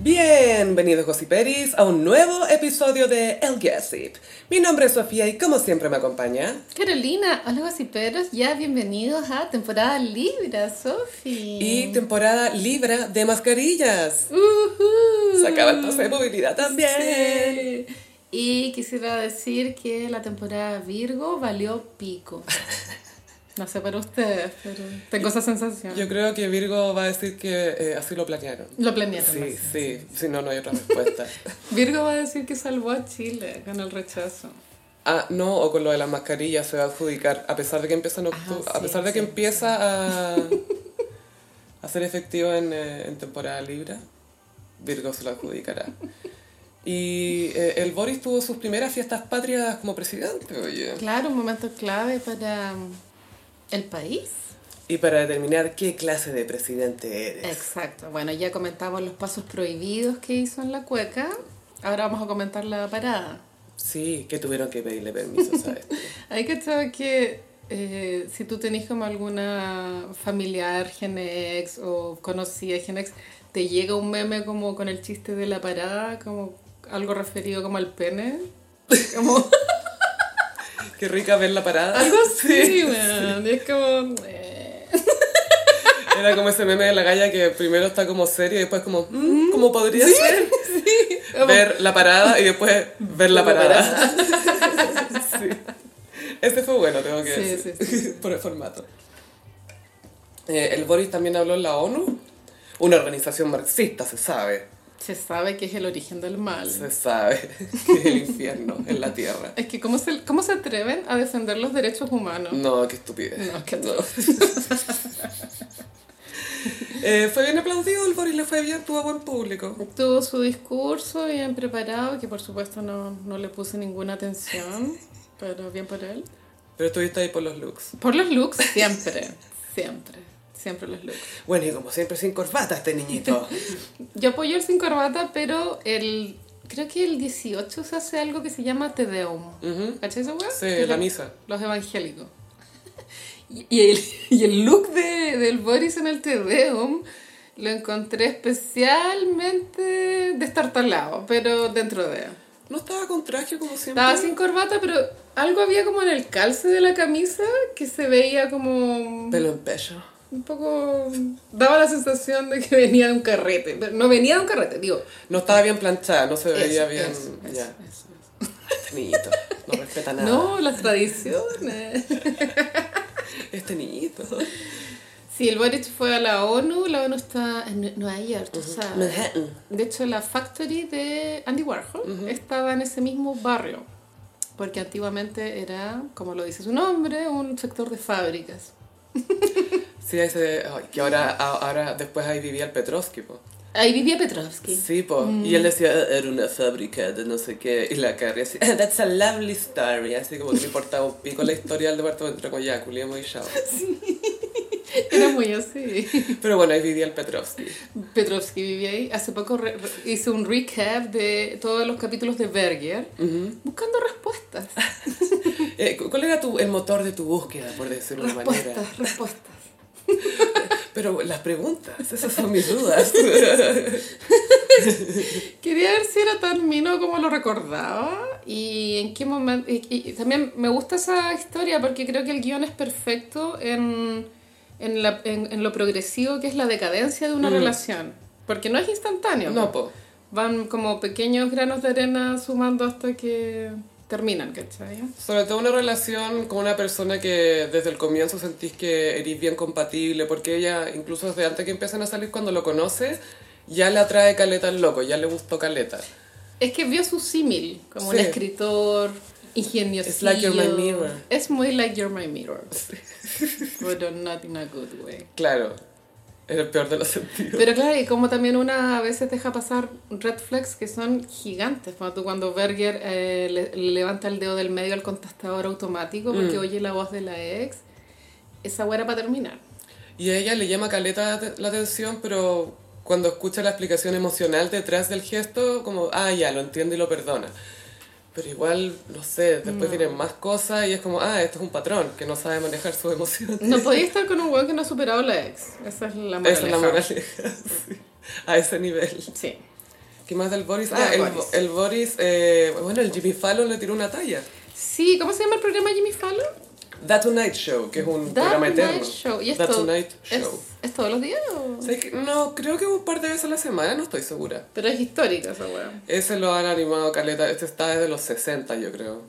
Bienvenidos Gossiperis a un nuevo episodio de El Gossip. Mi nombre es Sofía y como siempre me acompaña. Carolina, hola gossiperos, ya bienvenidos a temporada libra, Sofi. Y temporada libra de mascarillas. Ujú. Se acaba el pase de movilidad también. Sí. Y quisiera decir que la temporada Virgo valió pico. No sé para ustedes, pero tengo esa sensación. Yo creo que Virgo va a decir que eh, así lo planearon. Lo planearon. Sí, más. sí, si no, no hay otra respuesta. Virgo va a decir que salvó a Chile con el rechazo. Ah, no, o con lo de las mascarillas se va a adjudicar, a pesar de que empieza en octu- Ah, a sí, pesar de que sí. empieza a, a ser efectivo en, eh, en temporada libra, Virgo se lo adjudicará. Y eh, el Boris tuvo sus primeras fiestas patrias como presidente, oye. Claro, un momento clave para um, el país. Y para determinar qué clase de presidente eres. Exacto. Bueno, ya comentamos los pasos prohibidos que hizo en la cueca. Ahora vamos a comentar la parada. Sí, que tuvieron que pedirle permiso, ¿sabes? Hay que saber que eh, si tú tenés como alguna familiar Genex o conocida Genex, te llega un meme como con el chiste de la parada, como algo referido como al pene. Como qué rica ver la parada. algo así, weón. Y es como... eh. Era como ese meme de la galla que primero está como serio y después como, "Mm, ¿cómo podría ser? ver la parada y después ver la parada. Sí. Este fue bueno, tengo que Sí, decir, por el formato. Eh, el Boris también habló en la ONU, una organización marxista, se sabe, Se sabe que es el origen del mal. se sabe, que es el infierno en la tierra. Es que ¿cómo se, cómo se atreven a defender los derechos humanos? No, qué estupidez. No, qué Eh, fue bien aplaudido, el Boris le fue bien, tuvo buen público. Tuvo su discurso bien preparado, que por supuesto no, no le puse ninguna atención, pero bien por él. Pero estuviste ahí por los looks. Por los looks, siempre, siempre, siempre los looks. Bueno, y como siempre sin corbata este niñito. Yo apoyo el sin corbata, pero el, creo que el 18 se hace algo que se llama Te Deum. Ujú. ¿Cachai esa weá? Sí, Que la lo- misa. Los evangélicos. Y, y el, y el look de, del Boris en el Te Deum lo encontré especialmente destartalado, pero dentro de él. No estaba con traje como siempre. Estaba sin corbata, pero algo había como en el calce de la camisa que se veía como Pelo en pecho. un poco... Daba la sensación de que venía de un carrete, pero no venía de un carrete, digo. No estaba bien planchada, no se veía eso, bien. eso, eso, ya, eso, eso. este niñito. No respeta nada. No, las tradiciones. Este niñito. Sí, el Boric fue a la ONU, la ONU está en Nue- Nueva York, tú sabes. Manhattan. De hecho, la factory de Andy Warhol estaba en ese mismo barrio, porque antiguamente era, como lo dice su nombre, un sector de fábricas. Sí, ese. ay, que ahora, a- ahora después ahí vivía el Petrovsky, po. Ahí vivía Petrovsky. Sí, po. Mm. Y él decía, "Eh, era una fábrica de no sé qué. Y la Carrie así, "Eh, that's a lovely story. Así como que le importaba un pico la historia del departamento de Coyacu, y chao. Era muy así. Pero bueno, ahí vivía el Petrovsky. Petrovsky vivía ahí. Hace poco re- re- hice un recap de todos los capítulos de Berger, buscando respuestas. Eh, ¿cu- ¿Cuál era tu, el motor de tu búsqueda, por decirlo de una manera? Respuestas, respuestas. Pero las preguntas, esas son mis dudas. Quería ver si era tan mino como lo recordaba y en qué momento... Y, y- y también me gusta esa historia porque creo que el guión es perfecto en, en, la- en- en lo progresivo que es la decadencia de una relación. Porque no es instantáneo. Mm. no, po. Van como pequeños granos de arena sumando hasta que terminan, ¿cachai? Sobre todo una relación con una persona que desde el comienzo sentís que eres bien compatible, porque ella, incluso desde antes que empiezan a salir, cuando lo conoce, ya le atrae caleta al loco, ya le gustó caleta. Es que vio su símil, como un Sí. escritor ingenioso. It's like you're my mirror. Es muy like you're my mirror. Pero not in a good way. Claro, era el peor de los sentidos. Pero claro, y como también una a veces deja pasar red flags que son gigantes. Cuando, tú- cuando Berger eh, le, le levanta el dedo del medio al contestador automático Mm. porque oye la voz de la ex, esa hueá era para terminar. Y a ella le llama caleta te- la atención, pero cuando escucha la explicación emocional detrás del gesto, como, ah, ya, lo entiende y lo perdona. Pero igual, no sé, después tienen más cosas y es como, ah, esto es un patrón, que no sabe manejar sus emociones. No podía estar con un hueón que no ha superado la ex. Esa es la moraleja. Esa es la moraleja, sí, a ese nivel. Sí. ¿Qué más del Boris? Ya, Ah, el, Boris. el Boris, eh, bueno, el Jimmy Fallon le tiró una talla. Sí, ¿cómo se llama el programa Jimmy Fallon? That Tonight Show, que es un programa That eterno. Tonight Show. ¿Y That esto Tonight es, Show. es todos los días o...? ¿Sabes qué? No, creo que un par de veces a la semana, no estoy segura. Pero es histórica esa weá. Ese lo han animado Caleta, este está desde los 60 yo creo.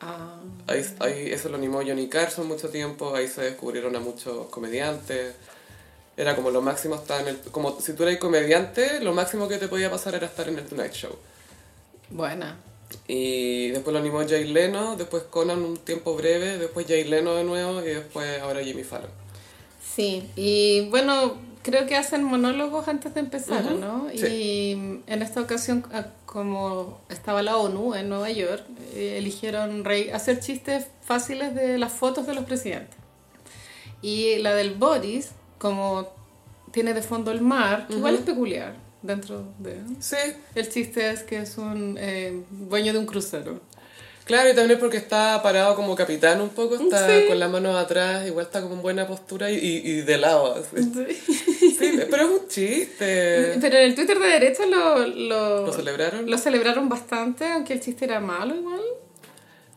Ah. Ahí, ahí- eso lo animó Johnny Carson mucho tiempo, ahí se descubrieron a muchos comediantes. Era como lo máximo estar en el... Como si tú eras comediante, lo máximo que te podía pasar era estar en el Tonight Show. Buena. Y después lo animó Jay Leno, después Conan un tiempo breve, después Jay Leno de nuevo y después ahora Jimmy Fallon. Sí, y bueno, creo que hacen monólogos antes de empezar, Ujú, ¿no? sí. Y en esta ocasión, a- como estaba la ONU en Nueva York, eh, eligieron re- hacer chistes fáciles de las fotos de los presidentes. Y la del Boris, como tiene de fondo el mar, que igual es peculiar dentro de... Sí, El chiste es que es un eh, dueño de un crucero. claro, y también es porque está parado como capitán un poco, está Sí. con las manos atrás, igual está como en buena postura y, y- y de lado. así. Sí, pero es un chiste. Pero en el Twitter de derecha lo, lo, Eh. ¿Lo celebraron? lo celebraron bastante, aunque el chiste era malo igual.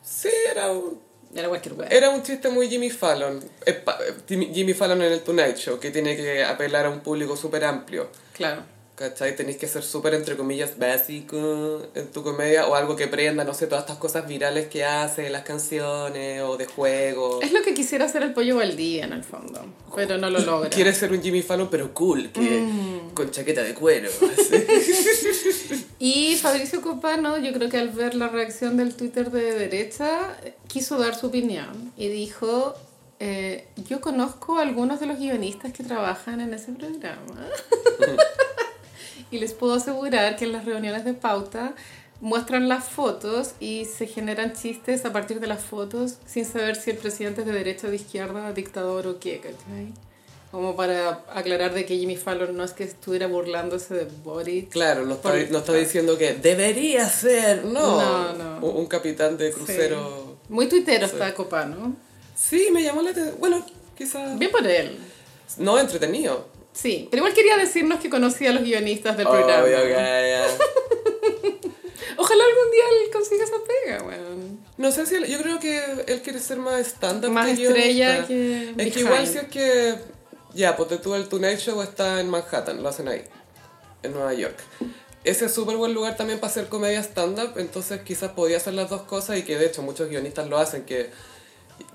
Sí, era un, Era cualquier weá. era un chiste muy Jimmy Fallon. Eh, pa- eh, Jimmy Jimmy Fallon en el Tonight Show, que tiene que apelar a un público súper amplio. Claro. ¿Cachai? Tenéis que ser súper, entre comillas, básico en tu comedia o algo que prenda, no sé, todas estas cosas virales que hace, las canciones o de juego. Es lo que quisiera hacer el pollo Valdía en el fondo, pero no lo logra. Quiere ser un Jimmy Fallon, pero cool, que Mm. con chaqueta de cuero. así. Y Fabricio Copano, yo creo que al ver la reacción del Twitter de derecha, quiso dar su opinión y dijo, eh, yo conozco a algunos de los guionistas que trabajan en ese programa. y les puedo asegurar que en las reuniones de pauta muestran las fotos y se generan chistes a partir de las fotos sin saber si el presidente es de derecha o de izquierda, dictador o qué, ¿cachai? Como para aclarar de que Jimmy Fallon no es que estuviera burlándose de Boris. claro, no está, Por- no está diciendo que debería ser, no. No, no. Un, un capitán de crucero. Sí. Muy tuitero está Copano. Sí, me llamó la atención. Bueno, quizás. Bien por él. No entretenido. Sí, pero igual quería decirnos que conocía a los guionistas del programa. Obvio que ya. Ojalá algún día él consiga esa pega, weón. No sé si él- yo creo que él quiere ser más stand-up Más que guionista. estrella que Es que behind. igual si es que. Ya, pues, porque tú el Tonight Show está en Manhattan, lo hacen ahí, en Nueva York. Ese es súper buen lugar también para hacer comedia stand-up, entonces quizás podía hacer las dos cosas y que de hecho muchos guionistas lo hacen, que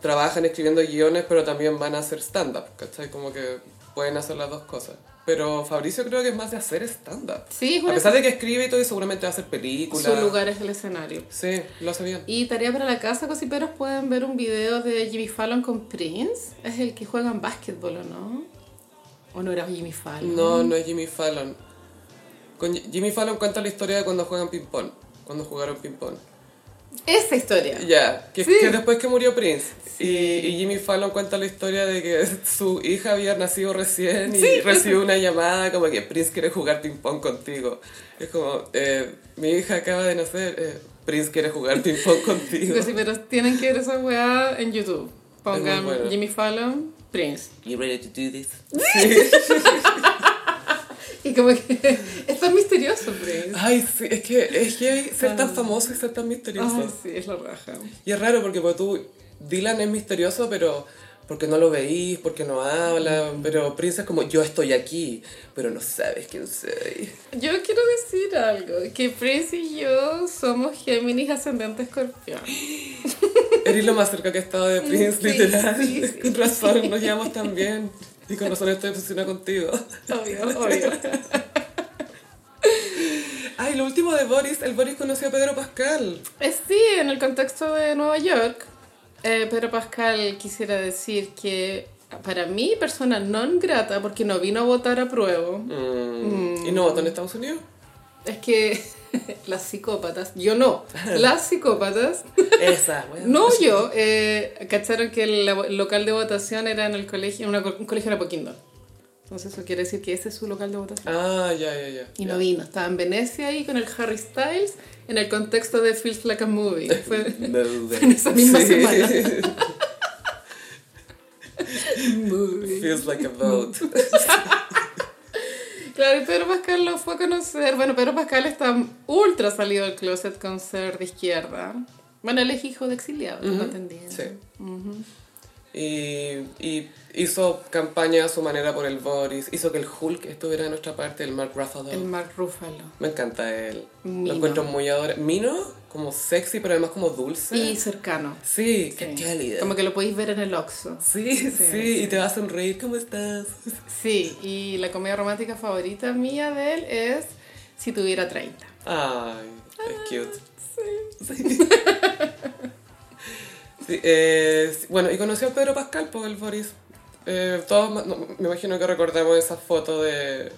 trabajan escribiendo guiones pero también van a hacer stand-up, ¿cachai? Como que pueden hacer las dos cosas. Pero Fabricio creo que es más de hacer stand-up. Sí, es A una- pesar de que escribe y todo y seguramente va a hacer películas. su lugar es el escenario. Sí, lo hace bien. Y tarea para la casa, cosiperos, pueden ver un video de Jimmy Fallon con Prince. Es el que juega en básquetbol, ¿o no? ¿O no era Jimmy Fallon? No, no es Jimmy Fallon. Con Jimmy Fallon cuenta la historia de cuando juegan ping-pong. Cuando jugaron ping-pong. Esa historia. Ya, que, Sí. que después que murió Prince. Y, y Jimmy Fallon cuenta la historia de que su hija había nacido recién y recibió una llamada como que Prince quiere jugar ping-pong contigo. Es como, eh, mi hija acaba de nacer, eh, Prince quiere jugar ping-pong contigo. Cosiperos, tienen que ver esa weá en YouTube. Pongan bueno. Jimmy Fallon, Prince. You ready to do this? Y como que es tan misterioso, Prince. Ay, sí, es que es que hay ser tan famoso y ser tan misterioso. Ay, sí, es la raja. Y es raro porque, pues, tú, Dylan es misterioso, pero porque no lo veís, porque no habla, pero Prince es como yo estoy aquí, pero no sabes quién soy. Yo quiero decir algo, que Prince y yo somos Géminis ascendente escorpión. Eres lo más cerca que he estado de Prince, Sí, literal. sí, sí. Con razón, nos llevamos tan bien. Y con razón estoy obsesionada contigo. Obvio, obvio. Ay, lo último de Boris, el Boris conoció a Pedro Pascal. Eh, sí, en el contexto de Nueva York, eh, Pedro Pascal quisiera decir que para mí, persona non grata, porque no vino a votar a prueba, Mm. ¿Y no votó en Estados Unidos? es que las psicópatas, yo no, las psicópatas Esa, bueno. No, yo. eh, cacharon que el labo- local de votación era en el colegio, en una co- un colegio en Apoquindo. Entonces eso quiere decir que ese es su local de votación. Ah, ya, ya, ya. Y ya. no vino. Estaba en Venecia ahí con el Harry Styles en el contexto de Feels Like a Movie. Fue No dudé. en esa misma Sí. semana. movie. Feels like a vote. Claro, Claro, y Pedro Pascal lo fue a conocer. Bueno, Pedro Pascal está ultra salido del closet con ser de izquierda. Bueno, él es hijo de exiliado, no entendí. Sí. Y, y hizo campaña a su manera por el Boris, hizo que el Hulk estuviera de nuestra parte, el Mark Ruffalo. El Mark Ruffalo. Me encanta él. Mino. Lo encuentro muy adorable. Mino, como sexy, pero además como dulce. Y cercano. Sí, Sí. qué cálido. Como que lo podéis ver en el Oxxo. Sí, sí, sí. y te va a sonreír, ¿cómo estás? Sí, y la comedia romántica favorita mía de él es Si tuviera 30. Ay, Ah, es cute. Sí. Sí, eh, sí, bueno, y conoció a Pedro Pascal por el Boris. Eh, todos, ma- no, me imagino que recordamos esa foto de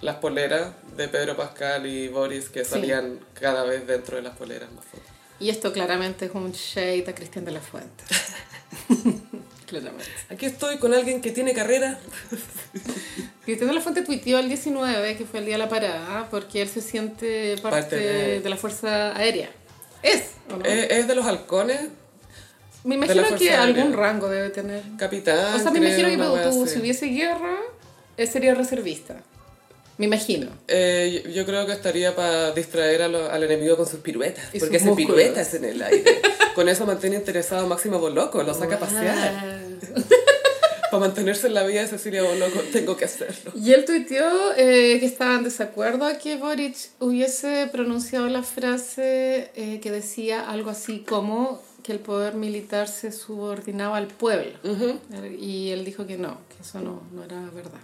las poleras de Pedro Pascal y Boris que Sí. salían cada vez dentro de las poleras más fotos. Y esto claramente es un shade a Cristian de la Fuente. claramente. Aquí estoy con alguien que tiene carrera. Cristian de la Fuente tuiteó el 19, que fue el día de la parada, porque él se siente parte, Parte de... de- la Fuerza Aérea. Es, ¿o no? Eh, es de los halcones, me la imagino Fuerza que Aérea. algún rango debe tener. capitán. o sea, me creo, imagino que una Pedro, wea tú, así. si hubiese guerra, él sería reservista. Me imagino. Eh, yo- yo creo que estaría para distraer a lo- al enemigo con sus piruetas, Y porque sus hace músculos. piruetas en el aire. Con eso mantiene interesado a Máximo Boloco, lo saca a pasear. Wow. Para mantenerse en la vida de Cecilia Boloco, tengo que hacerlo. Y él tuiteó eh, que estaba en desacuerdo a que Boric hubiese pronunciado la frase eh, que decía algo así como que el poder militar se subordinaba al pueblo. Ujú. Y él dijo que no, que eso no, no era verdad.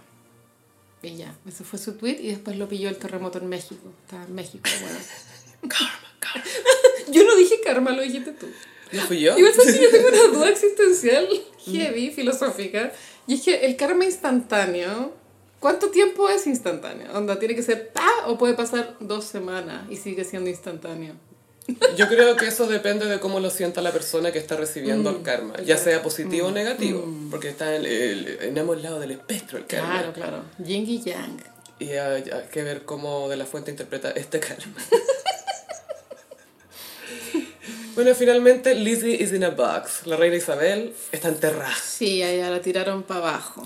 Y ya, ese fue su tweet y después lo pilló el terremoto en México. Estaba en México, bueno. Karma, karma. Yo no dije karma, lo dijiste tú. ¿No fui yo? Igual sabes que yo tengo una duda existencial heavy, filosófica, y es que el karma instantáneo, ¿cuánto tiempo es instantáneo? Onda, ¿tiene que ser pa o puede pasar dos semanas y sigue siendo instantáneo? Yo creo que eso depende de cómo lo sienta la persona que está Mm, recibiendo el karma, ya sea positivo o negativo, porque está en, el- en ambos lados del espectro el karma. Claro, claro. Yin y yang. Y hay, hay que ver cómo De la Fuente interpreta este karma. bueno, finalmente Lizzie is in a box. La reina Isabel está enterrada. Sí, allá la tiraron para abajo.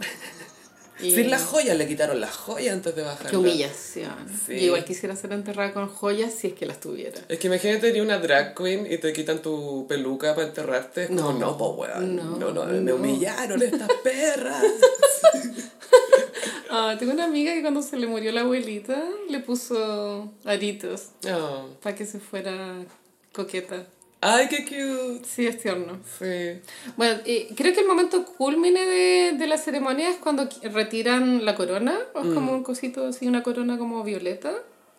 Y- Sin las joyas, le quitaron las joyas antes de bajar. Qué humillación. Sí. Y igual quisiera ser enterrada con joyas si es que las tuviera. Es que imagínate ni una drag queen y te quitan tu peluca para enterrarte. Es como, no, po, weón. No, No, no, me no. humillaron estas perras. Ah, tengo una amiga que cuando se le murió la abuelita le puso aritos Oh. para que se fuera coqueta. Ay, qué cute. Sí, es tierno. Sí. Bueno, eh, creo que el momento culmine de, de la ceremonia es cuando qui- retiran la corona, o es como un cosito así, una corona como violeta.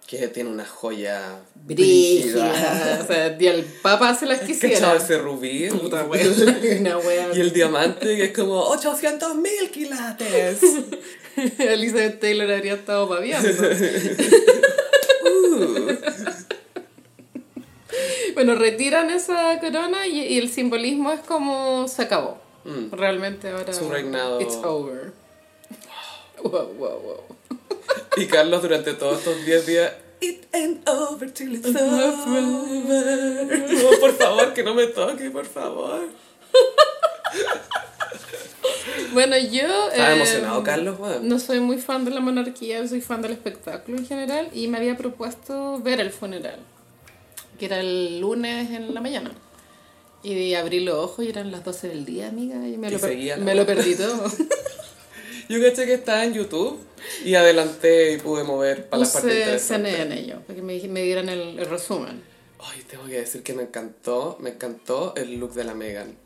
Que tiene una joya o sea, y el papa se las ¿Qué chavo quisiera. ese rubí? Puta wea. Una wea. Y el diamante que es como 800 mil quilates. Elizabeth Taylor habría estado babiando. Uh. Bueno, retiran esa corona y, y el simbolismo es como se acabó. Realmente ahora. Mm. Su reinado. It's over. Wow, wow, wow. Y Carlos durante todos estos 10 días. It ain't over till it's over. Como, por favor, que no me toque, por favor. Bueno, yo. Estaba eh, emocionado, Carlos. weón. No soy muy fan de la monarquía, soy fan del espectáculo en general y me había propuesto ver el funeral, que era el lunes en la mañana. Y abrí los ojos y eran las 12 del día, amiga, y me, Y lo, per- seguía la me lo perdí todo. Yo caché que estaba en YouTube y adelanté y pude mover para las partes Puse interesantes. CNN yo, para que me, me dieran el, el resumen. Ay, tengo que decir que me encantó, me encantó el look de la Megan.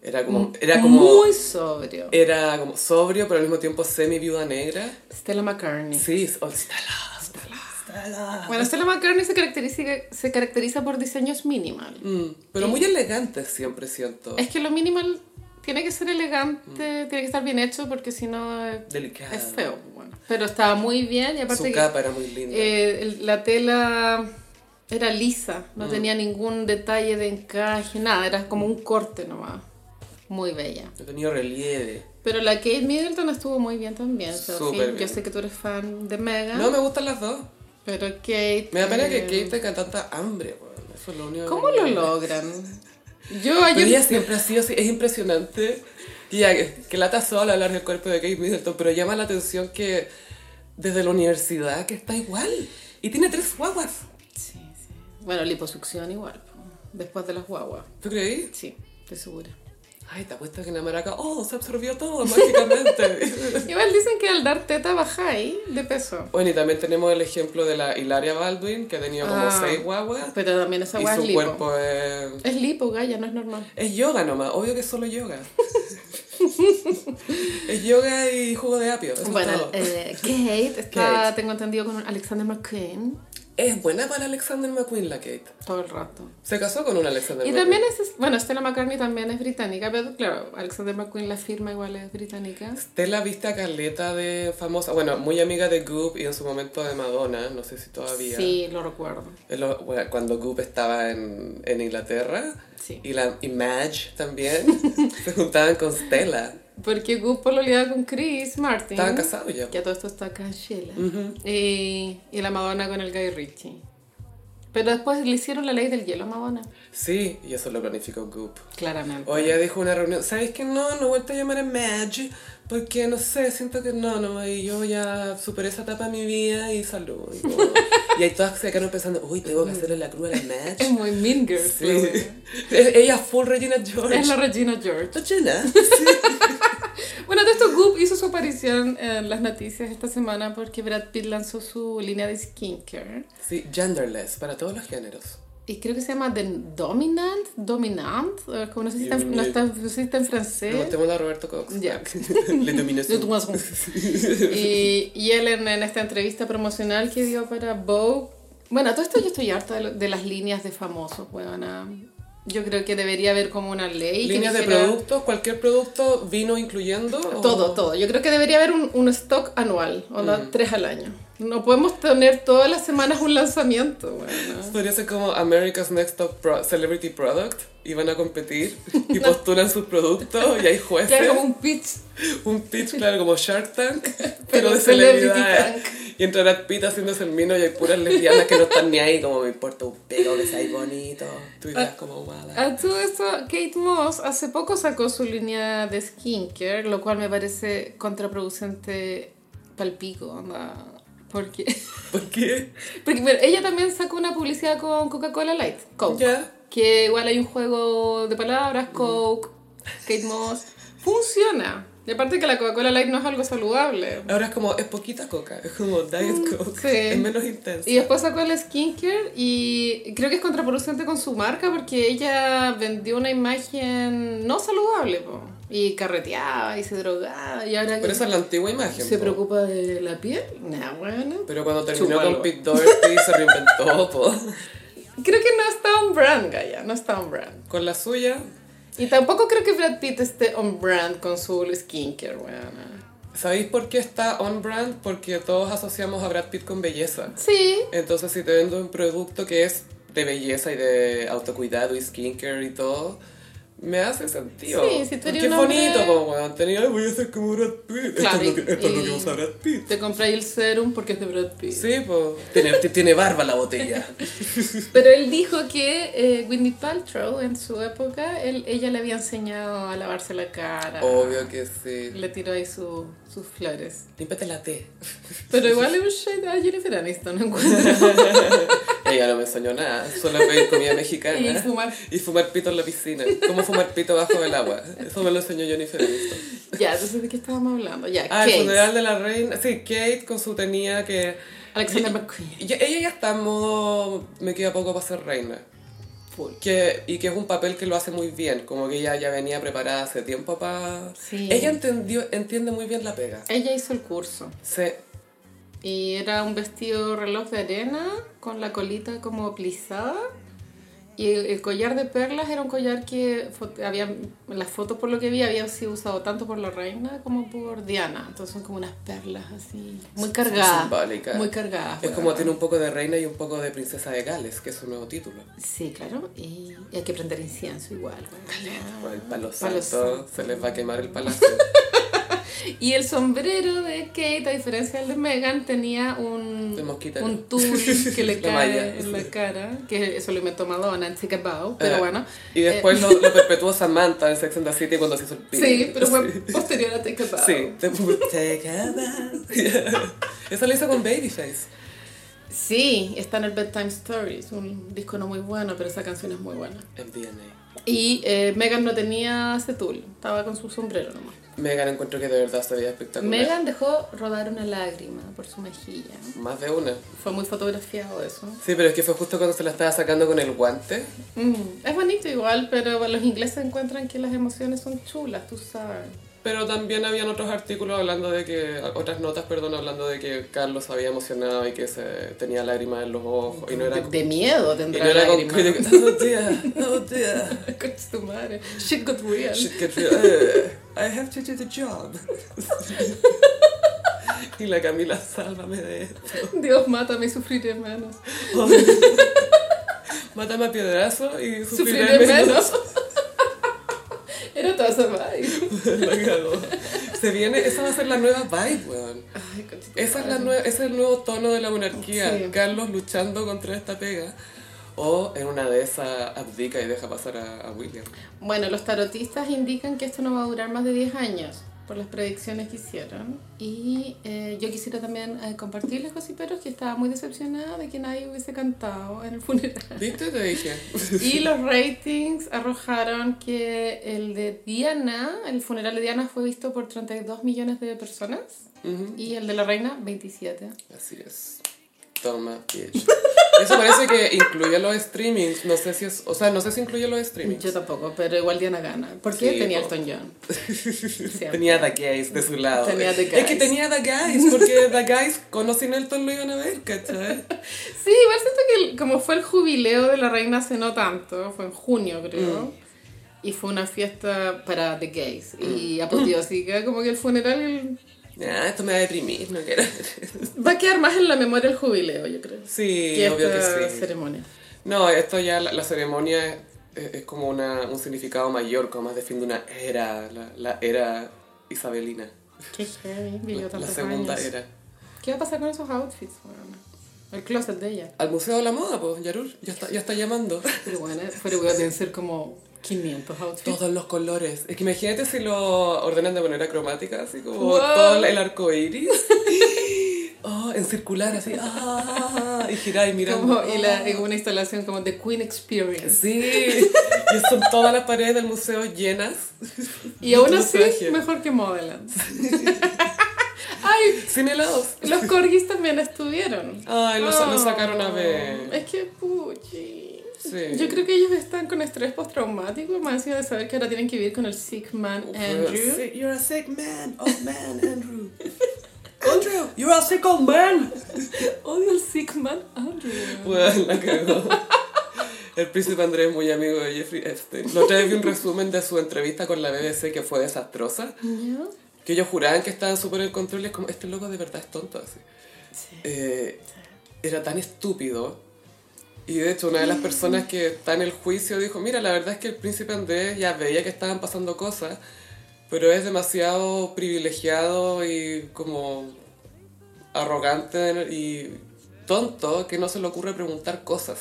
Era como, era como, Eh, Muy sobrio. era como sobrio, pero al mismo tiempo semi viuda negra. Stella McCartney. Sí, oh, Stella, Stella, Stella. Bueno, Stella McCartney se caracteriza, se caracteriza por diseños minimal. Mm, pero muy elegante siempre siento. Es que lo minimal tiene que ser elegante, Mm. tiene que estar bien hecho porque si no eh, Delicado. es feo. Bueno, pero estaba muy bien y aparte Su que capa era muy linda. eh, el- la tela era lisa, Mm. no tenía ningún detalle de encaje, nada, era como un corte nomás. Muy bella. No tenía relieve. Pero la Kate Middleton estuvo muy bien también, Sophie. Súper bien. Yo sé que tú eres fan de Megan, No, me gustan las dos. pero Kate... Me da pena que eh, Kate tenga tanta hambre, weón. Eso es lo único. ¿Cómo que- lo logran? Yo Pero ayer... ella siempre ha sido así. Es eh, impresionante. Y ya, que, que lata sola hablar del cuerpo de Kate Middleton, pero llama la atención que desde la universidad que está igual. Y tiene tres guaguas. Sí, sí. Bueno, liposucción igual, po. después de las guaguas. ¿Tú creí? Sí, estoy segura. Ay, te apuesto que en la maraca, oh, se absorbió todo mágicamente. Igual dicen que al dar teta bajáis de peso. bueno, y también tenemos el ejemplo de la Hilaria Baldwin, que ha tenido como Ah. seis guaguas. Pero también esa Y guagua es su lipo. cuerpo es... Es lipo, Gaya, no es normal. Es yoga nomás, obvio que es solo yoga. es yoga y jugo de apio. eso es Bueno, todo. eh, Kate está, Kate. tengo entendido, con un Alexander McQueen Es buena para Alexander McQueen la Kate. todo el rato. Se casó con un Alexander Y McQueen. también es, bueno, Stella McCartney también es británica, pero claro, Alexander McQueen la firma igual es británica. Stella viste a Carleta de famosa, bueno, muy amiga de Goop y en su momento de Madonna, no sé si todavía. Sí, lo recuerdo. En lo- bueno, cuando Goop estaba en, en Inglaterra. Sí. Y, la, y Madge también. se juntaban con Stella. Porque Goop pololeaba con Chris Martin. Estaban casados ya. Que a todo esto está acá en Sheila. y, y la Madonna con el Guy Ritchie. Pero después le hicieron la ley del hielo a Madonna. Sí, y eso lo planificó Goop. Claramente. O ella dijo en una reunión, ¿sabes qué? No, no he vuelto a llamar a Madge porque no sé, siento que no, no, y yo ya superé esa etapa de mi vida y salud. Y, como- y ahí todas se quedaron pensando, uy, tengo que hacerle la cruz a la Es Madge. muy mean girl. Sí. la wea. Es- ella full Regina George. Es la Regina George. Regina. Bueno, de esto Goop hizo su aparición en las noticias esta semana porque Brad Pitt lanzó su línea de skincare. Sí, genderless, para todos los géneros. Y creo que se llama The Dominant, Dominant, eh, como no sé si está, en- no está- no sé si está en francés. Preguntémosle a Roberto Cox. Ya. Le dominé De su... Thomas Hood. y, y él en, en esta entrevista promocional que dio para Vogue. Bueno, a todo esto yo estoy harta de, lo- de las líneas de famosos, weona. Yo creo que debería haber como una ley. que Líneas de dijera- productos, cualquier producto, vino incluyendo. o- Todo, todo. Yo creo que debería haber un, un stock anual, o la- tres al año. No podemos tener todas las semanas un lanzamiento, weona. Podría ser como America's Next Top Pro- Celebrity Product y van a competir y postulan sus productos y hay jueces. Ya como un pitch Un pitch, claro, como Shark Tank, pero, Pero de Celebrity celebridades. Tank. Y entra Brad Pitt haciéndose el mino y hay puras lesbianas que no están ni ahí, como me importa un pelo que seáis bonito. Ah, Tú irás como mala. A todo esto, Kate Moss hace poco sacó su línea de skincare, lo cual me parece contraproducente palpico, onda. Porque, ¿Por qué? porque bueno, ella también sacó una publicidad con Coca-Cola Light, Coke. Ya. Que igual hay un juego de palabras, Coke, Kate Moss. Funciona. Y aparte que la Coca-Cola Light no es algo saludable. Ahora es como, es poquita coca, es como Diet Coke, Mm, sí. es menos intenso. Y después sacó el skincare y creo que es contraproducente con su marca porque ella vendió una imagen no saludable, po. Y carreteaba y se drogaba y ahora Pero esa es la antigua imagen. se po. preocupa de la piel. Nah, bueno. Pero cuando terminó Chúpalo. con Pete Doherty se reinventó, po. Creo que no está on brand, Gaya, no está on brand. Con la suya, Y tampoco creo que Brad Pitt esté on brand con su skincare, weona. ¿Sabéis por qué está on brand? Porque todos asociamos a Brad Pitt con belleza. Sí, Entonces, si te vendo un producto que es de belleza y de autocuidado y skincare y todo, me hace sentido. Sí, si tú eres Qué un hombre- bonito, como cuando tenía, "Ay, voy a ser como Brad Pitt. esto Claro, es lo que, esto es lo y- que usa Brad Pitt. te compré el serum porque es de Brad Pitt. Sí, pues. Tiene, t- tiene barba la botella. Pero él dijo que eh, Winnie Paltrow en su época, él, ella le había enseñado a lavarse la cara. Obvio que sí. Le tiró ahí su- sus flores. Límpate la T. Pero igual es un shade a Jennifer Aniston, no encuentro. Ella no me enseñó nada, solo pedir comida mexicana. Y fumar. Y fumar pito en la piscina. ¿Cómo fumar pito bajo el agua? Eso me lo enseñó Jennifer Aniston. ya, entonces de qué estábamos hablando. Ya, Ah, el Kate. funeral de la reina. Sí, Kate con su tenía que. Alexander McQueen. y- ella ya está en modo. Me queda poco para ser reina. Full. Que, y que es un papel que lo hace muy bien. Como que ella ya venía preparada hace tiempo para. Sí. Ella entendió, entiende muy bien la pega. Ella hizo el curso. Sí. Y era un vestido reloj de arena con la colita como plisada. Y el, el collar de perlas era un collar que fo- había, en las fotos por lo que vi había sido usado tanto por la reina como por Diana. Entonces son como unas perlas así, muy cargadas. simbólicas. Muy cargadas. Es bueno. como tiene un poco de reina y un poco de princesa de Gales, que es su nuevo título. Sí, claro. Y, y hay que prender incienso igual. bueno. Con el palo Ah, Palo santo, se les va a quemar el palacio. Y el sombrero de Kate, a diferencia del de Megan, tenía un, El mosquitero. un tul que le La cae malla. en la cara, que eso lo inventó Madonna en Sick Bow, pero Eh, bueno. Y después Eh, lo, lo perpetuó Samantha en Sex and the City cuando se hizo el pibe. Sí, pero fue posterior a Take a Bow. Sí, te- Take a bow. Esa la hizo con Babyface. Sí, está en el Bedtime Stories, un disco no muy bueno, pero esa canción es muy buena. MDNA. Y eh, Megan no tenía ese tul, estaba con su sombrero nomás. Megan encuentro que de verdad se veía espectacular. Megan dejó rodar una lágrima por su mejilla. Más de una. Fue muy fotografiado eso. Sí, pero es que fue justo cuando se la estaba sacando con el guante. Mm, es bonito igual, pero los ingleses encuentran que las emociones son chulas, tú sabes. Pero también habían otros artículos hablando de que, otras notas, perdón, hablando de que Carlos había emocionado y que se tenía lágrimas en los ojos y no era... De, de miedo y tendrá no era con lágrimas. crítica. Oh dear, oh dear. Concha tu madre. Shit got real. Shit gets real. Eh, I have to do the job. y la Camila, sálvame de esto. Dios, mátame y sufriré menos. Mátame a piedrazo y sufriré, Sufriré menos. menos. Era toda esa vibe. La cagó. Se viene, esa va a ser la nueva vibe, weón. Ay, concha tu Esa es la madre. nue- ese es el nuevo tono de la monarquía. Sí. Carlos luchando contra esta pega. O en una de esas abdica y deja pasar a, a William. Bueno, los tarotistas indican que esto no va a durar más de 10 años, por las predicciones que hicieron. Y eh, yo quisiera también eh, compartirles, gossiperos, que estaba muy decepcionada de que nadie hubiese cantado en el funeral. ¿Viste? Te dije. Y los ratings arrojaron que el de Diana, el funeral de Diana fue visto por 32 millones de personas Ujú. y el de la reina 27. Así es. Toma, bitch. Eso parece que incluye los streamings. No sé si es. O sea, no sé si incluye los streamings. Yo tampoco, pero igual Diana gana. Porque Sí, tenía po. Elton John. Siempre. Tenía The Guys de su lado. Tenía The Es que Guys. tenía The Guys, porque The Guys con o sin Elton lo iban a ver, ¿cachai? Sí, igual siento que el- como fue el jubileo de la reina hace no tanto, fue en junio Mm. creo, y fue una fiesta para the gays Mm. y apoteósica, como que el funeral Ah, esto me va a deprimir, no quiero. va a quedar más en la memoria el jubileo, yo creo. Sí, que obvio que esta sí. ceremonia. No, esto ya, la, la ceremonia es, es- es como una, un significado mayor, como más de fin de una era, la, la era isabelina. Qué heavy, La, vivió la tantos segunda años. era. ¿Qué va a pasar con esos outfits, weona? El closet de ella. Al Museo de la Moda, pues, Yarul, ya está, ya está llamando. Pero bueno, pero weón, deben ser como 500 outfits. Todos los colores. Es que imagínate si lo ordenan de manera cromática, así como Wow. todo el arco iris. Oh, en circular, así. Ah, y girar y mirar. Como, "Oh, y la, en una instalación como The Queen Experience. Sí, y son todas las paredes del museo llenas. Y aún así, Traje. mejor que Modeland. Ay, Sin helados. los corgis también estuvieron. Ay, lo, sa- lo Oh, sacaron a ver. Es que, puchi. Sí. Yo creo que ellos están con estrés postraumático, más encima de saber que ahora tienen que vivir con el sick man Andrew. You're a sick man, old man, Andrew. Andrew, you're a sick old man. Odio el sick man Andrew. Bueno, la cagó. El príncipe Andrés es muy amigo de Jeffrey Epstein. Lo trae un resumen de su entrevista con la BBC que fue desastrosa. ¿Ya? Que ellos juraban que estaban súper en control y es como, este loco de verdad es tonto así. Sí. Eh, era tan estúpido. Y de hecho, una de las personas que está en el juicio dijo, mira, la verdad es que el príncipe Andrés ya veía que estaban pasando cosas, pero es demasiado privilegiado y como arrogante y tonto que no se le ocurre preguntar cosas.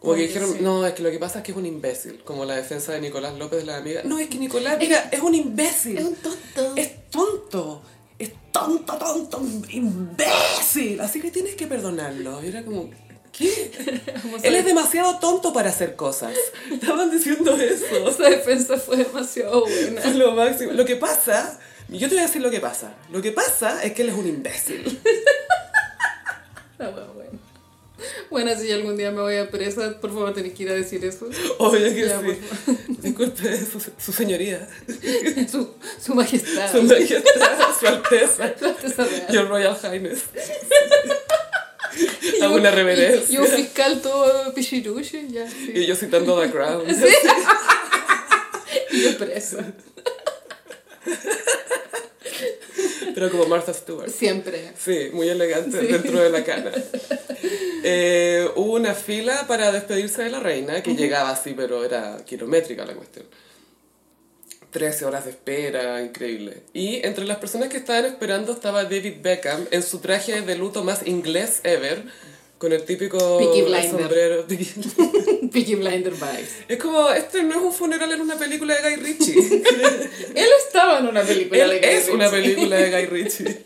Como que Oye, dijeron, sí. no, es que lo que pasa es que es un imbécil, como la defensa de Nicolás López de la amiga. No, es que Nicolás, mira, es un imbécil. Es un tonto. Es tonto. Es tonto, tonto, imbécil. Así que tienes que perdonarlo. Y era como, ¿qué? Como Él esa- es demasiado tonto para hacer cosas. Estaban diciendo eso. Esa defensa fue demasiado buena. Es lo máximo. Lo que pasa, yo te voy a decir lo que pasa. Lo que pasa es que él es un imbécil. Ah, bueno, bueno. Bueno, si yo algún día me voy a presa, por favor tenés que ir a decir eso. Obvio Ya, que sí. Disculpe, su, su señoría. Su, su majestad. Su majestad, su alteza. Su alteza real. Your Royal Highness. Hago una reverencia. Y un fiscal todo pichiruche, ya, sí. Y yo citando The Crown. Y yo presa. Pero como Martha Stewart. Siempre. Sí, muy elegante Sí. dentro de la cana. Eh, hubo una fila para despedirse de la reina, que llegaba así, pero era kilométrica la cuestión. 13 horas de espera, increíble. Y entre las personas que estaban esperando estaba David Beckham en su traje de luto más inglés ever, con el típico Peaky Blinder. sombrero. Peaky Blinder vibes. Es como, este no es un funeral, es una película de Guy Ritchie. Él estaba en una película Él de Guy es una Ritchie. película de Guy Ritchie.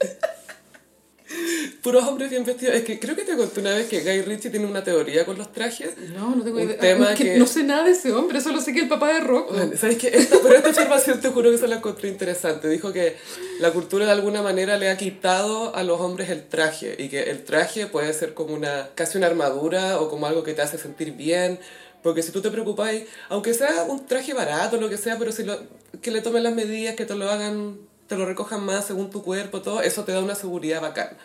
puros hombres bien vestidos. Es que creo que te conté una vez que Guy Ritchie tiene una teoría con los trajes. No, no tengo Un idea. tema Ah, es que que- No sé nada de ese hombre, solo sé que el papá de Rocco. Bueno, ¿Sabes qué? Esta, pero esta información te juro que se la encontré interesante. Dijo que la cultura de alguna manera le ha quitado a los hombres el traje y que el traje puede ser como una casi una armadura o como algo que te hace sentir bien. Porque si tú te preocupas, aunque sea un traje barato, lo que sea, pero si lo, que le tomen las medidas, que te lo hagan, te lo recojan más según tu cuerpo, todo, eso te da una seguridad bacana.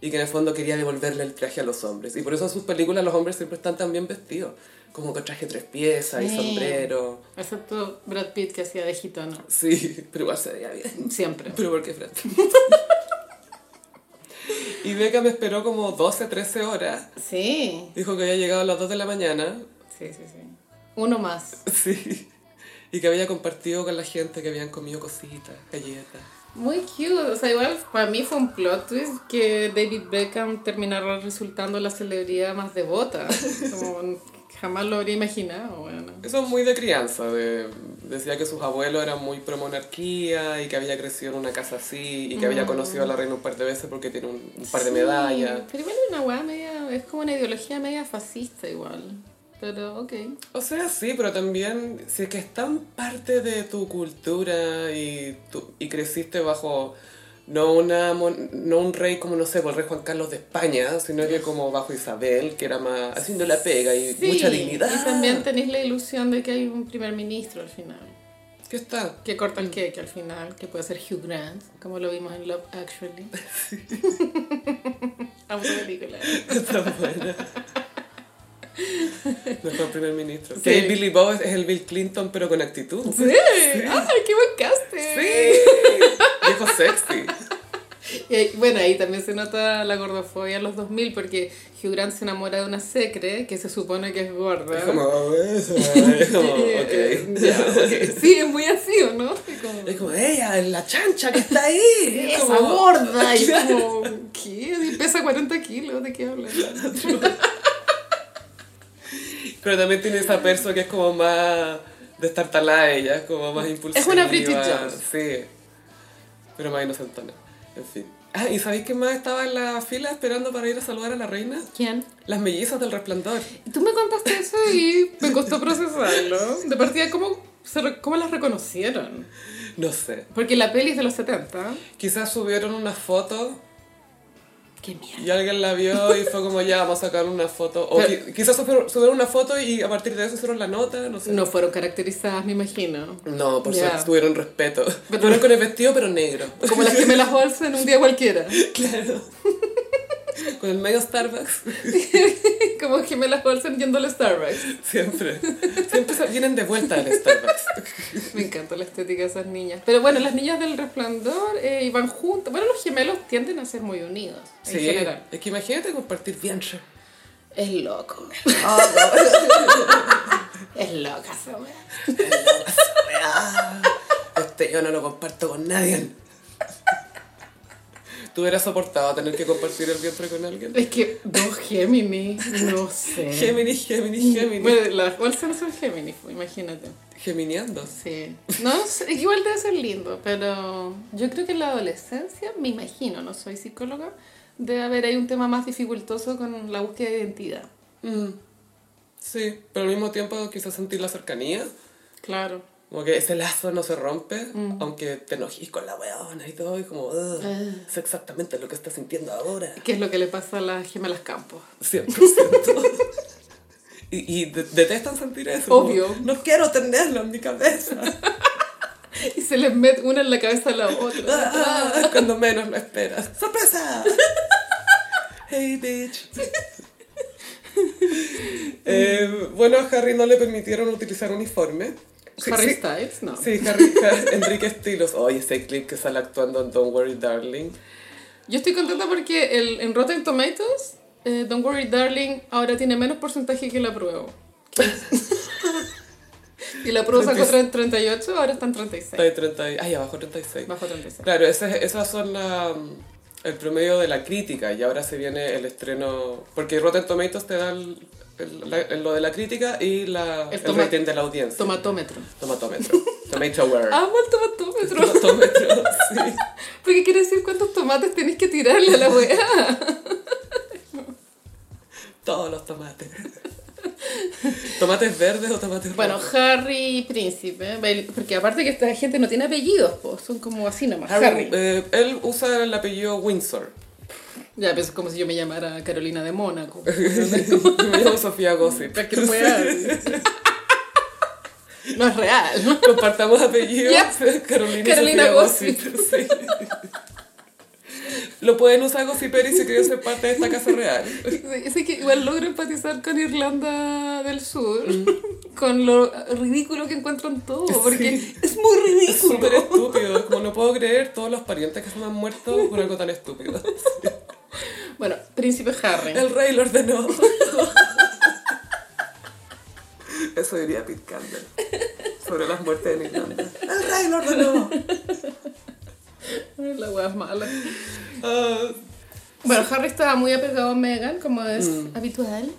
Y que en el fondo quería devolverle el traje a los hombres. Y por eso en sus películas los hombres siempre están tan bien vestidos. Como con traje tres piezas y Sí. sombrero. Excepto Brad Pitt que hacía de gitano. Sí, pero igual se veía bien. Siempre. Pero porque Fred. y Beca me esperó como 12, 13 horas. Sí. Dijo que había llegado a las 2 de la mañana. Sí, sí, sí. Uno más. Sí. Y que había compartido con la gente que habían comido cositas, galletas. Muy cute. O sea, igual para mí fue un plot twist que David Beckham terminara resultando la celebridad más devota. Como jamás lo habría imaginado. Bueno. Eso es muy de crianza. de- decía que sus abuelos eran muy pro monarquía y que había crecido en una casa así y que había conocido a la reina un par de veces porque tiene un, un par de Sí, medallas. Pero igual es una weá media. Es como una ideología media fascista, igual. Pero, ok. O sea, sí, pero también, si es que es tan parte de tu cultura y, tu- y creciste bajo no, una, mon- no un rey como, no sé, por el rey Juan Carlos de España, sino que como bajo Isabel, que era más haciendo la pega y Sí, mucha dignidad. Y también tenéis la ilusión de que hay un primer ministro al final. ¿Qué está? Que corta el cake al final, que puede ser Hugh Grant, como lo vimos en Love Actually. Amo esa película. Está buena. Nuestro primer ministro. Sí. Que ahí Billy Bob es es el Bill Clinton, pero con actitud. ¡Sí! ¡Ay, qué buen casting! Viejo sexy. Y ahí- bueno, ahí también se nota la gordofobia en los 2000, porque Hugh Grant se enamora de una secre que se supone que es gorda. Es como... "Oh, Es como, Eh, ok. ya, ok. Sí, es muy así, ¿o no? Es como, Es como, ella, es la chancha que está ahí. Es ¡Esa como- gorda! Y como, ¿qué? Si Pesa 40 kilos, ¿de qué hablas? Pero también tiene esa perso que es como más destartalada ella, es como más impulsiva. una Bridget Jones. Sí. Pero más inocentona. En fin. Ah, ¿y sabéis qué más estaba en la fila esperando para ir a saludar a la reina? ¿Quién? Las mellizas del resplandor. Tú me contaste eso y me costó procesarlo. De partida, ¿cómo, se re- cómo las reconocieron? No sé. Porque la peli es de los 70. Quizás subieron una foto ¡Qué mierda! y alguien la vio y fue como, ya, vamos a sacar una foto. O Pero- qui- quizás subieron subieron una foto y a partir de eso hicieron la nota, no sé. No fueron caracterizadas, me imagino. No, por Ya. suerte tuvieron respeto. Fueron con el vestido, pero negro. Como las que me las bolsas en un día cualquiera. Claro. Con el medio Starbucks. Como que me las bolsas yendo al Starbucks. Siempre. Siempre se- vienen de vuelta del Starbucks. Me encanta la estética de esas niñas. Pero bueno, las niñas del resplandor eh, iban juntas. Bueno, los gemelos tienden a ser muy unidos en Sí. general. Es que imagínate compartir vientre. Es loco. Oh, es loca esa wea. Este yo no lo comparto con nadie. ¿Tú hubieras soportado tener que compartir el vientre con alguien? Es que dos Géminis, no sé. Géminis, Géminis, Géminis. Mm. Bueno, las bolsas no son Géminis, pues, imagínate. Geminiando. Sí. No, sé, igual debe ser lindo, pero yo creo que en la adolescencia, me imagino, no soy psicóloga, debe haber ahí un tema más dificultoso con la búsqueda de identidad. Mm. Sí, pero al mismo tiempo quizás sentir la cercanía. Claro. Como que ese lazo no se rompe, aunque te enojís con la weona y todo, y como, "Ugh, Mm. Ah. sé exactamente lo que estás sintiendo ahora. ¿Qué es lo que le pasa a las gemelas Campos? 100%. y y de- detestan sentir eso. como, Obvio. no quiero tenerlo en mi cabeza. Y se les mete una en la cabeza a la otra. Ah, cuando menos lo esperas. ¡Sorpresa! Hey, bitch. Eh, bueno, a Harry no le permitieron utilizar uniforme. Sí, Harry sí. Styles, no. Sí, Harry, Har- Enrique Estilos. Oye, ese clip que sale actuando en Don't Worry Darling. Yo estoy contenta porque el, en Rotten Tomatoes, eh, Don't Worry Darling ahora tiene menos porcentaje que la prueba. y la prueba sacó tre- 38, ahora está en 36. Está de 30 y- ay, abajo 36. Bajo 36. Claro, ese, esas son la, mm, el promedio de la crítica y ahora se viene el estreno, porque Rotten Tomatoes te da el- el- la- el- lo de la crítica y la, El el, toma- rating de la audiencia. Tomatómetro. Tomatómetro. Tomatoware. Amo el tomatómetro. Tomatómetro, sí. Porque quiere decir cuántos tomates tenés que tirarle a la weá. los tomates. ¿Tomates verdes o tomates Bueno, rojos? Harry y Príncipe, Bailey- porque aparte que esta gente no tiene apellidos, po, son como así nomás. Harry. Harry, eh, él usa el apellido Windsor. Ya, pues es como si yo me llamara Carolina de Mónaco. Me llamo Sofía Gossip. Para que pueda- No es real. Compartamos apellidos. Ya. Carolina, y Carolina Sofía Gossip. Gossip, sí. Lo pueden usar Gossiper y se quieren ser parte de esta casa real. Sé que igual logro empatizar con Irlanda del Sur, con lo ridículo que encuentran todo, porque es muy Es ridículo. súper estúpido. es Como no puedo creer todos los parientes que se me han muerto por algo tan estúpido. Bueno, Príncipe Harry. El rey lo ordenó. Eso diría Pete Campbell sobre las muertes en Irlanda. El rey lo ordenó. La wea es mala. Ah, Bueno, Harry estaba muy apegado a Meghan, como es Mm. habitual.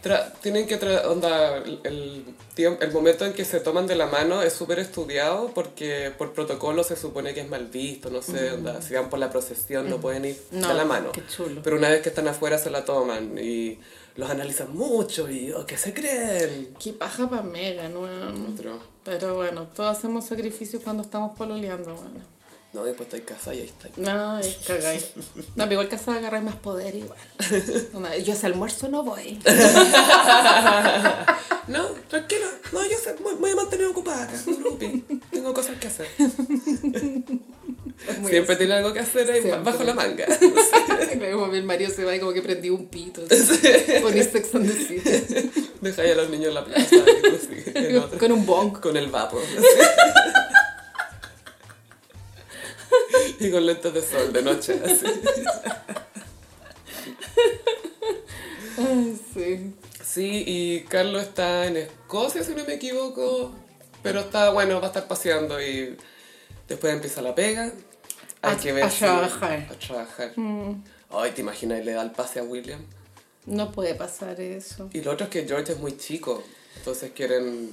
tra- tienen que tra- onda el, el tiemp- el momento en que se toman de la mano es súper estudiado porque por protocolo se supone que es mal visto, no sé, onda, si van por la procesión Mm. no pueden ir de la mano. Qué chulo. Pero una vez que están afuera se la toman y los analizan mucho y oh, ¿qué se creen? Qué paja para Meghan, weón. Otro, Pero bueno, todos hacemos sacrificios cuando estamos pololeando, weón. no, después estoy casada y ahí está. No, es cagáis. No, pero igual casada agarráis más poder igual. Onda, Yo ese almuerzo no voy. Ah, No, tranquilo. No, yo sé, voy, voy a mantener ocupada acá. no te preocupes. Tengo cosas que hacer. Es muy Siempre tiene algo que hacer ahí Siempre. bajo la manga. Como mi marido se va y como que prendí un pito. Poní sex and the City. Deja ahí a los niños en la plaza. y tú sigues en otra. Con un bong. Con el vapor. Y con lentes de sol de noche. así. Ay, sí. Sí, y Carlos está en Escocia, si no me equivoco. Pero está, bueno, va a estar paseando y después empieza la pega. Hay A- que ver a trabajar. Mm. A trabajar. Ay, ¿te imaginas? Le da el pase a William. No puede pasar eso. Y lo otro es que George es muy chico. Entonces quieren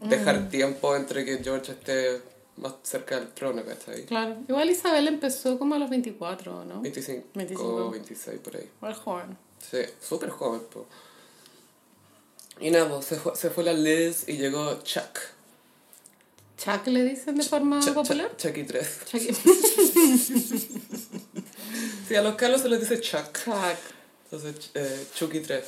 Mm. dejar tiempo entre que George esté más cerca del trono, ¿cachai? Claro. Igual Isabel empezó como a los 24, ¿no? 25, 25. 26 por ahí. Igual joven. Sí, súper joven, po. Y nada, po, se, fue, se fue la Liz y llegó Chuck. Chuck le dicen de forma Chuck- popular. Chuck- Chucky 3. Chuck. Sí, a los Carlos se les dice Chuck. Chuck. Entonces, eh, Chucky 3.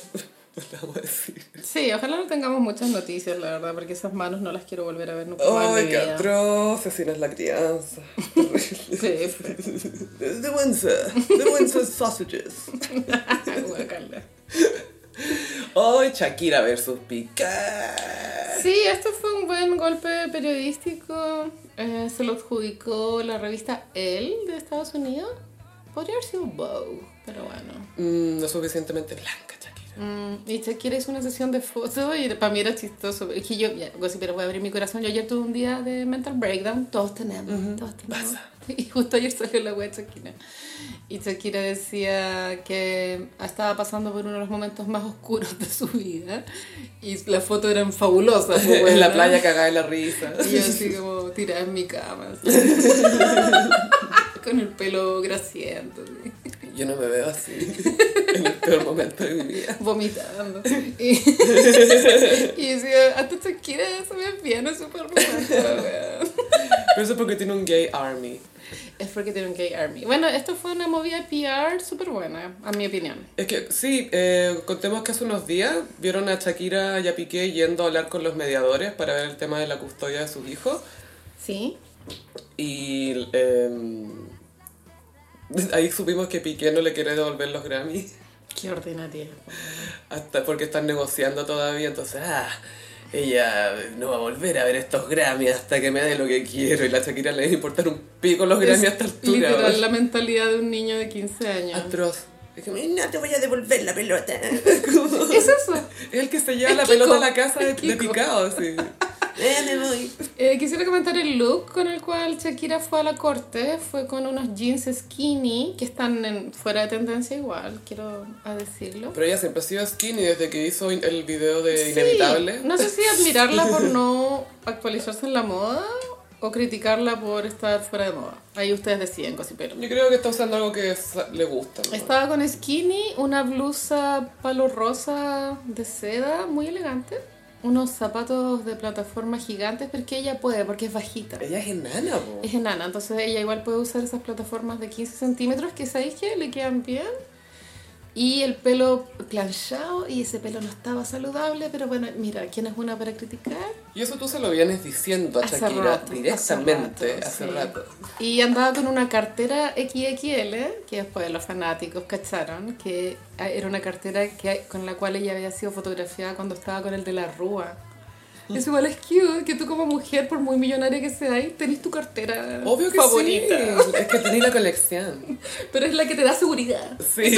Le vamos a decir. Sí, ojalá no tengamos muchas noticias, la verdad, porque esas manos no las quiero volver a ver nunca más en mi ¡Ay, qué vida. atroz! Asesina es la crianza. Sí, fue- The Windsor. The Windsor Sausages. guácala. Hoy Oh, Shakira versus Piqué. Sí, esto fue un buen golpe periodístico. Eh, se lo adjudicó la revista Elle de Estados Unidos. Podría haber sido Vogue, pero bueno. Mm, no suficientemente blanca, Shakira. Mm, y Shakira hizo una sesión de fotos y para mí era chistoso. Es que yo, ya, gossip, pero voy a abrir mi corazón. Yo ayer tuve un día de mental breakdown. Todos tenemos, todos tenemos. Y justo ayer salió la wea de Shakira. Y Shakira decía que estaba pasando por uno de los momentos más oscuros de su vida. Y las fotos eran fabulosas. pues, en la weona. playa cagada de la risa. Y yo así como tirada en mi cama. así. Con el pelo grasiento. así, Yo no me veo así. en el peor momento de mi vida. Vomitando. Y, y decía, hasta Shakira se ve bien, es súper romántica, weón". Pero eso es porque tiene un gay army. Es porque tiene un gay army. Bueno, esto fue una movida PR súper buena, a mi opinión. Es que sí, eh, contemos que hace unos días vieron a Shakira y a Piqué yendo a hablar con los mediadores para ver el tema de la custodia de sus hijos. ¿Sí? Y eh, ahí supimos que Piqué no le quiere devolver los Grammys. Qué ordinaria. Hasta porque están negociando todavía, entonces, ah, ella no va a volver a ver estos Grammy hasta que me dé lo que quiero. Y la Shakira le debe importar un pico los Grammy Oh, a esta Es altura. Literal, weón. la mentalidad de un niño de 15 años. Atroz. Es como, no te voy a devolver la pelota. Es eso. Es el que se lleva El la Kiko. pelota a la casa de, El de Kiko. picado, así. Eh, me voy. Eh, quisiera comentar el look con el cual Shakira fue a la corte. Fue con unos jeans skinny que están en- fuera de tendencia igual, quiero a decirlo. Pero ella siempre ha sido skinny desde que hizo in- el video de Sí, Inevitable. No sé si admirarla por no actualizarse en la moda o criticarla por estar fuera de moda. Ahí ustedes deciden, casi pero. Yo creo que está usando algo que sa- le gusta. ¿no? Estaba con skinny, una blusa palo rosa de seda, muy elegante. Unos zapatos de plataforma gigantes, porque ella puede, porque es bajita. Ella es enana, po. Es enana, entonces ella igual puede usar esas plataformas de 15 centímetros que sabéis que le quedan bien. Y el pelo planchado, y ese pelo no estaba saludable, pero bueno, mira, ¿quién es una para criticar? Y eso tú se lo vienes diciendo a Shakira directamente hace sí. rato. Y andaba con una cartera XXL, que después los fanáticos cacharon, que ah, era una cartera que, con la cual ella había sido fotografiada cuando estaba con el de la Rúa. Mm. Eso igual es cute, que tú como mujer, por muy millonaria que seas, tenés tu cartera Obvio que favorita. sí. Es que tenéis la colección. Pero es la que te da seguridad. Sí.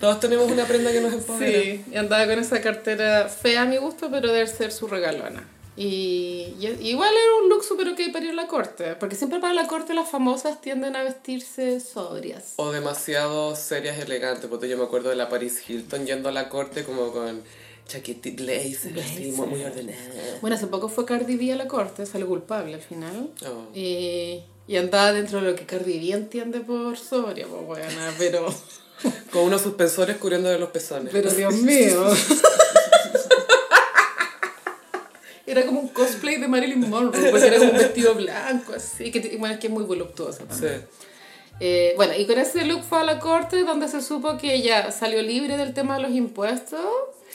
Todos tenemos una prenda que nos empodera. Sí, y andaba con esa cartera fea a mi gusto, pero debe ser su regalona. Y, y- y igual era un look súper ok para ir a la corte, porque siempre para la corte las famosas tienden a vestirse sobrias. O demasiado serias elegantes, porque yo me acuerdo de la Paris Hilton yendo a la corte como con chaquetita blazer, así, muy, muy ordenada. Bueno, hace poco fue Cardi B a la corte, salió culpable al final. Oh. Y, y andaba dentro de lo que Cardi B entiende por sobria, pues buena, pero, Con unos suspensores cubriendo de los pezones. pero Dios mío. Era como un cosplay de Marilyn Monroe, pues, porque era como un vestido blanco, así, que t- bueno, es que es muy voluptuoso también. Sí. Eh, bueno, y con ese look fue a la corte donde se supo que ella salió libre del tema de los impuestos.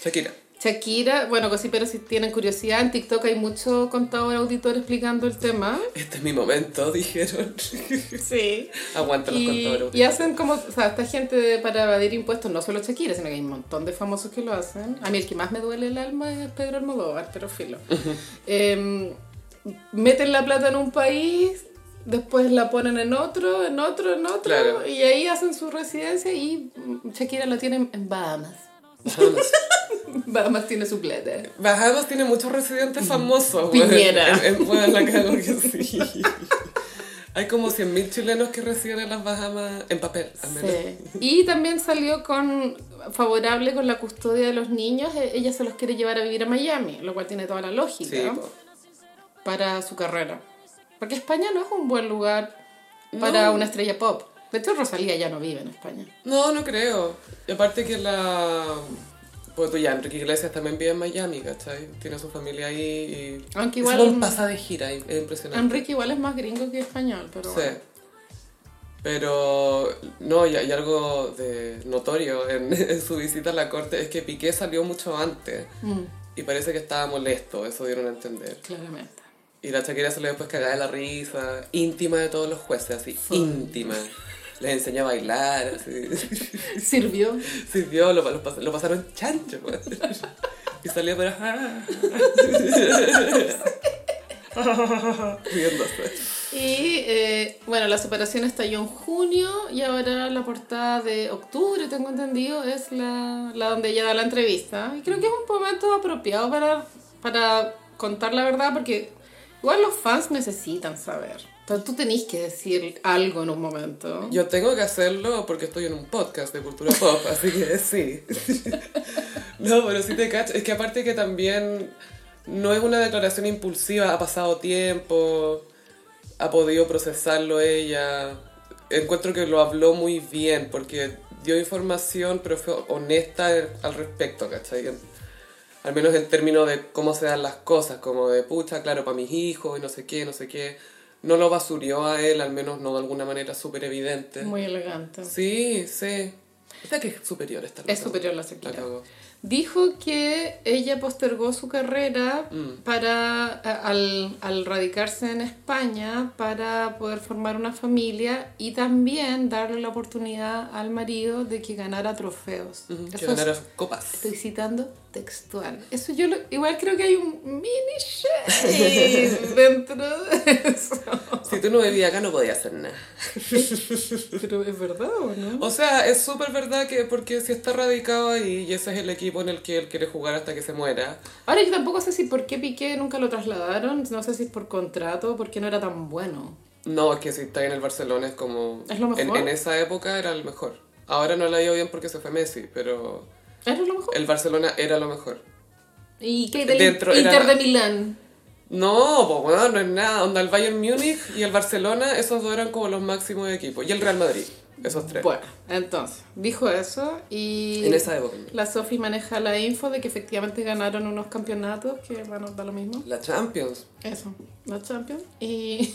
Shakira. Shakira, bueno, cosí, pero si tienen curiosidad, en TikTok hay mucho contador auditor explicando el tema. Este es mi momento, dijeron. Sí. Aguanta los Y, contadores. y hacen como, o sea, esta gente de- para evadir impuestos, no solo Shakira, sino que hay un montón de famosos que lo hacen. A mí el que más me duele el alma es Pedro Almodóvar, pero filo. Em, meten la plata en un país, después la ponen en otro, en otro, en otro, Claro. y ahí hacen su residencia y mm, Shakira la tiene en Bahamas. Bahamas. Bahamas tiene su plata. Bahamas tiene muchos residentes famosos. Piñera. weón. En- en- weón, la cago que sí. Hay como 100.000 chilenos que residen en las Bahamas en papel, al menos. Sí. Y también salió con favorable con la custodia de los niños. E- Ella se los quiere llevar a vivir a Miami, lo cual tiene toda la lógica Sí, po. para su carrera. Porque España no es un buen lugar para No. una estrella pop. De hecho, Rosalía ya no vive en España. No, no creo. Y aparte que la... Pues tú ya, Enrique Iglesias también vive en Miami, ¿cachai? Tiene su familia ahí y... Aunque Es igual- como un pasa de gira, es impresionante. Enrique igual es más gringo que español, pero Sí. bueno. Pero no, y hay algo de notorio en, en su visita a la corte, es que Piqué salió mucho antes Mm, y parece que estaba molesto, eso dieron a entender. claramente. Y la Shakira salió después cagada de la risa, íntima de todos los jueces, así, íntima. Les enseñó a bailar, así. Sirvió. Sirvió, lo, lo pas- lo pasaron chancho, pues. Y salió, pero... ah. Riéndose. Y eh, bueno, la separación estalló en junio y ahora la portada de octubre, tengo entendido, es la, la donde ella da la entrevista. Y creo que es un momento apropiado para, para contar la verdad porque igual los fans necesitan saber. Pero tú tenés que decir algo en un momento. Yo tengo que hacerlo porque estoy en un podcast de cultura pop, así que sí. No, pero sí te cacho. Es que aparte que también no es una declaración impulsiva, ha pasado tiempo, ha podido procesarlo ella. Encuentro que lo habló muy bien porque dio información, pero fue honesta al respecto, ¿cachai? Al menos en términos de cómo se dan las cosas, como de pucha, claro, para mis hijos y no sé qué, no sé qué. No lo basurió a él, al menos no de alguna manera súper evidente. Muy elegante. Sí, sí. Está que es superior esta Es loca. superior la La Shakira. cagó. Dijo que ella postergó su carrera Mm. para a- al, al radicarse en España para poder formar una familia y también darle la oportunidad al marido de que ganara trofeos. Ujú, Eso Que es- ganara sus copas. estoy citando textual. Eso yo lo- igual creo que hay un mini shade dentro de eso. Si tú no bebías acá no podías hacer nada. Pero es verdad o no? O sea, es súper verdad que porque si está radicado ahí y ese es el equipo en el que él quiere jugar hasta que se muera. Ahora yo tampoco sé si por qué Piqué nunca lo trasladaron, no sé si es por contrato, porque no era tan bueno. No, es que si está en el Barcelona es como... Es lo mejor. En, en esa época era el mejor. Ahora no le ha ido bien porque se fue Messi, pero Era lo mejor. el Barcelona era lo mejor. Y que del Dentro Inter era- de Milán. No, pues bueno, no es nada. Onda, el Bayern Múnich y el Barcelona, esos dos eran como los máximos equipos. Y el Real Madrid, esos tres. Bueno, entonces, dijo eso y En esa época. la Sofi maneja la info de que efectivamente ganaron unos campeonatos, que bueno, da lo mismo. La Champions. Eso, los Champions. Y,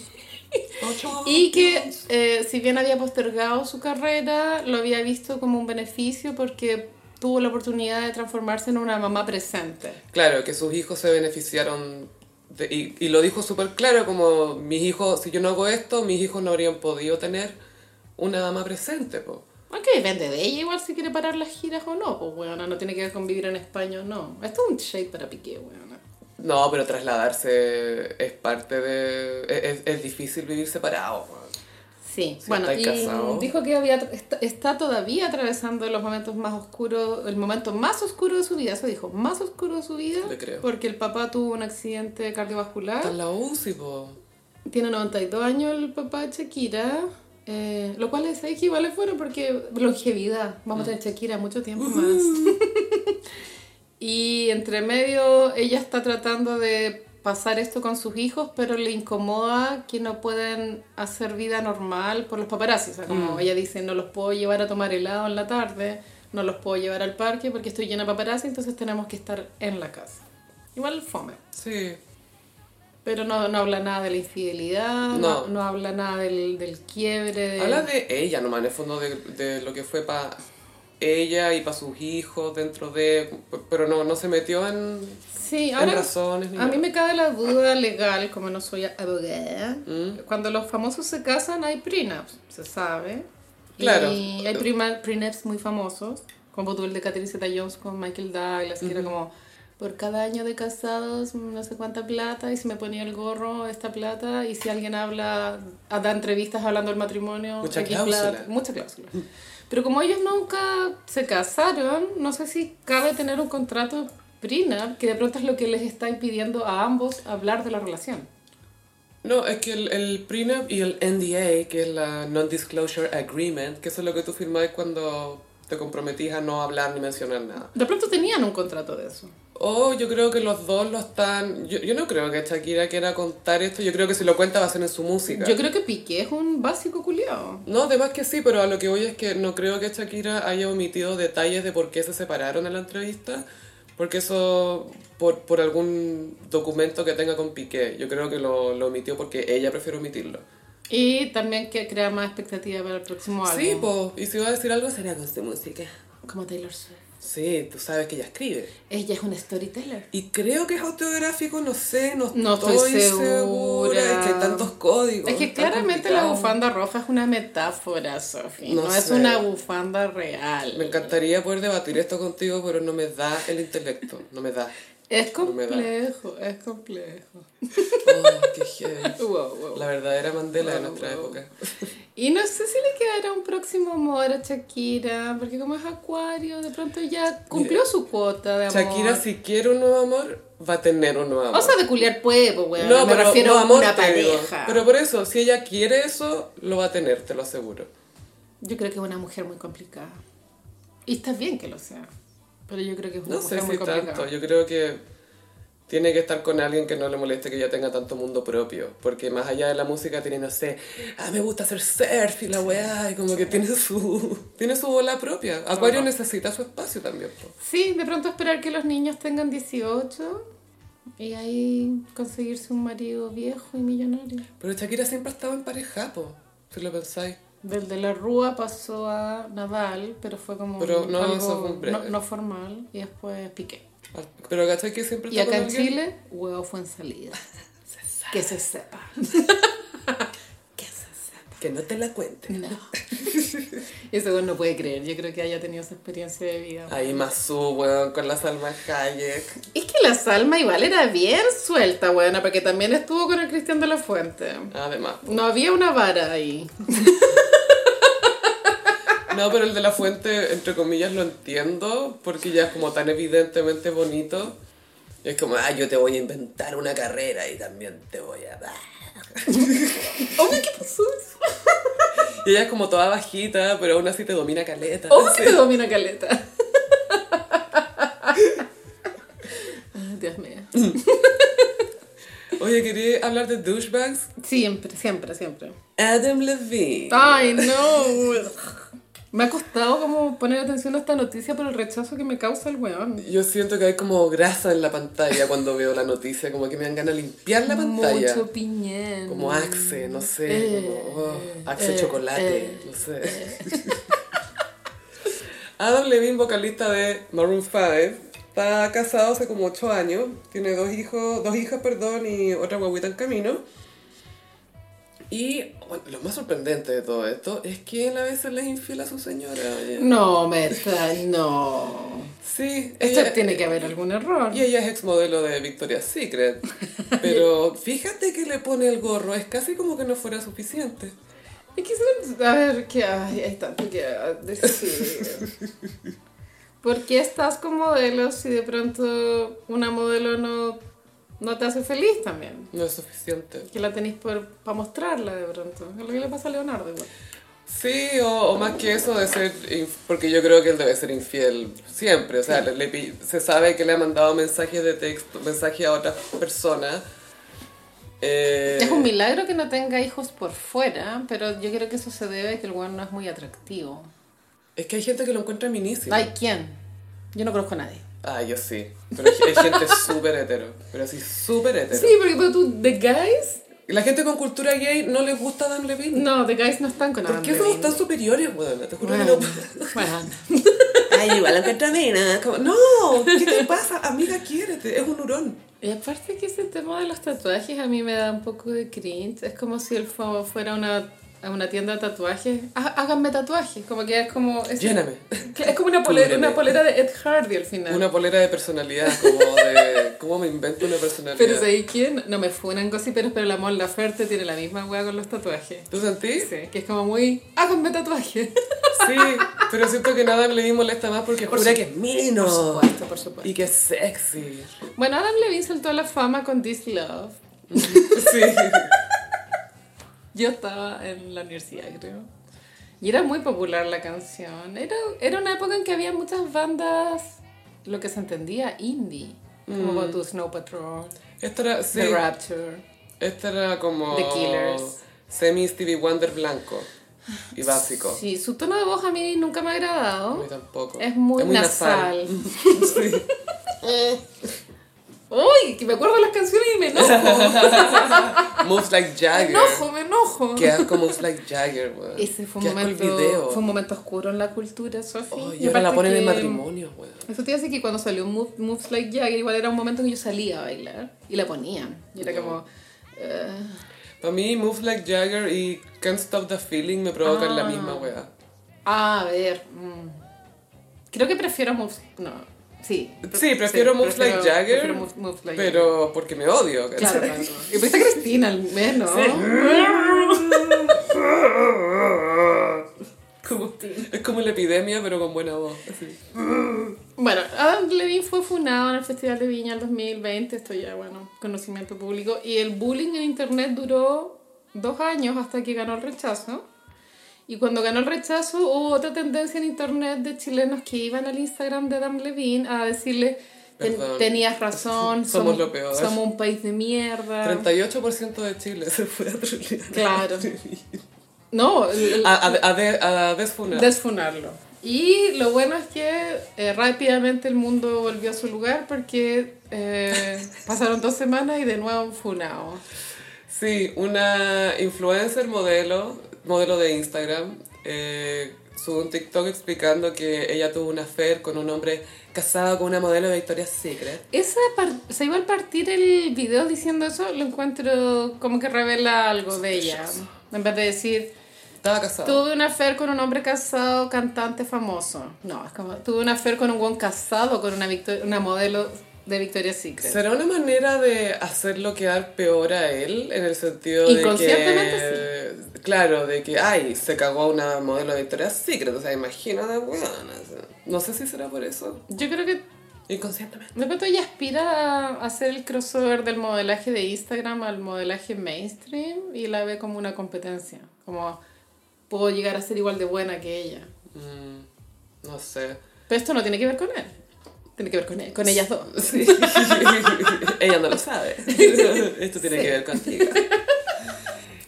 y que eh, si bien había postergado su carrera, lo había visto como un beneficio porque tuvo la oportunidad de transformarse en una mamá presente. Claro, que sus hijos se beneficiaron. de- y, y lo dijo súper claro, como mis hijos, si yo no hago esto, mis hijos no habrían podido tener una dama presente, pues. Aunque depende de ella igual si quiere parar las giras o no. Pues bueno, no tiene que ver con vivir en España o no. Esto es un shade para Piqué, weón. No, pero trasladarse es parte de... e, Es, es- es difícil vivir separado. weón. Sí, Si bueno, estáis y casados. dijo que había, está, está todavía atravesando los momentos más oscuros, el momento más oscuro de su vida, eso dijo, más oscuro de su vida, Le creo. porque el papá tuvo un accidente Está cardiovascular, en la UCI, po. tiene 92 años el papá de Shakira, eh, lo cual es ahí que igual es bueno porque longevidad, vamos a tener Shakira mucho tiempo más. y entre medio ella está tratando de pasar esto con sus hijos, pero le incomoda que no pueden hacer vida normal por los paparazzi. O sea, como ella dice, no los puedo llevar a tomar helado en la tarde, no los puedo llevar al parque porque estoy llena de paparazzi, entonces tenemos que estar en la casa. Igual fome. Sí. Pero no, no habla nada de la infidelidad, no, No. no habla nada del, del quiebre. del- Habla de ella nomás, en el fondo, de, de lo que fue para ella y para sus hijos dentro de... Pero no, no se metió en... Sí, en ahora, razones ni a mí nada. me cabe la duda legal, como no soy abogada. ¿Mm? Cuando los famosos se casan hay prenups, se sabe. Claro. Y hay prima- prenups muy famosos, como tú el de Catherine Zeta-Jones con Michael Douglas, que era como... Por cada año de casados, no sé cuánta plata, y si me ponía el gorro, esta plata, y si alguien habla, ah, da entrevistas hablando del matrimonio, Mucha X cláusula. plata, mucha cláusula. Pero como ellos nunca se casaron, no sé si cabe tener un contrato prenup, que de pronto es lo que les está impidiendo a ambos hablar de la relación. No, es que el, el prenup y el NDA, que es la Non-Disclosure Agreement, que eso es lo que tú firmás cuando te comprometís a no hablar ni mencionar nada. De pronto tenían un contrato de eso. Oh, yo creo que los dos lo están... Yo, yo no creo que Shakira quiera contar esto, yo creo que si lo cuenta va a ser en su música. Yo creo que Piqué es un básico culiao. No, además que sí, pero a lo que voy es que no creo que Shakira haya omitido detalles de por qué se separaron en la entrevista, porque eso por, por algún documento que tenga con Piqué, yo creo que lo, lo omitió porque ella prefiere omitirlo. Y también que crea más expectativa para el próximo álbum. Sí, pues, y si va a decir algo será con su música. Como Taylor Swift. Sí, tú sabes que ella escribe. Ella es una storyteller. Y creo que es autobiográfico, no sé, no, No estoy segura. Es que hay tantos códigos. Es que tan claramente la complicado. bufanda roja es una metáfora, Sofi. No, No es sé. una bufanda real. Me encantaría poder debatir esto contigo, pero no me da el intelecto, no me da. Es No me da. complejo, es complejo. Oh, qué heavy. Wow, wow. La verdadera Mandela de Wow, nuestra wow. época. Y no sé si le quedará un próximo amor a Shakira, porque como es Acuario, de pronto ya cumplió Mira, su cuota de amor. Shakira, si quiere un nuevo amor, va a tener un nuevo amor. O sea, de culiar puedo, weón. no, me pero refiero no, a amor una te digo. pareja. Pero por eso, si ella quiere eso, lo va a tener, te lo aseguro. Yo creo que es una mujer muy complicada. Y está bien que lo sea. Pero yo creo que es una No mujer sé muy si complicada. tanto. Yo creo que tiene que estar con alguien que no le moleste que ella tenga tanto mundo propio. Porque más allá de la música tiene, no sé, ah, me gusta hacer surf y la weá. Y como que tiene su, tiene su bola propia. Acuario Ajá. necesita su espacio también. po. Sí, de pronto esperar que los niños tengan 18 y ahí conseguirse un marido viejo y millonario. Pero Shakira siempre ha estado en pareja, po, si lo pensáis. Del de la Rúa pasó a Nadal, pero fue como Pero no, algo eso fue un breve. no, no formal y después Piqué. Pero ¿cachai que siempre Y está acá con en alguien? Chile, huevo fue en salida. que se sepa. que se sepa. Que no te la cuente. No. Eso uno no puede creer. Yo creo que haya tenido esa experiencia de vida. Ahí Mazú, weón, con la Salma Hayek. Es que la Salma igual era bien suelta, buena, porque también estuvo con el Cristian de la Fuente. Además. No había una vara ahí. No, pero el de la fuente, entre comillas, lo entiendo, porque ya es como tan evidentemente bonito. Y es como, ah, yo te voy a inventar una carrera y también te voy a... Oh, ¿qué pasó? Y ella es como toda bajita, pero aún así te domina caleta. Oh, que te domina caleta. Ay, Ah, Dios mío. Oye, Oye, quería hablar de douchebags. Siempre, siempre, siempre. Adam Levine. Ay, no. Me ha costado como poner atención a esta noticia por el rechazo que me causa el weón. Yo siento que hay como grasa en la pantalla cuando veo la noticia, como que me dan ganas de limpiar la pantalla. Mucho piñén. Como Axe, no sé, Eh, como oh, Axe eh, Chocolate, eh, no sé. Adam Levine, vocalista de Maroon 5, está casado hace como 8 años, tiene dos hijos, dos hijas, perdón, y otra guaguita en camino. Y bueno, lo más sorprendente de todo esto es que él a veces les infiel a su señora. oye. No, Meta, no. Sí, Esto ella- eh, tiene que haber algún error. Y ella es exmodelo de Victoria's Secret. Pero fíjate que le pone el gorro, es casi como que no fuera suficiente. Es que son- a ver, que ay, hay tanto que decir. ¿Por qué estás con modelos si de pronto una modelo no, no te hace feliz también? No es suficiente. Que la tenéis para mostrarla de pronto. Es lo que le pasa a Leonardo igual. Sí, o, o más que eso de ser. inf- Porque yo creo que él debe ser infiel siempre. O sea, le- le pi- se sabe que le ha mandado mensajes de texto, mensajes a otras personas. Eh, Es un milagro que no tenga hijos por fuera, pero yo creo que eso se debe a que el weón no es muy atractivo. es que hay gente que lo encuentra minísimo. Ay, ¿quién? Yo no conozco a nadie. Ah, yo sí. Pero hay, hay gente súper hetero. Pero así, súper hetero. Sí, porque pero tú, The Guys, Y La gente con cultura gay no les gusta Dan Levine. no, The Guys no están con ¿Por Adam qué somos Levine. tan superiores, weón? Te juro Bueno, que no. bueno. Ay, igual la Catamina. ¿eh? No, ¿qué te pasa? Amiga, quiérete. Es un hurón. Y aparte que ese tema de los tatuajes a mí me da un poco de cringe. Es como si él fu- fuera una, a una tienda de tatuajes. Há- Háganme tatuajes. Como que es como... Es, Lléname. es como una polera, Cúbreme. una polera de Ed Hardy al final. Una polera de personalidad, como de. ¿Cómo me invento una personalidad? Pero ¿sabéis quién? No me funan gossiperos, pero la Mon Laferte tiene la misma hueá con los tatuajes. ¿Tú sentís? Sí, que es como muy... Háganme tatuajes. Sí, pero siento que nada le molesta más porque Por jura su- que es mino. Por supuesto, por supuesto. Y que es sexy. Bueno, Adam Levine saltó a la fama con This Love. Sí. Yo estaba en la universidad, creo. Y era muy popular la canción. Era, era una época en que había muchas bandas, lo que se entendía, indie. Como con tu Snow Patrol, Esta era, Mm. sí, The Rapture. esta era como. The Killers. Semi Stevie Wonder blanco. Y básico. Sí, su tono de voz a mí nunca me A ha mí agradado. tampoco. Es muy, nasal. Sí. ¡Uy! Que me acuerdo de las canciones y me enojo. Moves like me Jagger. enojo, me enojo. Qué asco Moves Like Jagger, weón. Ese fue Qué un, asco momento, el video. fue un momento oscuro en la cultura, Sofi. Oh, y ahora la aparte ponen en que- matrimonio, weón. Eso te iba a decir que cuando salió Move- Moves Like Jagger, igual era un momento que yo salía a bailar y la ponían. Y era Ya. como. eh, Para mí, Moves Like Jagger y Can't Stop the Feeling me provocan la Ah. misma weá. a ver. mm. creo que prefiero Moves. No. Sí. Sí, prefiero Moves prefiero- Like Jagger, prefiero Moves- Moves Like Jagger. Pero porque me odio, ¿cachai? Claro, claro. Y viste a Cristina al menos. Como- es como la epidemia, pero con buena voz. así. Bueno, Adam Levine fue funado en el Festival de Viña el 2020, esto ya, bueno, conocimiento público, y el bullying en Internet duró dos años hasta que ganó el rechazo. Y cuando ganó el rechazo hubo otra tendencia en Internet de chilenos que iban al Instagram de Adam Levine a decirle, "Ten- Perdón. tenías razón, Somos lo peor". somos un país de mierda. 38% de Chile se fue a trolear. Ah. Claro. No, el- A, a, a, de- a desfunar. desfunarlo. Y lo bueno es que eh, rápidamente el mundo volvió a su lugar porque eh, pasaron dos semanas y de nuevo funado. Sí, una influencer modelo, modelo de Instagram, eh, subió un TikTok explicando que ella tuvo una affair con un hombre casado con una modelo de Victoria's Secret. Esa par- se iba a partir el video diciendo eso, lo encuentro como que revela algo de ella. En vez de decir, Estaba casado. tuve una affair con un hombre casado, cantante famoso. No, es como, tuve una affair con un buen casado, con una, victo- una modelo de Victoria's Secret. ¿Será una manera de hacerlo quedar peor a él? En el sentido de que... Inconscientemente Claro, de que, ay, se cagó a una modelo de Victoria's Secret. O sea, imagínate, weón. o sea, No sé si será por eso. Yo creo que Inconscientemente. De pronto ella aspira a hacer el crossover del modelaje de Instagram al modelaje mainstream y la ve como una competencia. Como puedo llegar a ser igual de buena que ella. Mm, no sé. Pero esto no tiene que ver con él. Tiene que ver con, él, con ellas dos. Ella no lo sabe. Esto tiene que ver contigo.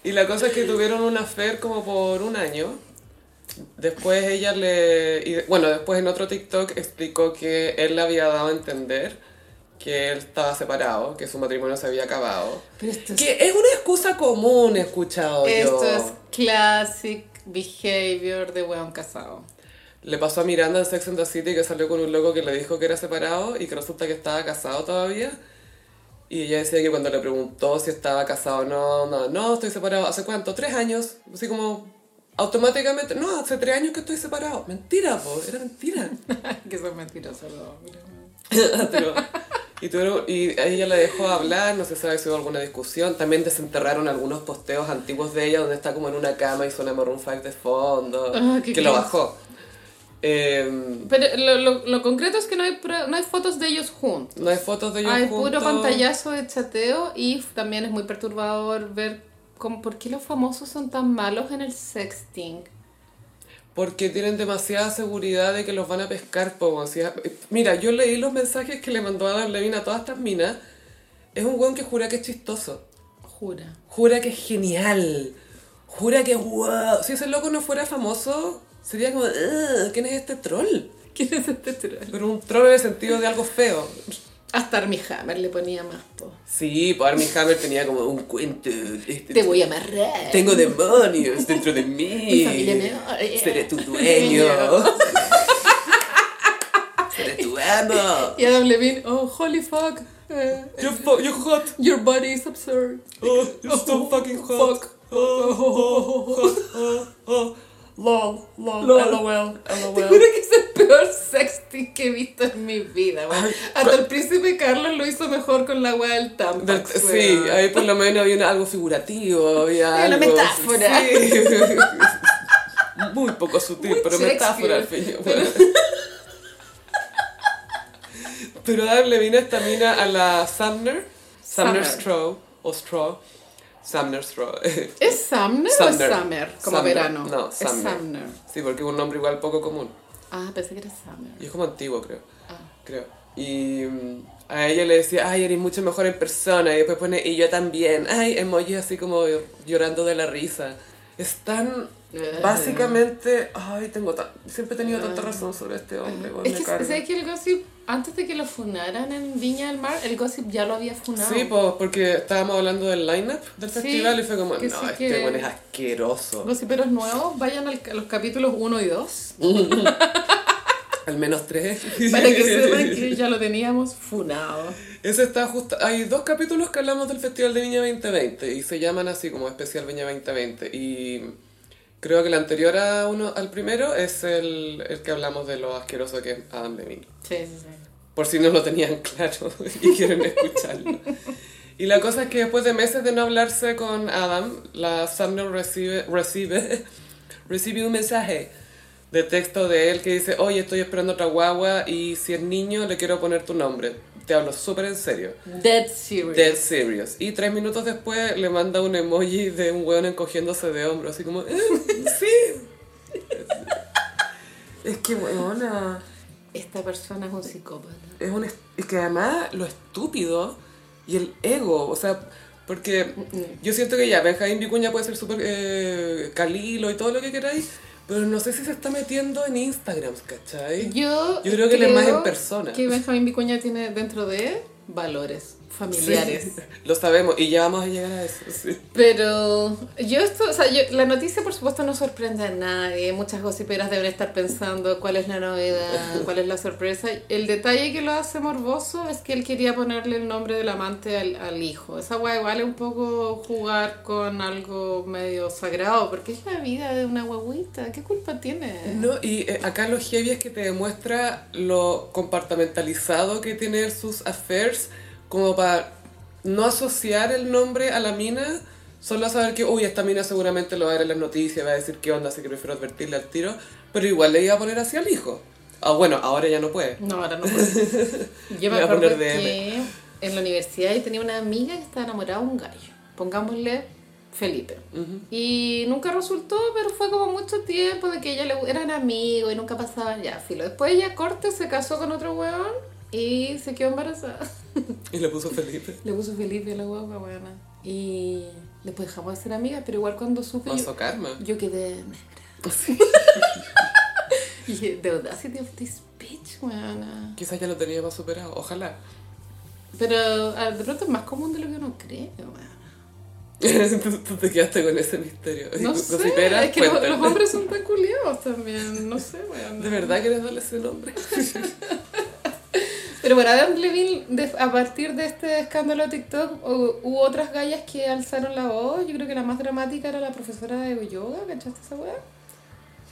Y la cosa es que tuvieron una affair como por un año. Después ella le... y de- bueno, después en otro TikTok explicó que él le había dado a entender que él estaba separado, que su matrimonio se había acabado. Pero esto es, Que es una excusa común, he escuchado esto yo. es classic behavior de weón casado. Le pasó a Miranda en Sex and the City que salió con un loco que le dijo que era separado y que resulta que estaba casado todavía. Y ella decía que cuando le preguntó si estaba casado o no, no, no, estoy separado. ¿Hace cuánto? ¿Tres años? Así como automáticamente, no, hace tres años que estoy separado. Mentira, po, era mentira. que son mentirosos los hombres. Pero- y, tuvieron- y a ella la dejó hablar, no se sabe si hubo alguna discusión. También desenterraron algunos posteos antiguos de ella donde está como en una cama y suena Maroon 5 de fondo, Ah, qué que lo cringe. bajó. Em, Pero lo, lo, lo concreto es que no hay, pro- no hay fotos de ellos juntos. No hay fotos de ellos Hay puro juntos. pantallazo de chateo y f- también es muy perturbador ver cómo- por qué los famosos son tan malos en el sexting. Porque tienen demasiada seguridad de que los van a pescar, po, weón. Si es- Mira, yo leí los mensajes que le mandó Adam Levine a todas estas minas. Es un weón que jura que es chistoso. Jura. Jura que es genial. Jura que es wow. Si ese loco no fuera famoso, sería como, "Ugh, ¿quién es este troll? ¿Quién es este troll? Pero un troll en el sentido de algo feo. Hasta Armie Hammer le ponía más po. Sí, pues Armie Hammer tenía como un cuento. este, Te voy a amarrar. Tengo demonios dentro de Mi mí. familia me odia. Seré tu dueño. Seré tu amo. Y Adam Levine, oh, holy fuck. eh, You're, fu- you're hot. your body is absurd. Oh, you're so fucking hot. Fuck. Oh, oh, oh, oh, oh. Lol, lol, Lol. lol, Te lol. juro que es el peor sexting que he visto en mi vida, weón. Hasta el príncipe Carlos lo hizo mejor con la weá del Del- Tampax, Sí, weón. ahí por lo menos había una- algo figurativo, había Era una algo- metáfora. sí. Muy poco sutil, Muy pero metáfora al fin. Shakespeare. bueno. Pero darle vino esta mina a la Sumner, Sumner Sumner. Straw, o Straw, Sumner Straw. ¿Es Sumner, Sumner. o es Summer? Como Sumner. verano. No, es Sumner. Sumner. Sí, porque es un nombre igual poco común. Ah, pensé que era Summer. Y es como antiguo, creo. Ah. Creo. Y mm, a ella le decía, ay, eres mucho mejor en persona. Y después pone, y yo también. Ay, emoji así como llorando de la risa. Es tan... Eh. Básicamente, ay, tengo tan... Siempre he tenido tanta razón sobre este hombre. weón, Es me que, carga. ¿sabes que el gossip, antes de que lo funaran en Viña del Mar, el gossip ya lo había funado? Sí, pues porque estábamos hablando del lineup del Sí, festival y fue como, no, que sí este que- weón es asqueroso. Gossiperos nuevos, vayan al- a los capítulos 1 y 2 Al menos tres. para que sepan que ya lo teníamos funado. Ese está justo. Hay dos capítulos que hablamos del Festival de Viña 2020 y se llaman así como Especial Viña 2020. Y creo que el anterior a uno, al primero es el, el que hablamos de lo asqueroso que es Adam Levine. Sí, sí, sí. Por si no lo tenían claro y quieren escucharlo. Y la cosa es que después de meses de no hablarse con Adam, la Sumner recibe, recibe, recibe un mensaje de texto de él que dice, oye, estoy esperando otra guagua y si es niño le quiero poner tu nombre. Te hablo súper en serio. Dead Serious. Dead Serious. Y tres minutos después le manda un emoji de un weón encogiéndose de hombro, así como, "Eh, sí. es que weona, Esta persona es un psicópata. es, un, est- es que además lo estúpido y el ego, o sea, porque yo siento que ya Benjamín Vicuña puede ser súper eh, calilo y todo lo que queráis, pero no sé si se está metiendo en Instagram, ¿cachai? Yo, Yo creo que él es más en persona. Que Benjamín Vicuña tiene dentro de él valores familiares. Sí, lo sabemos y ya vamos a llegar a eso, sí. Pero yo esto, o sea, yo- la noticia por supuesto no sorprende a nadie. Muchas gossiperas deben estar pensando cuál es la novedad, cuál es la sorpresa. El detalle que lo hace morboso es que él quería ponerle el nombre del amante al, al hijo. Esa guay igual es un poco jugar con algo medio sagrado, porque es la vida de una guaguita. ¿Qué culpa tiene? No, y eh, acá lo heavy es que te demuestra lo compartamentalizado que tiene sus affairs, como para no asociar el nombre a la mina, solo a saber que, uy, esta mina seguramente lo va a ver en las noticias, va a decir qué onda, así que prefiero advertirle al tiro, pero igual le iba a poner así al hijo. Ah, bueno, ahora ya no puede. No, ahora no puedo. Yo me Voy a acuerdo poner DM. que en la universidad yo tenía una amiga que estaba enamorada de un gallo. Pongámosle Felipe. Y nunca resultó, pero fue como mucho tiempo de que ella le eran amigos y nunca pasaban ya, filo. Después ella corte se casó con otro weón Y se quedó embarazada. Y le puso Felipe. Le puso Felipe a la guagua, buena. Y después dejamos de ser amigas, pero igual cuando supe. yo- Mazo Karma. Yo quedé negra. y dije, the audacity of this bitch, weona. Quizás ya lo tenía más superado, ojalá. Pero ah, de pronto es más común de lo que uno cree, weona. tú, tú te quedaste con ese misterio. No Y sé, gossiperas, es que lo- los, cuéntanos. hombres son tan culiados también, no sé, weona. ¿De verdad quieres darle ese nombre? Pero bueno, Adam Levine, de- a partir de este escándalo de TikTok, hu- hubo otras gallas que alzaron la voz. Yo creo que la más dramática era la profesora de yoga, ¿cachaste esa weá?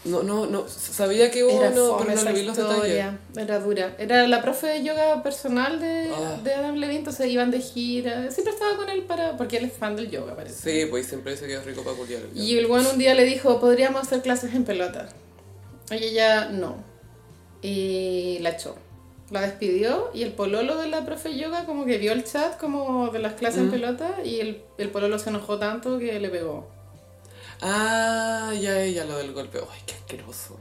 No, no, no. Sabía que hubo uno, pero fome no esa le vi los detalles. historia, Era dura. Era la profe de yoga personal de, Ah. de Adam Levine, entonces iban de gira. Siempre estaba con él para... porque él es fan del yoga, parece. Sí, pues siempre se quedó rico para culiar. Y el weón un día le dijo, podríamos hacer clases en pelota. Y ella no. Y la echó. La despidió y el pololo de la profe yoga como que vio el chat como de las clases en pelota y el, el pololo se enojó tanto que le pegó. Ah, ya, ya, lo del golpe. Ay, qué asqueroso.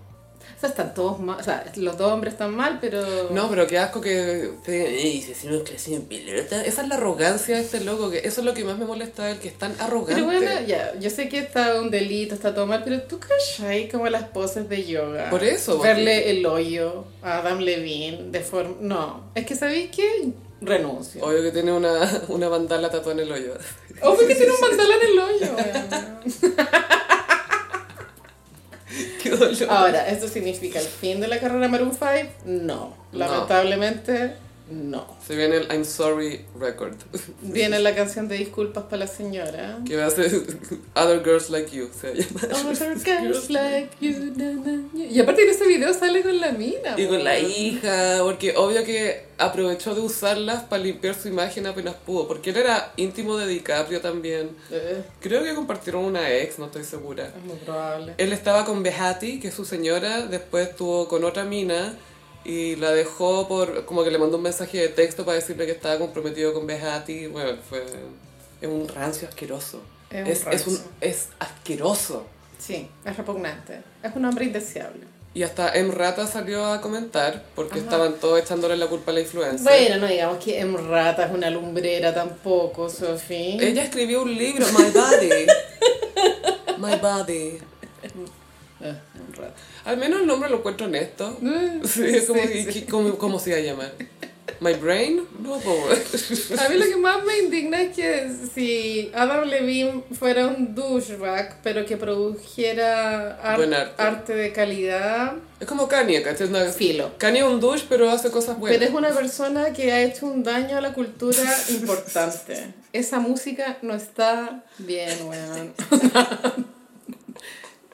O sea, están todos mal, o sea, los dos hombres están mal, pero... No, pero qué asco que te digan, "Ey, si hacemos clase en pelota. Esa es la arrogancia de este loco, que eso es lo que más me molesta de él, que es tan arrogante. Pero bueno, ya, yo sé que está un delito, está todo mal, pero tú cachai como las poses de yoga. Por eso, pues. Verle el hoyo a Adam Levine de forma... No, es que sabéis que renuncio. Obvio que tiene una, una bandala tatuada en el hoyo. Obvio que tiene un mandala en el hoyo. weón. qué dolor. Ahora, ¿esto significa el fin de la carrera Maroon 5? No, lamentablemente no. Se viene el I'm sorry record, Viene la canción de disculpas para la señora. que va a ser Other Girls Like You, se llama. Other girls like you, na, na, na. Y aparte en ese video sale con la mina. Y con la weón. hija, porque obvio que aprovechó de usarlas para limpiar su imagen apenas pudo, porque él era íntimo de DiCaprio también. Eh, Creo que compartieron una ex, no estoy segura. es muy probable. Él estaba con Behati, que es su señora, después estuvo con otra mina y la dejó por... como que le mandó un mensaje de texto para decirle que estaba comprometido con Behati. Bueno, fue... es un rancio asqueroso. Es un Es, es, un- rancio. es asqueroso. Sí, es repugnante. Es un hombre indeseable. Y hasta M. Rata salió a comentar porque Ajá. estaban todos echándole la culpa a la influencer. Bueno, no digamos que en rata es una lumbrera tampoco, Sofi. Ella escribió un libro, My Body. My Body. Eh, en rata. Al menos el nombre lo encuentro honesto. Eh, Sí, es como, sí, que- sí. que- ¿cómo, cómo se iba a llamar? ¿My Brain? No, pobre. A mí lo que más me indigna es que si Adam Levine fuera un douchebag, pero que produjera ar- Buen arte. arte de calidad, Es como Kanye, ¿cachai? Una- filo. Kanye es un douche, pero hace cosas buenas. Pero es una persona que ha hecho un daño a la cultura importante. Esa música no está bien, weón.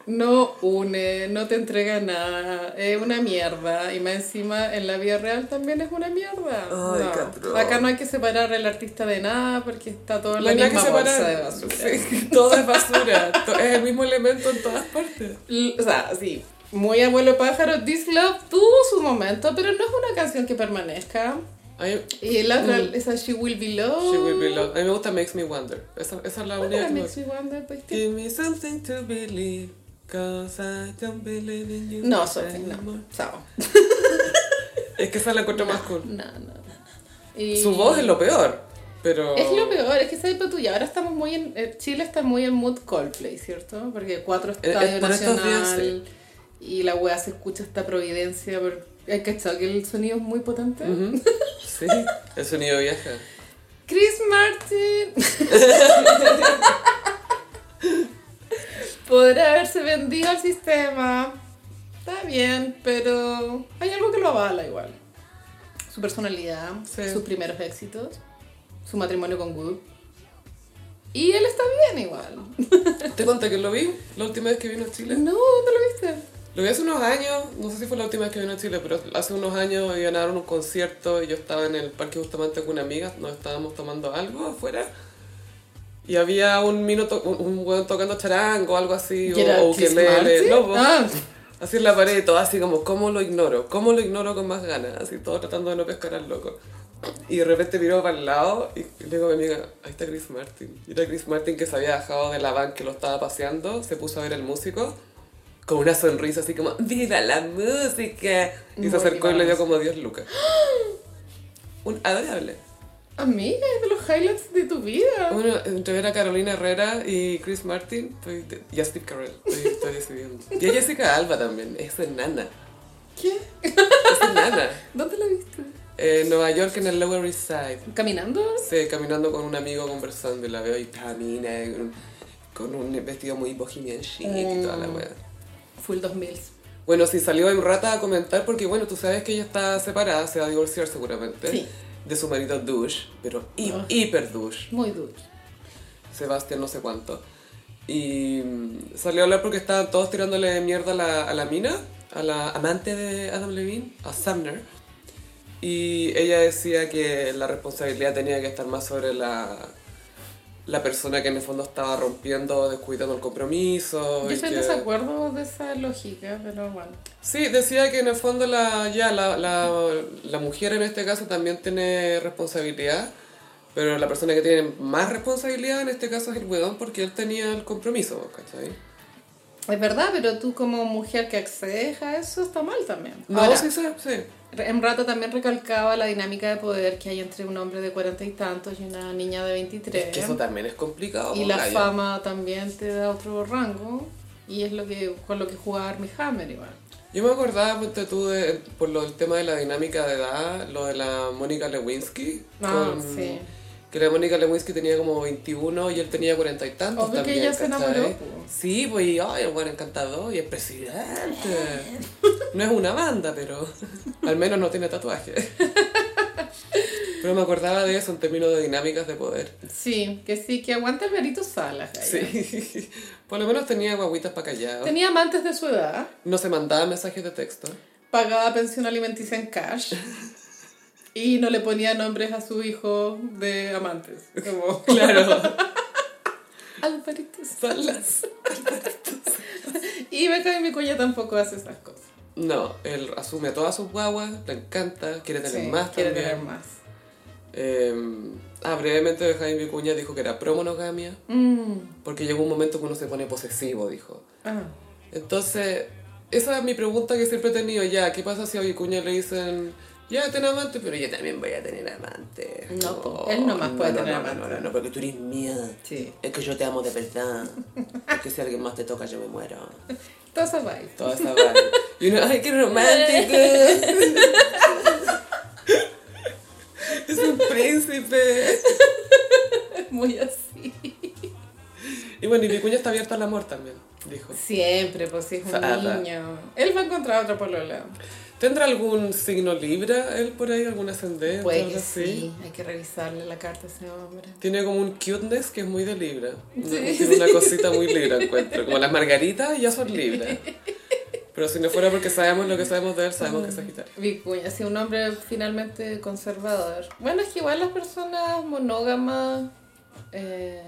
No une, no te entrega nada, es una mierda. Y más encima en la vida real también es una mierda. Ay, No. Catrón. Acá no hay que separar al artista de nada porque está todo en No la hay nada misma que bolsa separar. de basura. Sí, todo es basura. To- es el mismo elemento en todas partes. L- O sea, sí, muy abuelo pájaro, This Love tuvo su momento, pero no es una canción que permanezca. A mí, Y la otra, esa She Will Be Loved. She Will Be Loved. A mí me gusta Makes Me Wonder. Esa, esa es la ¿Cuál única era que me Makes Me Wonder? Pues, ¿qué? Give me something to believe. Cause I don't believe in you. No, Sophie, no. anymore. Chao. Es que esa la encuentro más cool. No, no, no. no. Y- Su voz es lo peor. Pero. Es lo peor, es que esa tú ya ahora estamos muy en... eh, Chile está muy en mood Coldplay, ¿cierto? Porque cuatro estadios es Eh, por estos nacional días, y la wea se escucha hasta Providencia, pero hay que achar que el sonido es muy potente. Ujú. Sí, el sonido viaja. Chris Martin podrá haberse vendido al sistema. Está bien, pero hay algo que lo avala igual. Su personalidad, Sí. sus primeros éxitos, su matrimonio con Wood. Y él está bien igual. ¿Te conté que lo vi la última vez que vino a Chile? No, no lo viste. Lo vi hace unos años, no sé si fue la última vez que vino a Chile, pero hace unos años iban a dar un concierto y yo estaba en el parque justamente con una amiga, nos estábamos tomando algo afuera y había un minuto, un, un weón tocando charango o algo así, ¿Que era o, o Chris ukelele, Martin? no, po. Ah, así en la pared y todo así como, ¿cómo lo ignoro? ¿Cómo lo ignoro con más ganas? Así todo tratando de no pescar al loco. Y de repente miró para el lado y le digo a mi amiga, ahí está Chris Martin. Y era Chris Martin que se había bajado de la van que lo estaba paseando, se puso a ver al músico con una sonrisa así como, ¡Viva la música! Y se acercó y le dio como 10 lucas. un adorable. Amiga, es de los highlights de tu vida. Bueno, entre ver a Carolina Herrera y Chris Martin, estoy de- y a Steve Carell, estoy, estoy decidiendo. Y a Jessica Alba también, es enana, ¿Qué? es enana. ¿Dónde la viste? En Nueva York, en el Lower East Side. ¿Caminando? Sí, caminando con un amigo conversando y la veo y camina en- con un vestido muy bohemian chic y toda la Mm. wea. Full 2000. Bueno, sí, salió en rata a comentar porque, bueno, tú sabes que ella está separada, se va a divorciar seguramente. Sí. De su marido douche, pero hi- Ah. hiper douche, Muy dulce. Sebastián no sé cuánto. Y mm, salió a hablar porque estaban todos tirándole mierda a la, a la mina, a la amante de Adam Levine, a Sumner. Y ella decía que la responsabilidad tenía que estar más sobre la, la persona que en el fondo estaba rompiendo, descuidando el compromiso. Yo y estoy en que- desacuerdo de esa lógica, pero bueno. Sí, decía que en el fondo la, ya, la, la- la mujer en este caso también tiene responsabilidad, pero la persona que tiene más responsabilidad en este caso es el weón porque él tenía el compromiso, ¿cachai? Es verdad, pero tú como mujer que accedes a eso está mal también. No, Ahora, sí, sí, sí. En rato también recalcaba la dinámica de poder que hay entre un hombre de cuarenta y tantos y una niña de 23. Es que eso también es complicado. y po, la gallo. fama también te da otro rango y es lo que con lo que jugaba Armie Hammer igual. Yo me acordaba, ponte tú, de- por lo del tema de la dinámica de edad, lo de la Mónica Lewinsky. Ah, sí. Que la Mónica Lewinsky tenía como 21 y él tenía cuarenta y tantos Obvio que también, ella se ¿cachai? enamoró, po. Sí, pues, y, ay, el buen encantador y el presidente. No es una banda, pero al menos no tiene tatuaje. Pero me acordaba de eso en términos de dinámicas de poder. Sí, que sí, que aguanta el verito Salas. gallo. Sí. Por lo menos tenía guaguitas para callar. Tenía amantes de su edad, No se mandaba mensajes de texto. pagaba pensión alimenticia en cash y no le ponía nombres a su hijo de amantes. Como Claro. Alvarito Salas. Salas. Y Beca de mi cuella tampoco hace esas cosas. No, él asume a todas sus guaguas, le encanta, quiere tener Sí, más quiere también. tener más. Eh, ah, brevemente Jaime Vicuña dijo que era pro-monogamia, Mm, porque llegó un momento que uno se pone posesivo, dijo. ah. Entonces, esa es mi pregunta que siempre he tenido ya, ¿qué pasa si a Vicuña le dicen, ya ten amante, pero yo también voy a tener amante? No, po, él nomás puede tener no, amante. No, no, no, porque tú eres mía. Sí. Es que yo te amo de verdad. Es que si alguien más te toca, yo me muero. Todas esas vibes. Toda esa vaina. Y uno, ¡ay, qué romántico! es un príncipe. Muy así. Y bueno, y Vicuña está abierta al amor también, dijo. Siempre, pues si es un Fada. niño. Él va a encontrar otra polola. ¿Tendrá algún signo libra él por ahí, algún ascendente? Puede algo que así? sí. Hay que revisarle la carta a ese hombre. Tiene como un cuteness que es muy de libra. Una- Sí. Tiene una cosita muy libra, encuentro. Como las margaritas ya son libras. Pero si no fuera porque sabemos lo que sabemos de él, sabemos que es Sagitario. Vicuña, sí, pues, un hombre finalmente conservador. Bueno, es que igual las personas monógamas eh,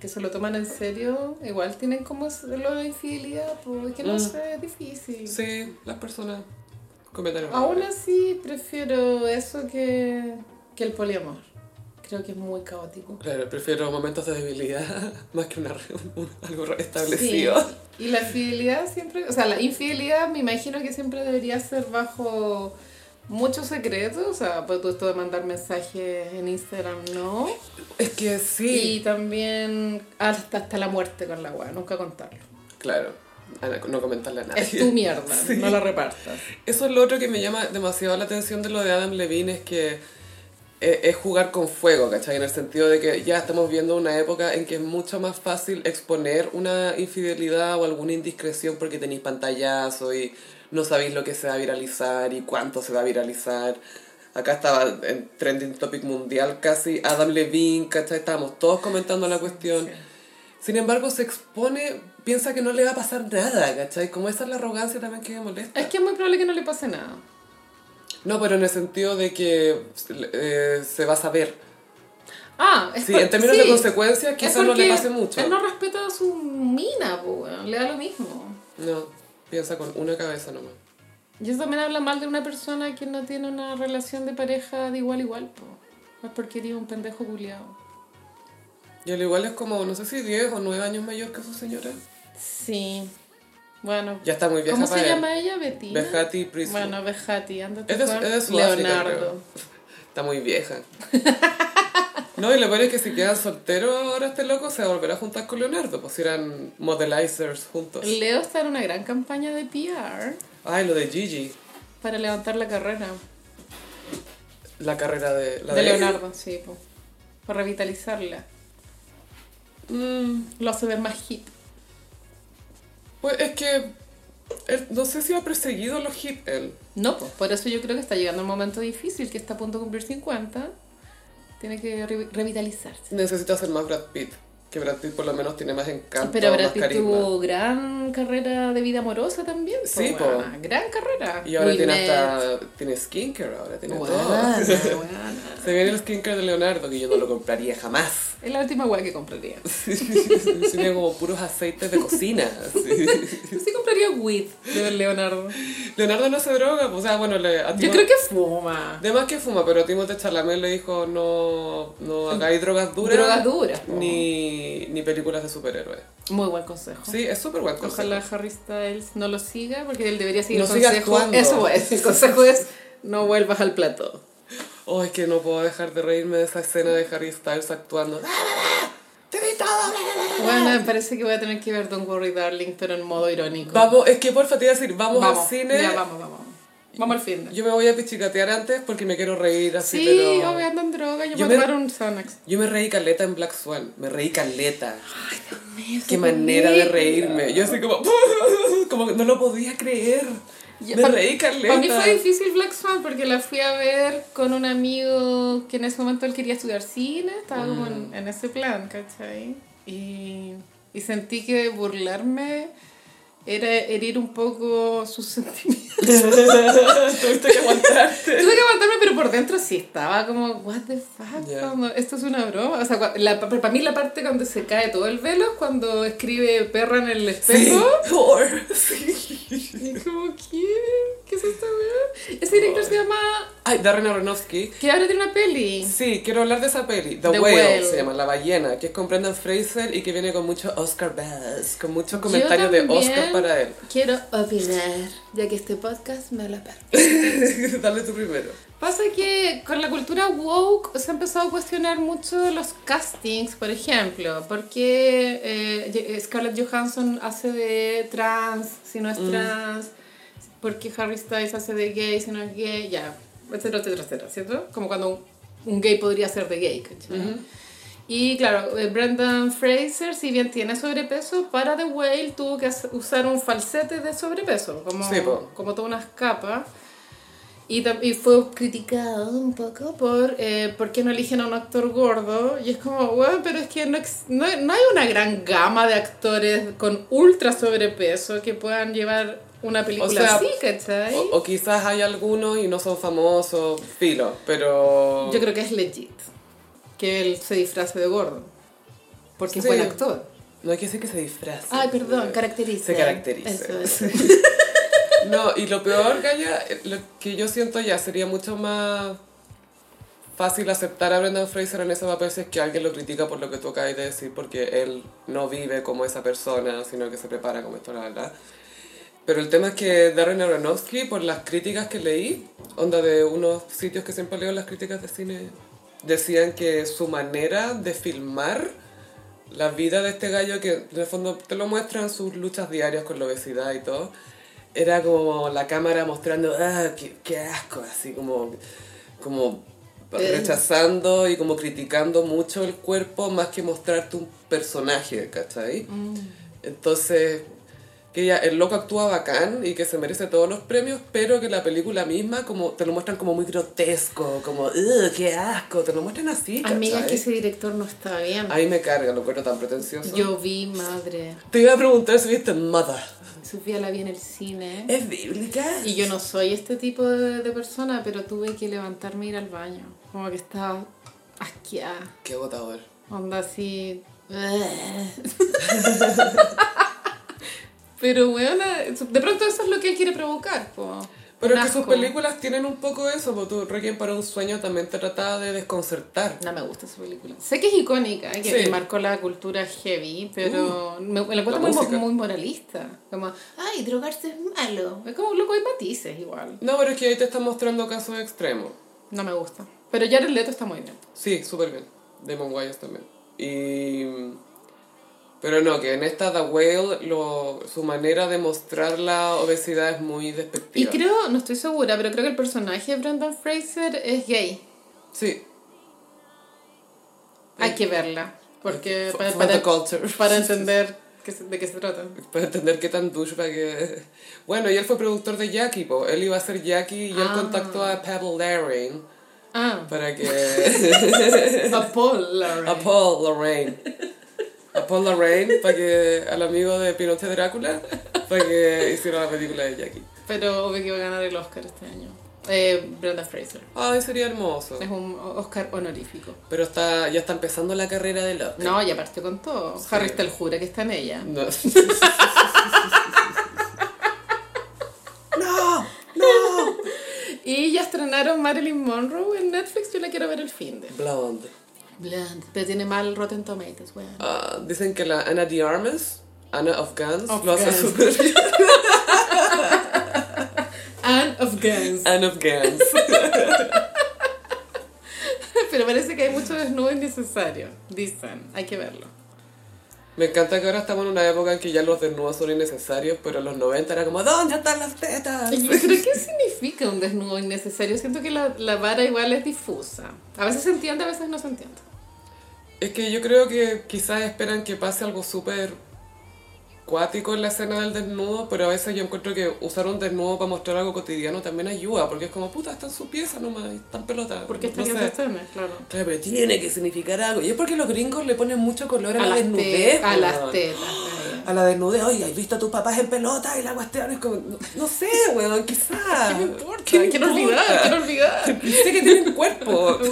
que se lo toman en serio, igual tienen como es- lo de infidelidad, pues que no Mm. sé, es difísil. Sí, las personas cometen errores. Aún así, prefiero eso que, que el poliamor. Creo que es muy caótico. Claro, prefiero momentos de debilidad más que una, un- algo establecido. Sí, Y la fidelidad siempre, o sea, la infidelidad me imagino que siempre debería ser bajo muchos secretos, o sea, pues todo esto de mandar mensajes en Instagram, ¿no? Es que sí. Y también hasta, hasta la muerte con la weá, nunca contarlo. Claro, a no- no comentarle a nadie. Es tu mierda, Sí. no la repartas. Eso es lo otro que me llama demasiado la atención de lo de Adam Levine, es que eh, es jugar con fuego, ¿cachai? En el sentido de que ya estamos viendo una época en que es mucho más fácil exponer una infidelidad o alguna indiscreción porque tenéis pantallazo y no sabéis lo que se va a viralizar y cuánto se va a viralizar. Acá estaba en trending topic mundial casi Adam Levine, ¿cachai? Estábamos todos comentando la cuestión. Sin embargo, se expone, piensa que no le va a pasar nada, ¿cachai? Como esa es la arrogancia también que me molesta. Es que es muy probable que no le pase nada. No, pero en el sentido de que eh, se va a saber. Ah, es Sí, por- en términos de sí. consecuencias, Es quizás no le porque pase mucho. Él No... no respeta a su mina, po, weón, le da lo mismo. piensa con una cabeza nomás. Y eso también habla mal de una persona que no tiene una relación de pareja de igual a igual, po. No es porque eres un pendejo culiado. Y al igual es como, no sé si 10 o 9 años mayor que su señora. Sí. Bueno. Ya está muy vieja ¿Cómo para se él. llama ella? Betty. Bejati Priestley. Bueno, Bejati, ándate Es de- con es de Sudáfrica, Leonardo. creo. Está muy vieja. No, y lo peor es que si quedan solteros ahora este loco se volverá a juntar con Leonardo, pues si eran modelizers juntos. Pues Leo está en una gran campaña de PR Ay, lo de Gigi. para levantar la carrera La carrera de... La de Leonardo, sí, po. para revitalizarla. Mm, Lo hace ver más hit. Pues es que... él- no sé si ha perseguido los hits él. No, pues por eso yo creo que está llegando el momento difícil, que está a punto de cumplir 50. Tiene que re- revitalizarse. Necesita ser más Brad Pitt. Que Brad Pitt por lo menos tiene más encanto, Pero más Brad Pitt carisma. tuvo gran carrera de vida amorosa también. po, Sí, po. weona, Gran carrera. Y ahora Will tiene Smith. hasta... Tiene skincare ahora, tiene Weona, todo. weona. Se viene el skincare de Leonardo, que yo no lo compraría jamás. Es la última weá que compraría. Sería como puros aceites de cocina. así. Yo sí compraría weed de Leonardo. Leonardo no se droga, pues, o sea, bueno, le, a Yo Timo- creo que fuma. Además que fuma, pero Timothée Chalamet le dijo no, no hagáis drogas duras. Drogas duras. po. Ni, ni películas de superhéroes. Muy buen consejo. Sí, es súper buen consejo. Ojalá Harry Styles no lo siga porque él debería seguir No el siga consejo. actuando. Eso es, el consejo es no vuelvas al plató. Oh, es que no puedo dejar de reírme de esa escena de Harry Styles actuando. ¡Te vi todo! Bueno, me parece que voy a tener que ver Don't Worry Darling, pero en modo irónico. Vamos, es que porfa te iba a decir, vamos, al cine. Ya, vamos, vamos. Vamos al fin. Yo me voy a pichicatear antes porque me quiero reír así, sí, pero... obvio, ando en droga, yo, Yo voy a me- tomar un Xanax. Yo me reí caleta en Black Swan, me reí caleta. Qué manera de reírme. Yo así como, como que no lo podía creer. Ya, me pa- reí caleta. Para mí fue difícil Black Swan porque la fui a ver con un amigo que en ese momento él quería estudiar cine, estaba como Mm. en, en ese plan, ¿cachai? Y, y sentí que burlarme era herir un poco sus sentimientos. Tuviste que aguantarte. Tuve que aguantarme, pero por dentro sí estaba como, what the fuck, Ya. cuando- esto es una broma. O sea, cua- la, para mí la parte cuando se cae todo el velo es cuando escribe perra en el espejo. Por. Sí. Y como, ¿qué? ¿Qué es esta weá? Ese director se llama... Ay, Darren Aronofsky. Que ahora tiene una peli. Sí, quiero hablar de esa peli, The, The Whale, Whale. se llama, La Ballena, que es con Brendan Fraser y que viene con mucho Oscar Buzz, con muchos Yo comentarios de también Oscar para él. Quiero opinar, ya que este podcast me habla perro. Dale tú primero. Pasa que con la cultura woke se ha empezado a cuestionar mucho los castings, por ejemplo. Porque eh, Scarlett Johansson hace de trans si no es Mm. trans? Porque Harry Styles hace de gay si no es gay? Ya, etcétera, etcétera, etcétera, ¿cierto? Como cuando un, un gay podría ser de gay, ¿cachai? Y claro, eh, Brendan Fraser, si bien tiene sobrepeso, para The Whale tuvo que hacer- usar un falsete de sobrepeso, como, Sí, po. como todas unas capas. Y, tam- y fue criticado un poco por eh, por qué no eligen a un actor gordo. Y es como, bueno, pero es que no, ex- no, no hay una gran gama de actores con ultra sobrepeso que puedan llevar una película sea, así, ¿cachai? O, o quizás hay algunos y no son famosos, filo, pero... Yo creo que es legit que él se disfrace de gordo. Porque Sí. es buen actor. No hay que decir que se disfraza. Ay, perdón, caracteriza. Se caracteriza. Eso es. No, y lo peor, Gaya, lo que yo siento ya sería mucho más fácil aceptar a Brendan Fraser en ese papel si es que alguien lo critica por lo que tú acabas de decir, porque él no vive como esa persona, sino que se prepara como esto, la verdad. Pero el tema es que Darren Aronofsky, por las críticas que leí, onda de unos sitios que siempre leo las críticas de cine, decían que su manera de filmar la vida de este gallo, que en el fondo te lo muestran sus luchas diarias con la obesidad y todo, era como la cámara mostrando, ah, qué, qué asco, así como, como Eh. rechazando y como criticando mucho el cuerpo más que mostrarte un personaje, ¿cachai? Entonces, que ya el loco actúa bacán y que se merece todos los premios, pero que la película misma como te lo muestran como muy grotesco, como, "Ugh, qué asco, te lo muestran así. Amiga, es que ¿cachai? ese director no está bien. Ahí me carga, lo encuentro tan pretencioso. Yo vi Madre. Te iba a preguntar si viste Mother. Sofía la vi en el cine. ¿Es bíblica? Y yo no soy este tipo de, de persona, pero tuve que levantarme e ir al baño. Como que estaba asqueada. Qué agotador. Onda así. pero bueno, de pronto eso es lo que él quiere provocar. po. Pero Un es que sus asco. películas tienen un poco eso, porque tú, Requiem para un sueño también te trataba de desconcertar. No me gusta esa película. Sé que es icónica, que Sí. Uh, que marcó la cultura heavy, pero me, me la encuentro la muy, mo- música. muy moralista. Como, ay, drogarse es malo. Es como, loco, hay matices igual. No, pero es que ahí te están mostrando casos extremos. No me gusta. Pero Jared Leto está muy bien. Sí, súper bien. Damon Wayans también. Y... Pero no, que en esta The Whale lo, su manera de mostrar la obesidad es muy Y despectiva. creo, no estoy segura, pero creo que el personaje de Brendan Fraser es gay. Sí. Hay que verla. Porque For- para, for para, the culture. para entender que se- de qué se trata. Para entender qué tan douchebag es. Bueno, y él fue productor de Jackie, po. Él iba a ser Jackie y él Ah. contactó a Pavel Lorraine Ah, para que... a Paul Lauren. Pues, a Paul Lorraine. A Paul Lorraine, para que... Al amigo de Pinochet Drácula, para que hiciera la película de Jackie. Pero obvio que va a ganar el Oscar este año. Eh, Brendan Fraser. Ay, sería hermoso. Es un Oscar honorífico. Pero está, ya está empezando la carrera de Locke. No, ya partió con todo. Sí. Harry Styles jura que está en ella. No. no. No. Y ya estrenaron Marilyn Monroe en Netflix. Yo la quiero ver el fin de. Blonde. Bland. Pero tiene mal Rotten Tomatoes, weón. Ah, dicen que la Ana de Armas, Ana of Guns, Of lo hace Guns. súper bien. Anne of Guns. Ana of Guns. Pero parece que hay mucho desnudo innecesario. Dicen, hay que verlo. Me encanta que ahora estamos en una época en que ya los desnudos son innecesarios, pero en los 90 era como, ¿dónde están las tetas? Pero ¿qué significa un desnudo innecesario? Siento que la, la vara igual es difusa. A veces se entiende, a veces no se entiende. Es que yo creo que quizás esperan que pase algo súper cuático en la escena del desnudo, pero a veces yo encuentro que usar un desnudo para mostrar algo cotidiano también ayuda, porque es como, puta, está en su pieza nomás, está en pelota. Porque está no bien sé. testosterona, claro. Claro, pero tiene que significar algo. Y es porque los gringos le ponen mucho color a, A la las, desnudez. pues. te- a las weón. tetas. weón. A la desnudez. Oye, ¿has visto a tus papás en pelota y la cuestión es como... No, no sé, weón, quizás. ¿Qué me importa? ¿Qué me quiero importa? olvidar, quiero olvidar. Sé que tienen cuerpo.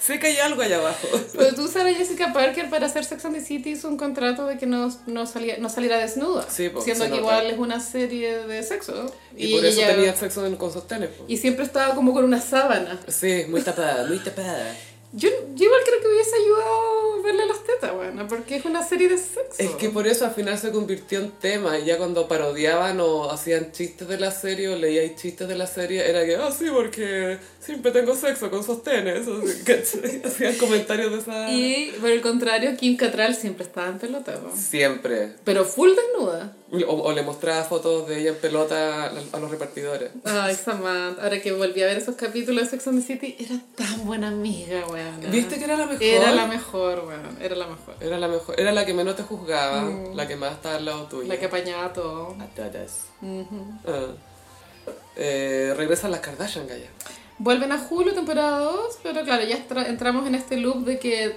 sé que hay algo allá abajo. Pero tú, Sarah Jessica Parker, para hacer Sex and the City hizo un contrato de que no, no, salía, no saliera desnuda. Sí, po, siendo se que nota. igual es una serie de sexo. Y, por eso ella- tenía sexo en- con sostenes. po. y siempre estaba como con una sábana. Sí, muy tapada, muy tapada. Yo, yo igual creo que hubiese ayudado verle las tetas, bueno, porque es una serie de sexo. Es que por eso al final se convirtió en tema. Y ya cuando parodiaban o hacían chistes de la serie o leíais chistes de la serie, era que, ah, sí, porque siempre tengo sexo con sostenes. así, ¿cachai? hacían comentarios de esa. Y por el contrario, Kim Cattrall siempre estaba en pelota, po. Siempre. pero full desnuda. O, o le mostraba fotos de ella en pelota a, a los repartidores. Ay, Samantha, ahora que volví a ver esos capítulos de Sex and the City, era tan buena amiga, weón. ¿Viste que era la mejor? Era la mejor, weón, era la mejor. Era la mejor. Era la que menos te juzgaba, la que más estaba al lado tuyo. La que apañaba todo. A todas. Ah. Eh, regresan las Kardashian, Gaya. Vuelven a Hulu, temporada 2, pero claro, ya estra- entramos en este loop de que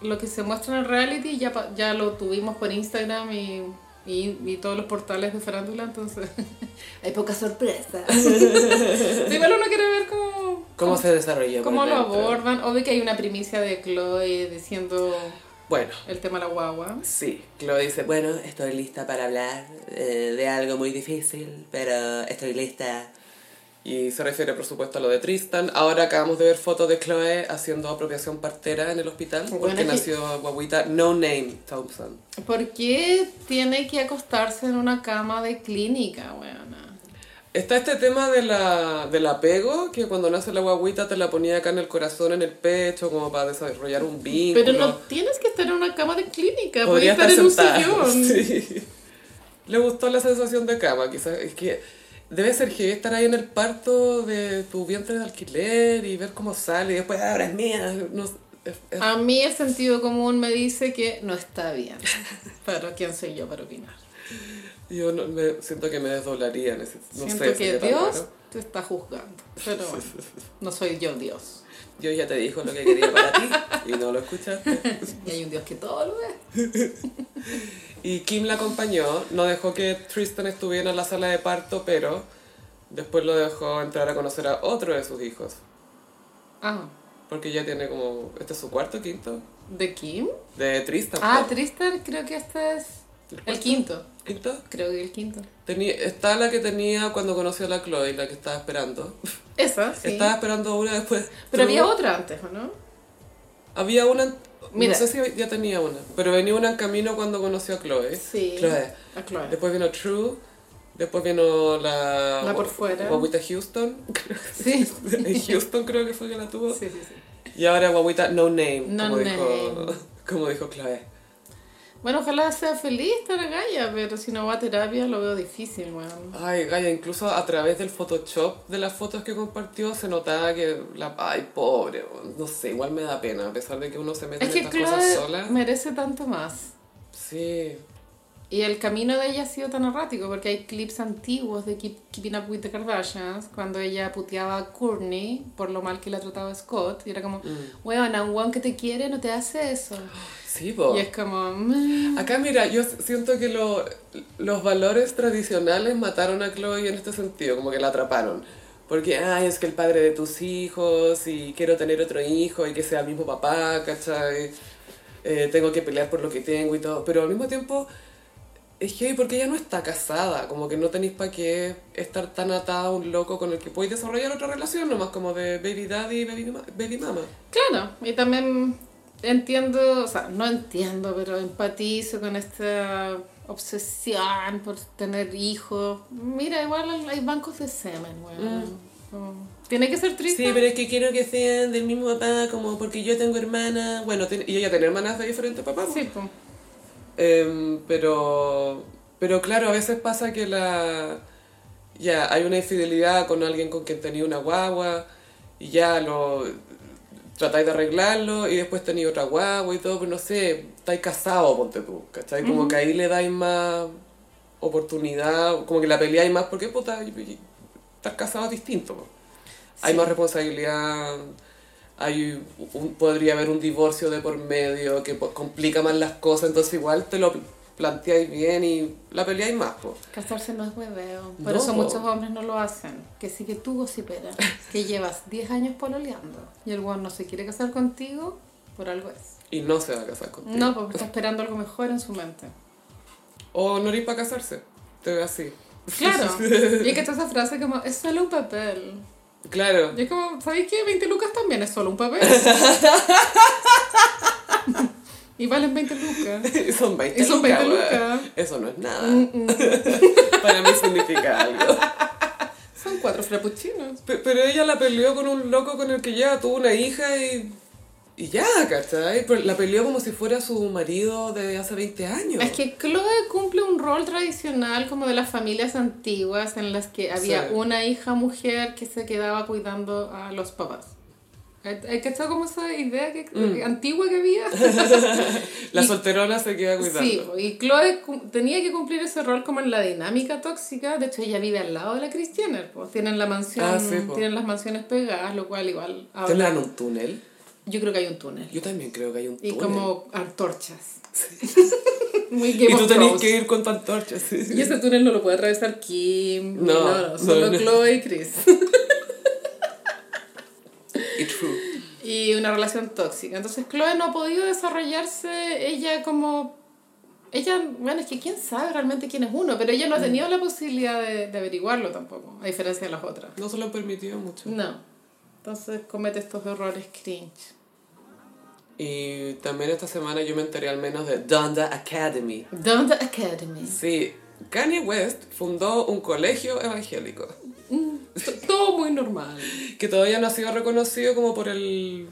lo que se muestra en el reality ya, pa- ya lo tuvimos por Instagram y, y, y todos los portales de farándula, entonces hay pocas sorpresas. Sí, igual uno quiere ver cómo, ¿Cómo se desarrolla? por cómo lo dentro? abordan. Obvio que hay una primicia de Chloe diciendo Bueno, el tema de la guagua. Sí, Chloe dice, bueno, estoy lista para hablar eh, de algo muy difícil, pero estoy lista. Y se refiere, por supuesto, a lo de Tristan. Ahora acabamos de ver fotos de Chloe haciendo apropiación partera en el hospital Bueno, porque es que- nació guaguita No Name Thompson. ¿Por qué tiene que acostarse en una cama de clínica, weona? Está este tema de la, del apego, que cuando nace la guaguita te la ponía acá en el corazón, en el pecho, como para desarrollar un vínculo. Pero no tienes que estar en una cama de clínica, Podría puedes estar, sentada. en un sillón. Sí. Le gustó la sensación de cama, quizás. Es que debe ser que estar ahí en el parto de tu vientre de alquiler y ver cómo sale y después, "Ah, ahora es mía. No, sé, es- es- A mí el sentido común me dice que no está bien. Pero ¿quién soy yo para opinar? yo no- me, siento que me desdoblaría. en ese- No Siento sé, que sería tan Dios raro. te está juzgando. Pero bueno, no soy yo Dios. Dios ya te dijo lo que quería para ti y no lo escuchaste. Y hay un Dios que todo lo ve. Y Kim la acompañó, no dejó que Tristan estuviera en la sala de parto, pero después lo dejó entrar a conocer a otro de sus hijos. Ah, Porque ya tiene como. Este es su cuarto, quinto. ¿de Kim? De Tristan. Ah, po. Tristan creo que este es el cuarto? quinto. ¿Quinto? Creo que el quinto. Tenía, está la que tenía cuando conoció a la Chloe, la que estaba esperando. Esa, sí. Estaba esperando una después. Pero tuvo- había otra antes, ¿o no? Había una. Mira. No sé si ya tenía una. Pero venía una en camino cuando conoció a Chloe. Sí. Chloe. A Chloe. Después vino True. Después vino la... La por fuera. Guaguita Houston. Sí. En Houston creo que fue que la tuvo. Sí, sí, sí. Y ahora guaguita No Name, No como, Dijo, Name. como dijo Chloe. Bueno, ojalá sea feliz esta galla, pero si no va a terapia lo veo difícil, weón. Ay, Gaya, incluso a través del Photoshop de las fotos que compartió se notaba que la... Ay, pobre, no sé, igual me da pena, a pesar de que uno se mete Es en que estas cosas Chloe sola. merece tanto más. Sí, Y el camino de ella ha sido tan errático, porque hay clips antiguos de Keep- Keeping Up With The Kardashians, cuando ella puteaba a Courtney por lo mal que la trataba Scott, y era como, Mm. weón, a un weón que te quiere no te hace eso. sí, po. Y es como, mm, Acá, mira, yo siento que lo- los valores tradicionales mataron a Chloe en este sentido, como que la atraparon. Porque, ay, es que el padre de tus hijos, y quiero tener otro hijo, y que sea el mismo papá, ¿cachai? Eh, tengo que pelear por lo que tengo y todo. Pero al mismo tiempo, es que porque ella no está casada, como que no tenéis para qué estar tan atada a un loco con el que podéis desarrollar otra relación, nomás como de baby daddy y baby, ma- baby mama. Claro, y también entiendo, o sea, no entiendo, pero empatizo con esta obsesión por tener hijos. Mira, igual hay bancos de semen, weón. Como- Tiene que ser triste. Mm. Sí, pero es que quiero que sean del mismo papá, como porque yo tengo hermana. Bueno, ten- y ella tiene hermanas de diferentes papás. Sí, po. Em, pero, pero claro, a veces pasa que la. Ya, hay una infidelidad con alguien con quien tenía una guagua, y ya lo. Tratáis de arreglarlo y después tenéis otra guagua y todo, pero no sé, estáis casados, ponte tú, ¿cachai? Como que ahí le dais más oportunidad, como que la peleáis más, porque puta, y- y- estar casado es distinto. po. Hay Sí. más responsabilidad, hay un- podría haber un divorcio de por medio que po- complica más las cosas, entonces igual te lo planteáis bien y la peleáis más, pues. Casarse no es hueveo. Por No, eso po. muchos hombres no lo hacen. Que sí que tú gossiperas, que llevas 10 años pololeando y el weón no se quiere casar contigo, por algo es. Y no se va a casar contigo. No, porque está esperando algo mejor en su mente. O no ir para casarse, te veo así. Claro. Y es que está esa frase como, es solo un papel. Claro. Y es como, ¿sabéis qué? 20 lucas también es solo un papel. y valen 20 lucas. Son 20 Y son 20 lucas, lucas. Mm. weón. Eso no es nada. Para mí significa algo. Son cuatro frappuccinos. Pe- Pero ella la peleó con un loco con el que ya tuvo una hija y. Y ya, ¿cachai? Pero la peleó como si fuera su marido de hace 20 años. Es que Chloe cumple un rol tradicional como de las familias antiguas en las que había Sí. una hija mujer que se quedaba cuidando a los papás. ¿Hay que como esa idea que, Mm. eh, antigua que había? la y- solterona se queda cuidando. Sí, y Chloe cu- tenía que cumplir ese rol como en la dinámica tóxica. De hecho, ella vive al lado de la Kris Jenner. Pues. Tienen, la mansión, Ah, sí, po. tienen las mansiones pegadas, lo cual igual... habla- ¿Tendrán un túnel? Yo creo que hay un túnel. Yo también creo que hay un Y túnel. como antorchas. Muy Game Y of tú tenés Thrones. que ir con tu antorcha. sí. Y ese túnel no lo puede atravesar Kim. No, No, no, no, solo no. Chloe y Chris. Y true. y una relación tóxica. Entonces Chloe no ha podido desarrollarse ella como... Ella, bueno, es que quién sabe realmente quién es uno, pero ella no ha tenido la posibilidad de, de averiguarlo tampoco, a diferencia de las otras. No se lo permitió mucho. No. Entonces comete estos errores cringe. Y también esta semana yo me enteré al menos de Donda Academy. Donda Academy. Sí, Kanye West fundó un colegio evangélico. Todo muy normal. que todavía no ha sido reconocido como por el,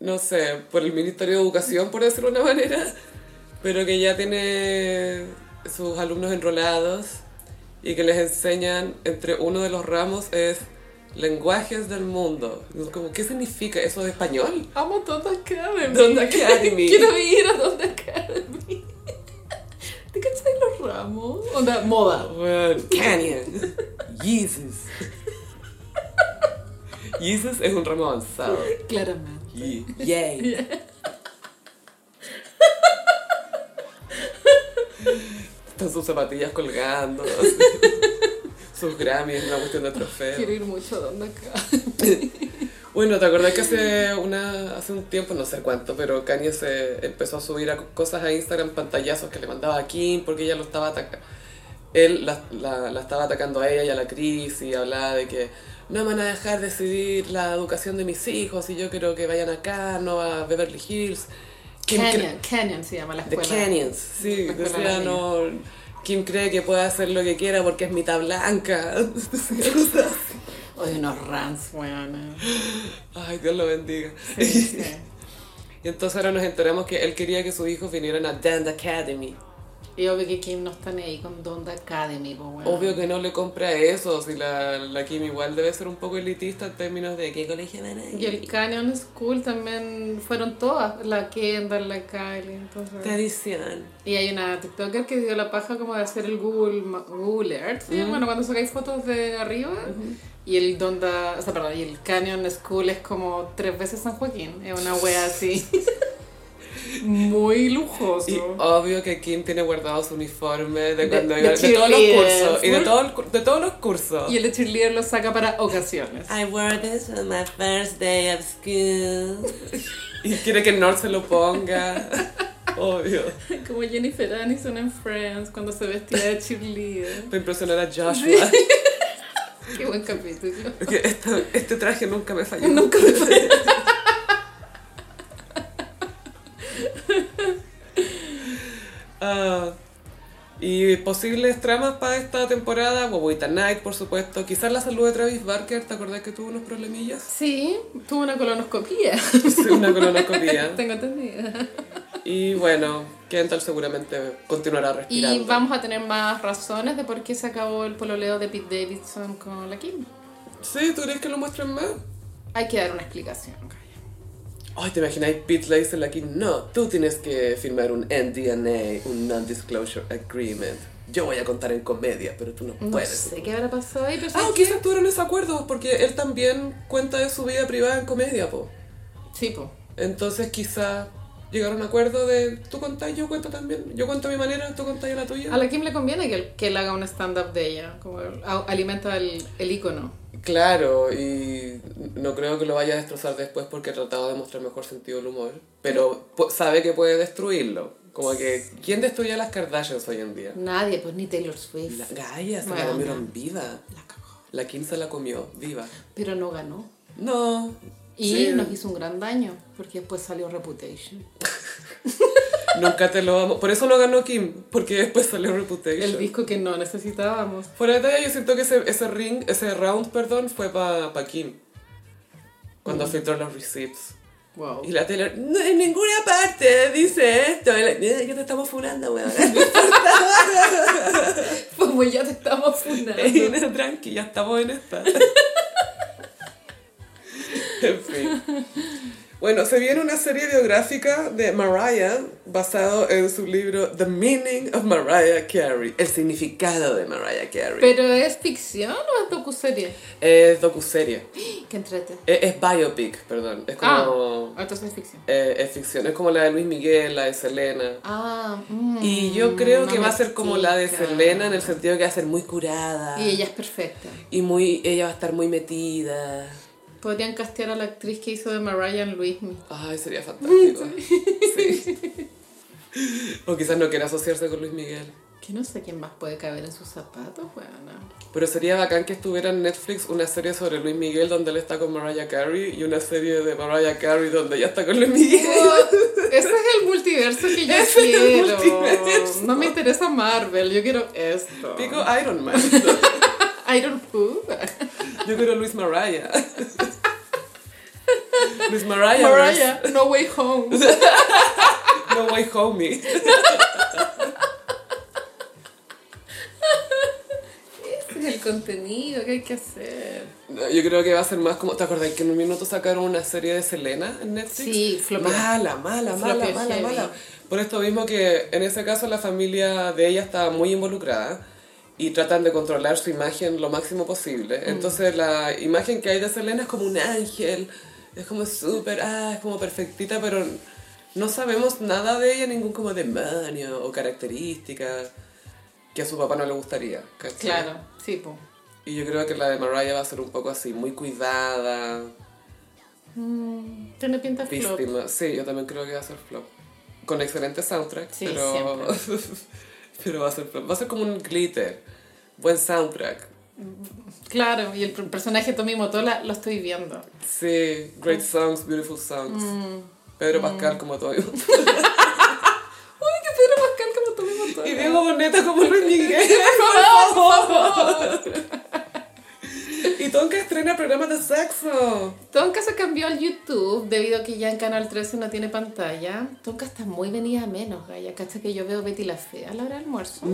no sé, por el Ministerio de Educación, por decirlo de una manera, pero que ya tiene sus alumnos enrolados y que les enseñan, entre uno de los ramos es lenguajes del mundo. Y es Como, ¿Qué significa eso de español? Amo Donda Academy. Donda Academy. Quiero ir a Donda Academy. ¿Te cachai los ramos? Onda, moda. Bueno, Canyon. Jesus. Jesus es un ramo avanzado. Claramente. Ye- Yay. Están sus zapatillas colgando. así. sus Grammys, una cuestión de Quiero trofeo. ir mucho a Donda Academy. Bueno, ¿te acordás que hace, una, hace un tiempo, no sé cuánto, pero Kanye se empezó a subir a co- cosas a Instagram, pantallazos que le mandaba a Kim porque ella lo estaba atacando. Él la, la- la estaba atacando a ella y a la Cris y hablaba de que no me van a dejar decidir la educación de mis hijos y yo quiero que vayan acá, no a Beverly Hills. Kim cre- Canyon, Canyon se llama la The escuela. Canyons, sí, La escuela decía de la no, Kim cree que puede hacer lo que quiera porque es mitad blanca. Oye, unos rants, weón. Ay, Dios lo bendiga. Sí, sí. Y entonces ahora nos enteramos que él quería que sus hijos vinieran a Dand Academy. Y obvio que Kim no está ni ahí con Donda Academy, po, weón. Obvio que no le compra eso, si la, la Kim igual debe ser un poco elitista en términos de qué colegio van a ir. Y el Canyon School también fueron todas, la Kendall, la Kylie, entonces... Tradición. Y hay una TikToker que dio la paja como de hacer el Google, Ma- Google Earth, ¿sí? bueno, cuando sacáis fotos de arriba, y el Donda, o sea, perdón, y el Canyon School es como tres veces San Joaquín, es una wea así. Muy lujoso. Y obvio que Kim tiene guardado su uniforme de cuando de iba- de, todos los cheerleaders. cursos. Y de, todo el cu- de todos los cursos. Y el cheerleader lo saca para ocasiones. I wore this on my first day of school. Y quiere que North se lo ponga. obvio. Como Jennifer Aniston en Friends cuando se vestía de cheerleader. Para impresionar a Joshua. Qué buen capítulo. Porque esto- este traje nunca me falló. Nunca me fue. Ah, y posibles tramas para esta temporada, Wawita Night, por supuesto. Quizás la salud de Travis Barker, ¿te acordás que tuvo unos problemillas? Sí, tuvo una colonoscopía. Sí, una colonoscopia. Tengo entendida. Y bueno, Kendall seguramente continuará respirando. Y vamos a tener más razones de por qué se acabó el pololeo de Pete Davidson con la Kim. Sí, ¿tú crees que lo muestren más? Hay que dar una explicación. calla. Ay, ¿te imagináis? Pete le dice aquí, no, tú tienes que firmar un NDNA, un Non-Disclosure Agreement. Yo voy a contar en comedia, pero tú no, No puedes. sé qué habrá pasado ahí, pero Ah, ¿sabes qué? quizás tuvieron ese acuerdo, porque él también cuenta de su vida privada en comedia, po. Sí, po. Entonces quizás llegaron a un acuerdo de tú contás, yo cuento también. Yo cuento a mi manera, tú contás la tuya. A la Kim le conviene que él, que él haga un stand-up de ella. Como el- a- alimenta el, el ícono. Claro, y no creo que lo vaya a destrozar después porque trataba de mostrar mejor sentido del humor. Pero pu- sabe que puede destruirlo. Como que, ¿quién destruye a las Kardashians hoy en día? Nadie, pues ni Taylor Swift. La Gaia se la Bueno. comieron viva. La cagó. La Kim se la comió viva. Pero no ganó. No. Y Sí. nos hizo un gran daño, porque después salió Reputation. Nunca te lo vamos. Por eso no ganó Kim, porque después salió Reputation. El disco que no necesitábamos. Fuera de talla, yo siento que ese, ese ring, ese round, perdón, fue para Kim. Mm. Cuando filtró los receipts. Wow. Y la Taylor, "No, en ninguna parte dice esto. Y la, "Eh, que te estamos furando, weón. Como Pues, ya te estamos fundando. Eh, Tranqui, ya estamos en esta. en fin. Bueno, se viene una serie biográfica de Mariah basado en su libro The Meaning of Mariah Carey, el significado de Mariah Carey. ¿Pero es ficción o es docuserie? es docuserie. Que entrete. Es, es biopic, perdón. Es como. Ah, entonces es ficción. eh, es ficción. Es como la de Luis Miguel, la de Selena. Ah, mm, Y yo creo que no va a me ser como la de explica. Selena en el sentido que va a ser muy curada. Y ella es perfecta. Y muy, ella va a estar muy metida. Podrían castear a la actriz que hizo de Mariah en Luismi. Ay, sería fantástico. Sí. O quizás no quiera asociarse con Luis Miguel. Que no sé quién más puede caber en sus zapatos, weón. Pero sería bacán que estuviera en Netflix una serie sobre Luis Miguel donde él está con Mariah Carey y una serie de Mariah Carey donde ella está con Luis Miguel. Ese es el multiverso que yo Ese es el quiero. multiverso. No me interesa Marvel, yo quiero esto. Pico Iron Man. Iron Food. Yo quiero Luis Mariah. Luis Mariah. Mariah, No Way Home. No way homie. Ese es el contenido que hay que hacer. No, Yo creo que va a ser más como. ¿Te acordás que en un minuto sacaron una serie de Selena en Netflix? Sí, flopeó. Mala, mala, mala, Flopeó mala, heavy. mala. Por esto mismo que en ese caso la familia de ella está muy involucrada y tratan de controlar su imagen lo máximo posible. Mm. Entonces la imagen que hay de Selena es como un ángel, es como súper, ah, es como perfectita, pero no sabemos nada de ella, ningún como demonio o característica que a su papá no le gustaría. ¿cachai? Claro, sí, po. Y yo creo que la de Mariah va a ser un poco así, muy cuidada, Tiene pinta de flop. víctima. Sí, yo también creo que va a ser flop. Con excelente soundtrack, Sí, pero... pero va a ser flop. Va a ser como un glitter. Buen soundtrack. Claro, y el per- personaje Tommy Motola lo estoy viendo. Sí, great songs, beautiful songs. Pedro Pascal como todo. Uy, que Pedro Pascal como Tommy Motola. y Diego Boneta como Luis Y Tonka estrena programas de sexo. Tonka se cambió al YouTube debido a que ya en Canal 13 no tiene pantalla. Tonka está muy venida a menos, Gaya. Cacha que yo veo Betty la Fea a la hora del almuerzo.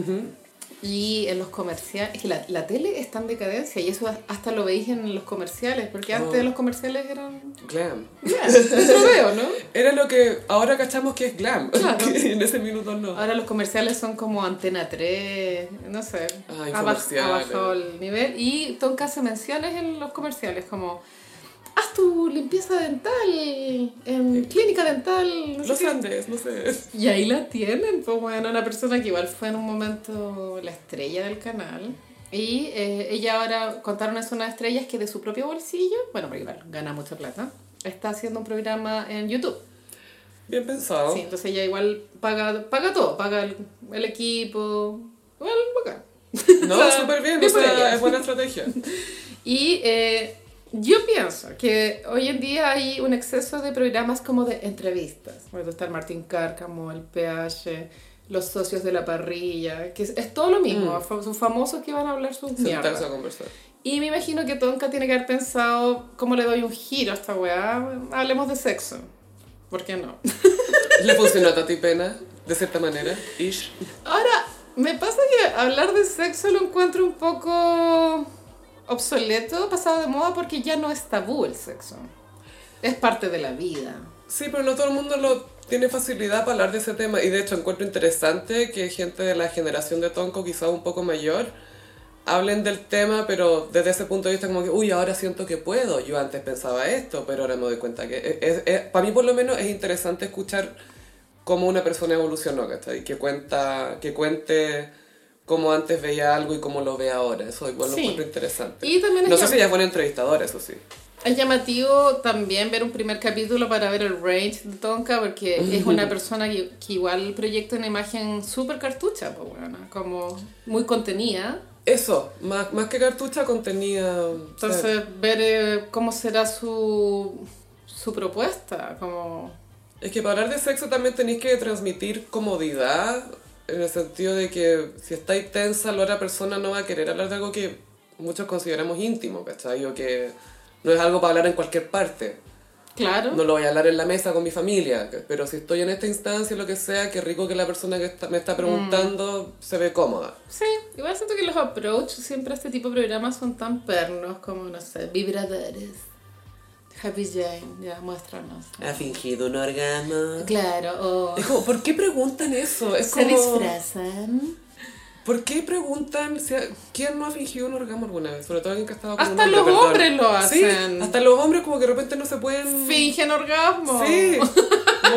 Y en los comerciales, es que la, la tele está en decadencia y eso hasta lo veis en los comerciales, porque antes Oh. los comerciales eran... Glam. Eso lo veo, ¿no? Era lo que ahora cachamos que es glam. Claro. Que en ese minuto no. Ahora los comerciales son como Antena 3, no sé, Ah, ha, baj- ha infomerciales. bajado el nivel. Y Tonka hace menciones en los comerciales, como, haz tu limpieza dental en clínica dental. no sé Los qué. Andes, no sé. Y ahí la tienen, pues bueno, una persona que igual fue en un momento la estrella del canal. Y eh, ella ahora contaron es una estrella es que de su propio bolsillo, bueno, porque igual gana mucha plata, está haciendo un programa en YouTube. Bien pensado. Sí, entonces ella igual paga, paga todo, paga el, el equipo, igual bacán. No, O sea, súper bien. O bien por ella. sea, es buena estrategia. Y eh, yo pienso que hoy en día hay un exceso de programas como de entrevistas. Bueno, está el Martín Cárcamo, el PH, los socios de la parrilla, que es, es todo lo mismo. fa- Son famosos que van a hablar sus mierdas. Sentarse a conversar. Y me imagino que Tonka tiene que haber pensado, ¿cómo le doy un giro a esta weá? Hablemos de sexo. ¿Por qué no? Le funcionó a Tati Pena, de cierta manera. Ish. Ahora, me pasa que hablar de sexo lo encuentro un poco obsoleto, pasado de moda, porque ya no es tabú el sexo. Es parte de la vida. Sí, pero no todo el mundo lo tiene facilidad para hablar de ese tema. Y de hecho encuentro interesante que gente de la generación de Tonko, quizás un poco mayor, hablen del tema, pero desde ese punto de vista como que, uy, ahora siento que puedo. Yo antes pensaba esto, pero ahora me doy cuenta que... e-, Es, para mí por lo menos es interesante escuchar cómo una persona evolucionó, ¿cachai? Que, cuenta, que cuente cómo antes veía algo y cómo lo ve ahora. Eso igual lo Sí. encuentro interesante. Y también es no sé llam- si ella es buena entrevistadora, eso sí. Es llamativo también ver un primer capítulo para ver el range de Tonka, porque es una persona que, que igual proyecta una imagen súper cartucha, pues bueno, como muy contenida. Eso, más, más que cartucha contenía... o sea, Entonces, ver eh, cómo será su, su propuesta, como... Es que para hablar de sexo también tenéis que transmitir comodidad, en el sentido de que si estáis tensa, la otra persona no va a querer hablar de algo que muchos consideramos íntimo, ¿cachai? O que no es algo para hablar en cualquier parte. Claro. No lo voy a hablar en la mesa con mi familia, que- pero si estoy en esta instancia, lo que sea, qué rico que la persona que está- me Mm. está preguntando se ve cómoda. Sí, igual siento que los approach siempre a este tipo de programas son tan pernos como, no sé, vibradores. Happy Jane, ya, muéstranos. ¿Ha fingido un orgasmo? Claro, o Es como, ¿por qué preguntan eso? Es se como, disfrazan. ¿Por qué preguntan? si a- ¿Quién no ha fingido un orgasmo alguna vez? Sobre todo alguien que ha estado con Hasta un hombre, los perdón. hombres lo Sí, hacen. hasta los hombres como que de repente no se pueden... Fingen orgasmo. Sí, como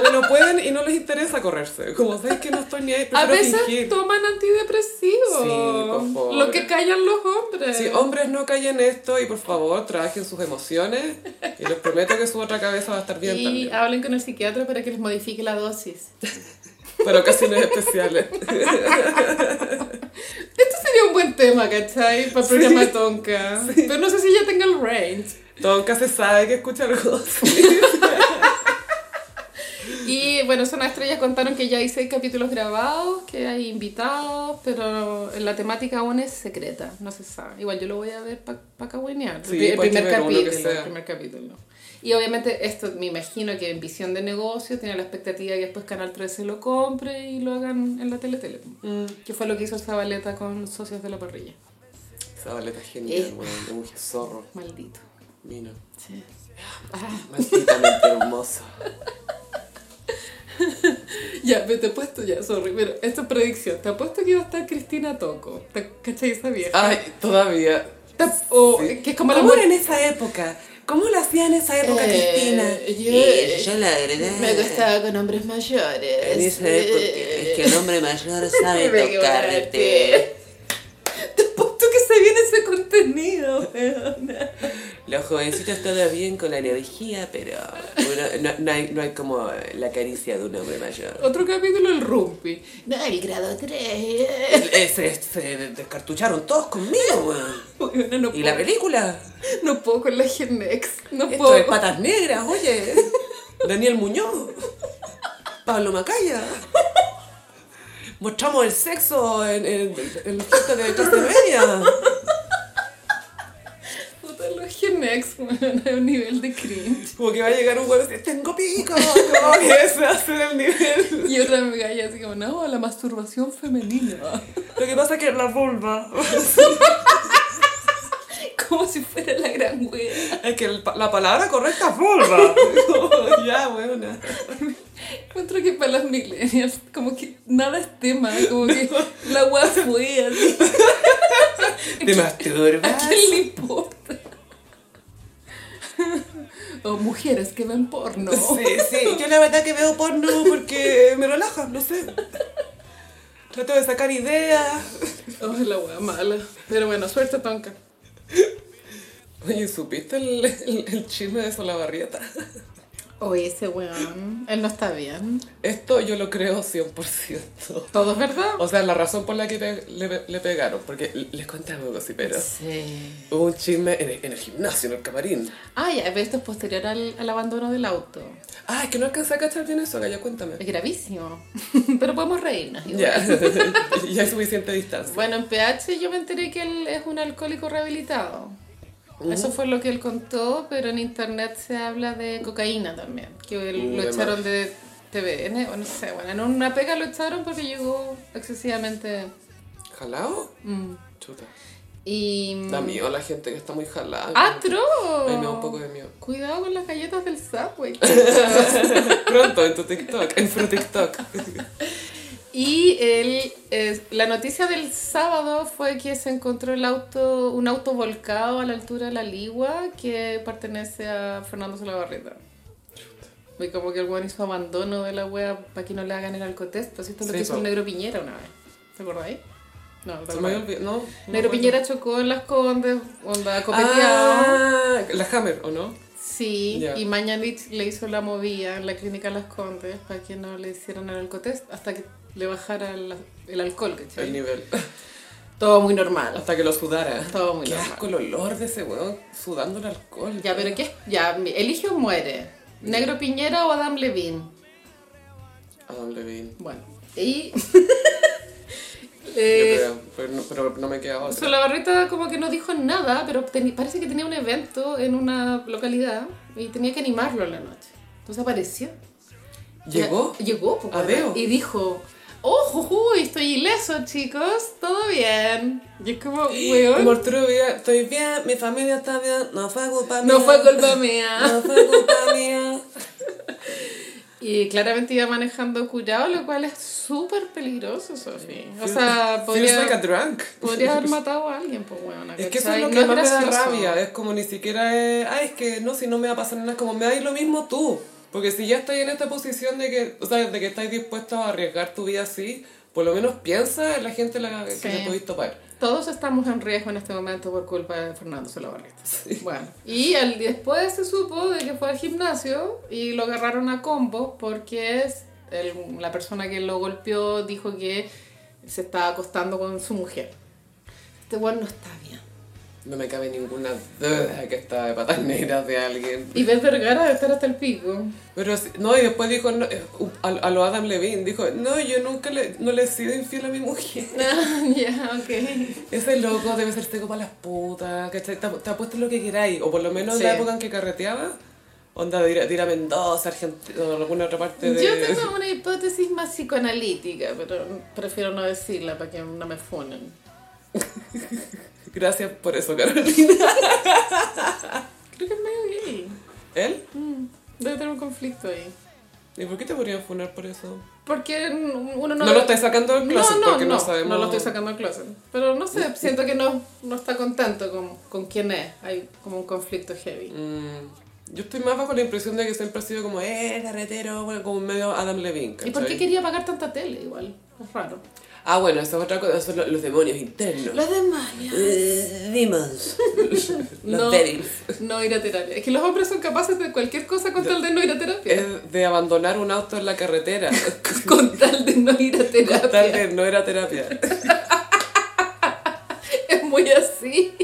que no pueden y no les interesa correrse. Como sabes que no estoy ni ahí, A prefiero veces fingir. toman antidepresivos. Sí, por favor. Lo que callan los hombres. Si hombres no callen esto y por favor trabajen sus emociones y les prometo que su otra cabeza va a estar bien y también. hablen con el psiquiatra para que les modifique la dosis. Pero casi no es especial. Esto sería un buen tema, ¿cachai? Para el programa Tonka. Pero no sé si ya tenga el range. Tonka se sabe que escucha algo así. Y bueno, Zona Estrellas contaron que ya hay seis capítulos grabados, que hay invitados, pero la temática aún es secreta, no se sabe. Igual yo lo voy a ver para pa cagüinear. Sí, el, pri- el pues hay que ver primer uno que capítulo, el sea. primer capítulo. Y obviamente esto me imagino que en visión de negocio tiene la expectativa que después Canal 13 lo compre y lo hagan en la Teletele. Que fue lo que hizo Zabaleta con Socios de la Parrilla. Esa baleta es genial, Eh. weón. Un zorro. Maldito. Mira. Sí. Malditamente hermoso. Ya, pero te apuesto ya, sorry, pero esta es predicción. Te apuesto que iba a estar Cristina Toco. ¿Te cachai esa vieja? Ay, todavía. Ta- O que es como la ¿Cómo era muerte. en esa época? ¿Cómo lo hacía en esa época, Eh, Cristina? Yo, la verdad. con hombres mayores. En esa época es que el hombre mayor sabe tocarte. tocarte. Te apuesto que se viene ese contenido, weona. Los jovencitos todo bien con la energía, pero uno- no, no hay, no hay como la caricia de un hombre mayor. Otro capítulo, el rumpi. No, el grado 3. Eh, Se, se descartucharon todos conmigo, weón. no, ¿Y puedo, la película? no puedo con la Genex. No Esto puedo. es Patas Negras, oye. Daniel Muñoz. Pablo Macaya. Mostramos el sexo en, en, en fiesta de clase media. Puta, Gen X, weón, a un nivel de cringe. Como que va a llegar un güey y decir, tengo pico. Como que ese va a ser el nivel. Y otra amiga ya así como, no, la masturbación femenina. Lo que pasa es que la vulva. Como si fuera la gran wea. Es que el pa- la palabra correcta es vulva. Como, ya, weona. Encuentro que para las millennials, como que nada es tema, como que la wea fue así. Te ¿A masturbas. quién le importa? O mujeres que ven porno. Sí, sí. Yo la verdad que veo porno porque me relaja, no sé. Trato de sacar ideas. Oh, la wea mala. Pero bueno, suerte, Tonka. Oye, ¿supiste el, el, el chisme de Solabarrieta? Oye, ese weón, él no está bien. Esto yo lo creo 100%. ¿Todo es verdad? O sea, la razón por la que pe- le, le pegaron, porque l- les contaba algo así, pero Sí. hubo un chisme en el, en el gimnasio, en el camarín. Ah, ya, pero esto es posterior al, al abandono del auto. Ah, es que no alcancé a cachar bien eso, ya cuéntame. Es gravísimo. pero podemos reírnos. igual. Ya, ya hay suficiente distancia. Bueno, en PH yo me enteré que él es un alcohólico rehabilitado. Uh. Eso fue lo que él contó, pero en internet se habla de cocaína también. Que él- Uh, lo de echaron de TVN, o no sé, bueno, en una pega lo echaron porque llegó excesivamente. ¿Jalado? mm. Chuta. Y. Da miedo la gente que está muy jalada. ¡Atro! Ay, me da un poco de miedo. Cuidado con las galletas del Subway. Pronto en tu TikTok, en tu TikTok. Y él, eh, la noticia del sábado fue que se encontró el auto, un auto volcado a la altura de la Ligua que pertenece a Fernando Solabarrieta. Y como que el weón hizo abandono de la wea para que no le hagan el alcotest. Pues esto es lo Sí, que hizo po. el Negro Piñera una vez. ¿Te acordáis? No, no te Se me había acordáis. olvidado. No. no Negro acuerdo. Piñera chocó en las Condes, onda copeteado. Ah, la Hammer, ¿o no? Sí, Ya. y Mañalich le hizo la movida en la clínica Las Condes para que no le hicieran el alcotest hasta que le bajara el, el alcohol, ¿cachai? El nivel. Todo muy normal. Hasta que lo sudara. Todo muy Qué normal. asco el olor de ese weón sudando el alcohol. Ya, pero ¿qué? Ya, mi- elige o muere. ¿Negro Piñera o Adam Levine? Adam Levine. Bueno, y... Yo eh, creo, pero no, pero no me queda otra. Solabarrieta como que no dijo nada, pero teni- parece que tenía un evento en una localidad y tenía que animarlo en la noche. Entonces apareció. ¿Llegó? Ya- Llegó, pues, Ah, veo. Y dijo, oh, jujuy, estoy ileso, chicos, todo bien. Y es como, Como weón, Arturo Vidal, estoy bien, mi familia está bien, no fue culpa mía. no fue culpa mía. No fue culpa mía. Y claramente iba manejando curado, lo cual es súper peligroso, Sofi. O sea, Feels like a podría, drunk. podría haber matado a alguien, pues, weón. Es que eso es lo que más me da rabia, es como ni siquiera es, ay, es que no, si no me va a pasar nada, es como me da lo mismo tú, porque si ya estás en esta posición de que, o sea, de que estás dispuesto a arriesgar tu vida así, por lo menos piensa en la gente la, Sí. que te podéis topar. Todos estamos en riesgo en este momento por culpa de Fernando Solabarrieta. Bueno, y al- después se supo de que fue al gimnasio y lo agarraron a combos porque es el- la persona que lo golpeó dijo que se estaba acostando con su mujer. Este weón no está bien. No me cabe ninguna duda que está de patas negras de alguien. Y ves Vergara de estar hasta el pico. Pero sí- no, y después dijo, no, eh, a, a lo Adam Levine, dijo, no, yo nunca le, no le he sido infiel a mi mujer. Ah, ya, ok. Ese loco debe ser seco para las putas, ¿cachai? Te, te apuesto lo que queráis. O por lo menos Sí. en la época en que carreteaba, onda de ir, a- de ir a Mendoza, Argentina, o alguna otra parte de... Yo tengo una hipótesis más psicoanalítica, pero prefiero no decirla para que no me funen. Gracias por eso, Carolina. Creo que es medio gay. ¿Él? Debe tener un conflicto ahí. ¿Y por qué te podrían funar por eso? Porque uno no... No, lo estáis sacando del closet no, no, porque no, no, sabemos... no lo estoy sacando del closet. Pero no sé, siento que no, no está contento con, con quién es. Hay como un conflicto heavy. Mm, yo estoy más bajo la impresión de que siempre ha sido como, eh, carretero, bueno, como medio Adam Levine, ¿Y por qué Mm, ¿cachai? quería pagar tanta tele igual? Es raro. Ah, bueno, eso es otra cosa, son lo- los demonios internos. Los demonios. Eh, demons. Los No. devils. No ir a terapia. Es que los hombres son capaces de cualquier cosa con tal de no ir a terapia. Es de abandonar un auto en la carretera. Con tal de no ir a terapia. Tal vez no era terapia. Es muy así.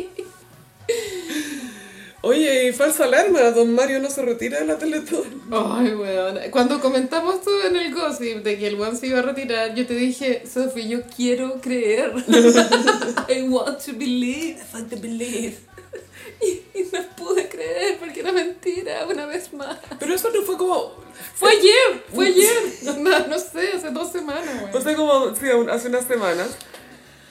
Oye, y falsa alarma, don Mario no se retira de la Teletón. Ay, weón. Cuando comentamos todo en el gossip de que el one se iba a retirar, yo te dije, Sophie, yo quiero creer. I want to believe. I want to believe. Y no es como... Fue ayer, fue ayer. No, no sé, hace dos semanas, güey. O sea, como sí, un- hace unas semanas.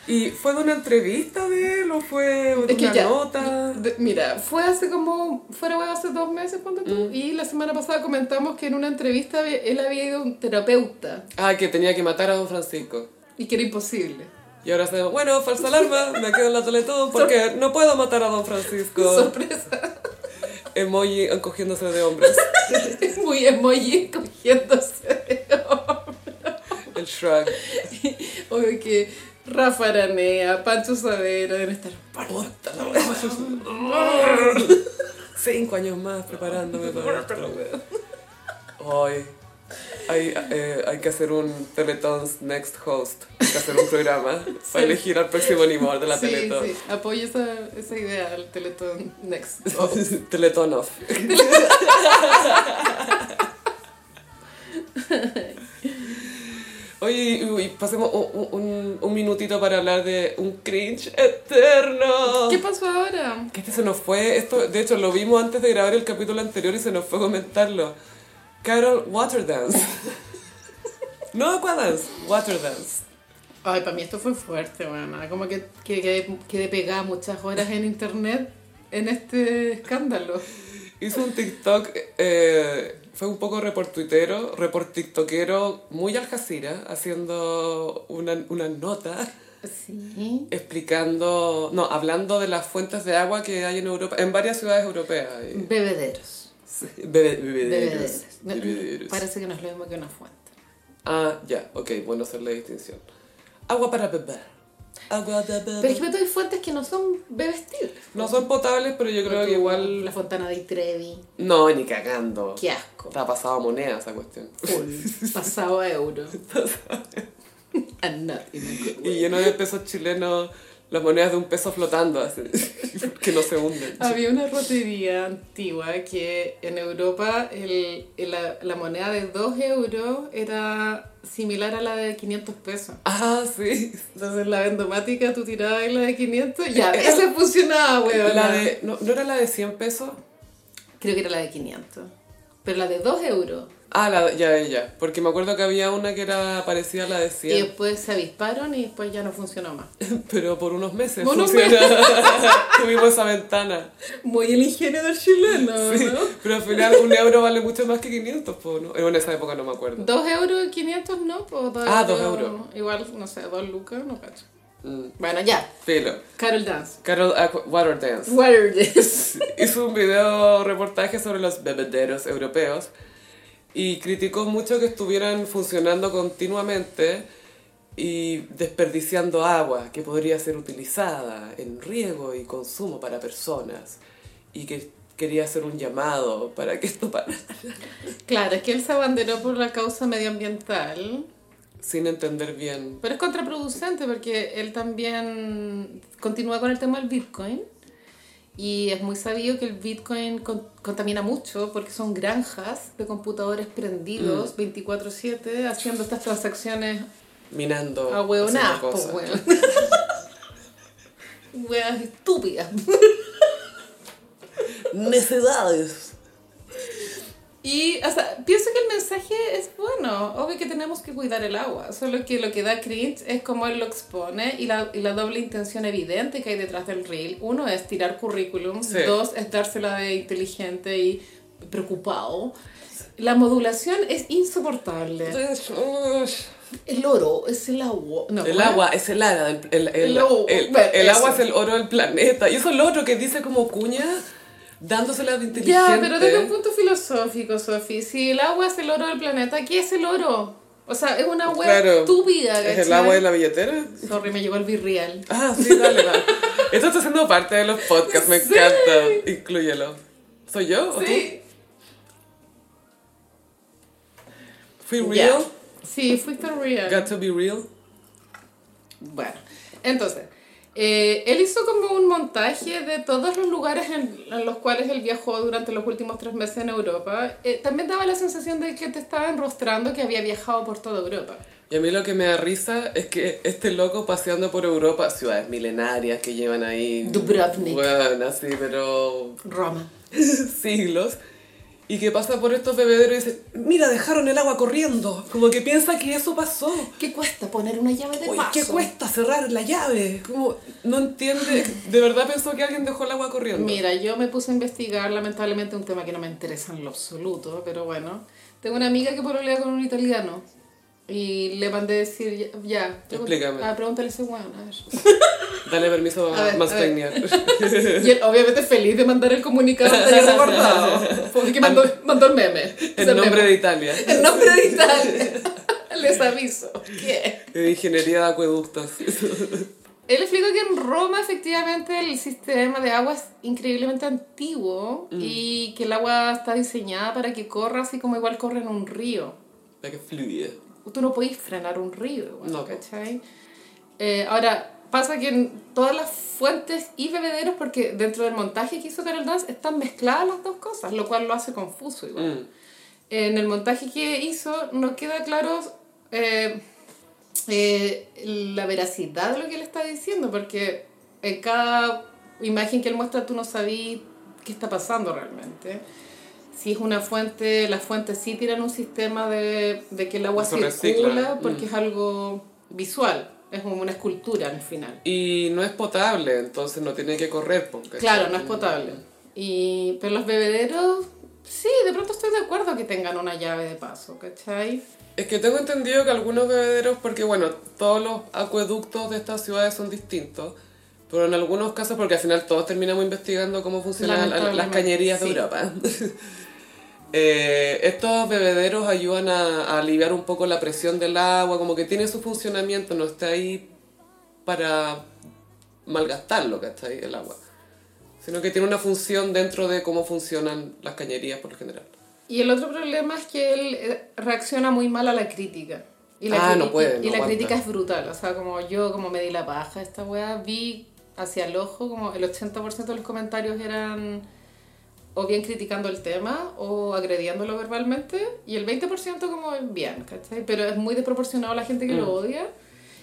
¿Y fue de una entrevista de él o fue de Es que una ya, nota? de- mira, fue hace como, fuera huevo, hace dos meses, ponte tú, Mm. y la semana pasada comentamos que en una entrevista había- él había ido a un terapeuta Ah, que tenía que matar a don Francisco. y que era imposible. Y ahora se bueno, falsa alarma, me quedo en la Teletón porque no puedo matar a don Francisco. Sorpresa, Emoji encogiéndose de hombres. es muy emoji cogiéndose. El shrug. Obvio que Rafa Aranea, Pancho Savera deben estar... Puta la wea. Cinco años más preparándome para esto. Hoy hay, eh, hay que hacer un Teletons Next Host. Hay que hacer un programa para elegir al próximo animador de la sí, Teletón. sí, apoyo esa, esa idea al Teletón Next. Teletón off. Oye, y- y pasemos un, un- un minutito para hablar de un cringe eterno. ¿Qué pasó ahora? Que este se nos fue, esto, de hecho lo vimos antes de grabar el capítulo anterior y se nos fue comentarlo. Carol Waterdance. No Aquadance, Waterdance. Ay, para mí esto fue fuerte, bueno, como que, que, que quedé pegada muchas horas en internet en este escándalo. Hizo un TikTok, eh, fue un poco reportuitero, reportiktoquero, muy al Jazeera, haciendo una, una nota Sí. explicando, no, hablando de las fuentes de agua que hay en Europa, en varias ciudades europeas. Y- Bebederos. Bebe- bebederos. Bebederos. No, no, Bebederos. Parece que no es lo mismo que una fuente. Ah, ya, ok, bueno hacer la distinción. Agua para beber. Agua de beber. Pero es que hay fuentes que no son bebestibles. No son potables, pero yo creo que La igual... fontana de Trevi. No, ni cagando. Qué asco. Está pasado a moneda esa cuestión. Full. Pasado a euro. And not in a good Y way. lleno de pesos chilenos, las monedas de un peso flotando, así, que no se hunden. Había una rotería antigua que en Europa el- el- la, la moneda de 2 euros era similar a la de 500 pesos. Ah, sí. Entonces la vendomática tú tirabas ahí la de 500, ya, esa funcionaba, weón. La de, no, ¿No era la de 100 pesos? Creo que era la de 500. Pero la de 2 euros. Ah, la, ya, ya, ya. Porque me acuerdo que había una que era parecida a la de Y 100, después se avisparon y después ya no funcionó más. pero por unos meses. Por unos funciona. Tuvimos esa ventana. Muy el ingenio del chileno, Sí, ¿no? pero al final un euro vale mucho más que 500, po, ¿no? Eh, bueno, en esa época no me acuerdo. 2 euros y 500 no, pues dos Ah, dos euros. euros. Igual, no sé, 2 lucas, no cacho. Mm. Bueno, ya, Filo. Carol Dance. Carol Aqu- Waterdance What are this? hizo un video reportaje sobre los bebederos europeos y criticó mucho que estuvieran funcionando continuamente y desperdiciando agua que podría ser utilizada en riego y consumo para personas y que quería hacer un llamado para que esto parara Claro, es que él se abanderó por la causa medioambiental, sin entender bien. pero es contraproducente porque él también continúa con el tema del Bitcoin y es muy sabido que el Bitcoin con- contamina mucho porque son granjas de computadores Mm. prendidos 24/7 haciendo estas transacciones Minando. a hueonadas, haciendo pues cosas. hueón. Hueas estúpidas. Necedades. Y, o sea, pienso que el mensaje es bueno. Obvio que tenemos que cuidar el agua. Solo que lo que da cringe es cómo él lo expone y la, y la doble intención evidente que hay detrás del reel. Uno es tirar currículum. Sí. Dos es dársela de inteligente y preocupado. La modulación es insoportable. El oro es el agua. No, El ¿cuál? agua es el ara, del- el, el- El oro, el- bueno, el eso. agua es el oro del planeta. Y eso es lo otro que dice como cuña, dándosela de inteligente. Ya, pero desde un punto filosófico, Sofi. Si el agua es el oro del planeta, ¿qué es el oro? O sea, es una hueá Claro. estúpida. ¿Es el ¿cachai? agua de la billetera? Sorry, me llegó el virreal. Ah, sí, dale, va. Esto está siendo parte de los podcasts, me encanta. Inclúyelo. ¿Soy yo? o Sí. tú? ¿Fui real? Sí, fuiste real. ¿Got to be real? Bueno, entonces, eh, él hizo como un montaje de todos los lugares en, en los cuales él viajó durante los últimos tres meses en Europa. Eh, también daba la sensación de que te estaba enrostrando que había viajado por toda Europa. Y a mí lo que me da risa es que este loco paseando por Europa, ciudades milenarias que llevan ahí... Dubrovnik. Bueno, así, pero Roma. siglos y que pasa por estos bebederos y dice, mira, dejaron el agua corriendo. Como que piensa que eso pasó. ¿Qué cuesta poner una llave de Oye, vaso? ¿qué cuesta cerrar la llave? Como, no entiende. De verdad pensó que alguien dejó el agua corriendo. Mira, yo me puse a investigar, lamentablemente, un tema que no me interesa en lo absoluto, pero bueno. Tengo una amiga que pololea con un italiano. Y le mandé decir, ya, ya. Explícame. Ah, pregúntale a ese weón, a ver. Dale permiso A a, ver, más a ver. técnica. Y él, obviamente, feliz de mandar el comunicado anterior recordado. Porque mandó, mandó el meme. En nombre de Italia. En nombre de Italia. Les aviso. ¿Qué? De ingeniería de acueductos. Él explicó que en Roma efectivamente el sistema de agua es increíblemente antiguo Mm. y que el agua está diseñada para que corra así como igual corre en un río. La que fluye. Tú no podís frenar un río, igual, No, po. ¿cachai? Eh, ahora, pasa que en todas las fuentes y bebederos, porque dentro del montaje que hizo Carol Dance, están mezcladas las dos cosas, lo cual lo hace confuso igual. Mm. En el montaje que hizo no queda claro eh, eh, la veracidad de lo que él está diciendo, porque en cada imagen que él muestra tú no sabís qué está pasando realmente. Si es una fuente, las fuentes sí tiran un sistema de, de que el agua Se circula recicla, porque mm. es algo visual, es como una escultura al final. Y no es potable, entonces no tiene que correr. po, ¿cachai? Claro, no es potable. Y, pero los bebederos, sí, de pronto estoy de acuerdo que tengan una llave de paso, ¿cachai? Es que tengo entendido que algunos bebederos, porque bueno, todos los acueductos de estas ciudades son distintos, pero en algunos casos, porque al final todos terminamos investigando cómo funcionan la- las Lamentablemente, cañerías sí. de Europa. Eh, estos bebederos ayudan a, a aliviar un poco la presión del agua, como que tiene su funcionamiento, no está ahí para malgastarlo, ¿cachai? El agua. Sino que tiene una función dentro de cómo funcionan las cañerías por lo general. Y el otro problema es que él eh, reacciona muy mal a la crítica. Y la Ah, no criti- puede, Y no la aguanta. crítica es brutal. O sea, como yo, como me di la paja esta weá, vi hacia el ojo como el 80% de los comentarios eran o bien criticando el tema o agrediéndolo verbalmente y el 20% como bien, ¿cachai? Pero es muy desproporcionado la gente que Mm. lo odia.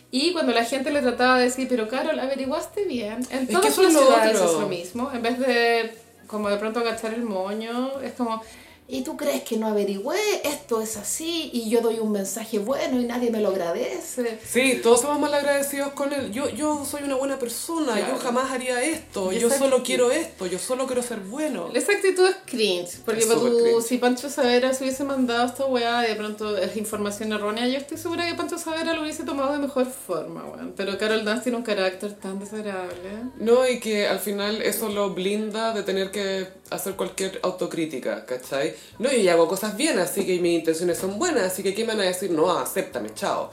Y cuando la gente le trataba de decir, pero Carol, averiguaste bien. En que todas eso las es lo ciudades otro. es lo mismo. En vez de, como de pronto agachar el moño, es como, ¿y tú crees que no averigüé? Esto es así y yo doy un mensaje bueno y nadie me lo agradece. Sí, todos somos malagradecidos con él. Yo, yo soy una buena persona, Claro. yo jamás haría esto, Y yo esa solo actitud. quiero esto, yo solo quiero ser bueno. Esa actitud es cringe, porque Es pa' súper tú, cringe. si Pancho Savera se hubiese mandado esta weá de pronto es información errónea, yo estoy segura que Pancho Savera lo hubiese tomado de mejor forma, weón. Pero Carol Dance tiene un carácter tan desagradable. No, y que al final eso lo blinda de tener que hacer cualquier autocrítica, ¿cachai? No, yo ya hago cosas bien, así que mis intenciones son buenas, así que ¿qué me van a decir? No, acéptame, chao.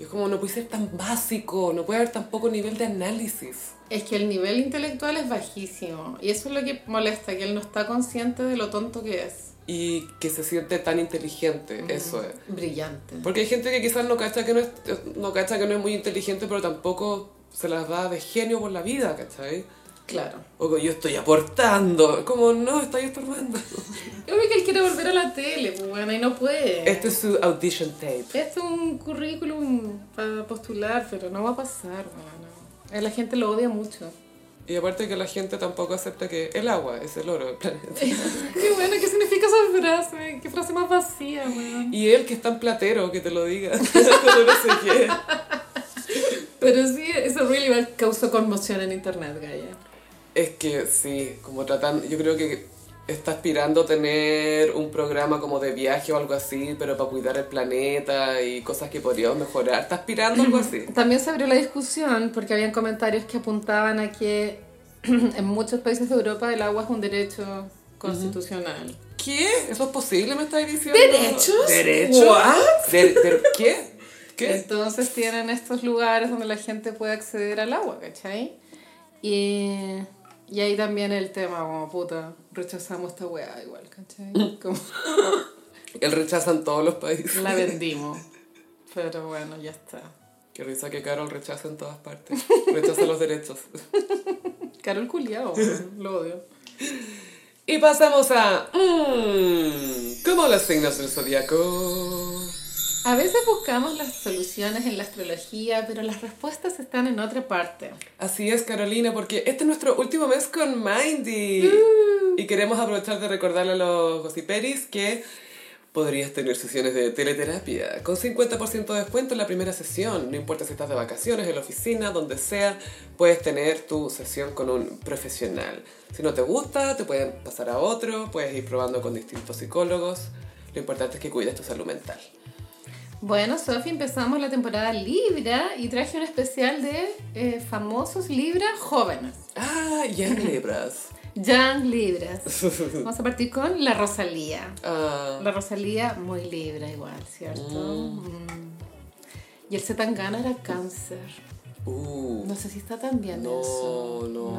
Y es como, no puede ser tan básico, no puede haber tan poco nivel de análisis. Es que el nivel intelectual es bajísimo. Y eso es lo que molesta, que él no está consciente de lo tonto que es. Y que se siente tan inteligente, eso es. Brillante. Porque hay gente que quizás no cacha que no es, no cacha que no es muy inteligente, pero tampoco se las da de genio por la vida, ¿cachai? Claro. O que yo estoy aportando. Es Como, no, estoy estorbando. Yo creo que él quiere volver a la tele, pues bueno, y no puede. Este es su audition tape. Este es un currículum para postular, pero no va a pasar, bueno. La gente lo odia mucho. Y aparte que la gente tampoco acepta que el agua es el oro del planeta. Qué bueno, ¿qué significa esa frase? Qué frase más vacía, weón. Y él que es tan platero, que te lo diga. no sé qué. Pero sí, eso really va- causó conmoción en internet, Gaya. Es que sí, como tratan, yo creo que está aspirando a tener un programa como de viaje o algo así, pero para cuidar el planeta y cosas que podríamos mejorar. Está aspirando a algo así. También se abrió la discusión porque habían comentarios que apuntaban a que en muchos países de Europa el agua es un derecho constitucional. ¿Qué? ¿Eso es posible? Me estás diciendo. ¿Derechos? ¿Derechos? De- de- ¿Qué? ¿Qué? Entonces tienen estos lugares donde la gente puede acceder al agua, ¿cachai? Y, y ahí también el tema, como puta, rechazamos esta weá igual, ¿cachai? Como Él rechazan todos los países. la vendimos. Pero bueno, ya está. Qué risa que Carol rechaza en todas partes. Rechaza los derechos. Carol Culiao, lo odio. Y mm, pasamos a... Mmm, ¿Cómo los signos del zodiaco? A veces buscamos las soluciones en la astrología, pero las respuestas están en otra parte. Así es, Carolina, porque este es nuestro último mes con Mindy. Y queremos aprovechar de recordarle a los gossiperis que podrías tener sesiones de teleterapia con 50% de descuento en la primera sesión. No importa si estás de vacaciones, en la oficina, donde sea, puedes tener tu sesión con un profesional. Si no te gusta, te pueden pasar a otro, puedes ir probando con distintos psicólogos. Lo importante es que cuides tu salud mental. Bueno, Sofi, empezamos la temporada Libra y traje un especial de eh, famosos Libra jóvenes. Ah, ya libras. Young Libras. Vamos a partir con la Rosalía. Ah, La Rosalía, muy Libra igual, ¿cierto? Mm. Y el Zetangana era cáncer. uh, No sé si está tan bien No, eso. no.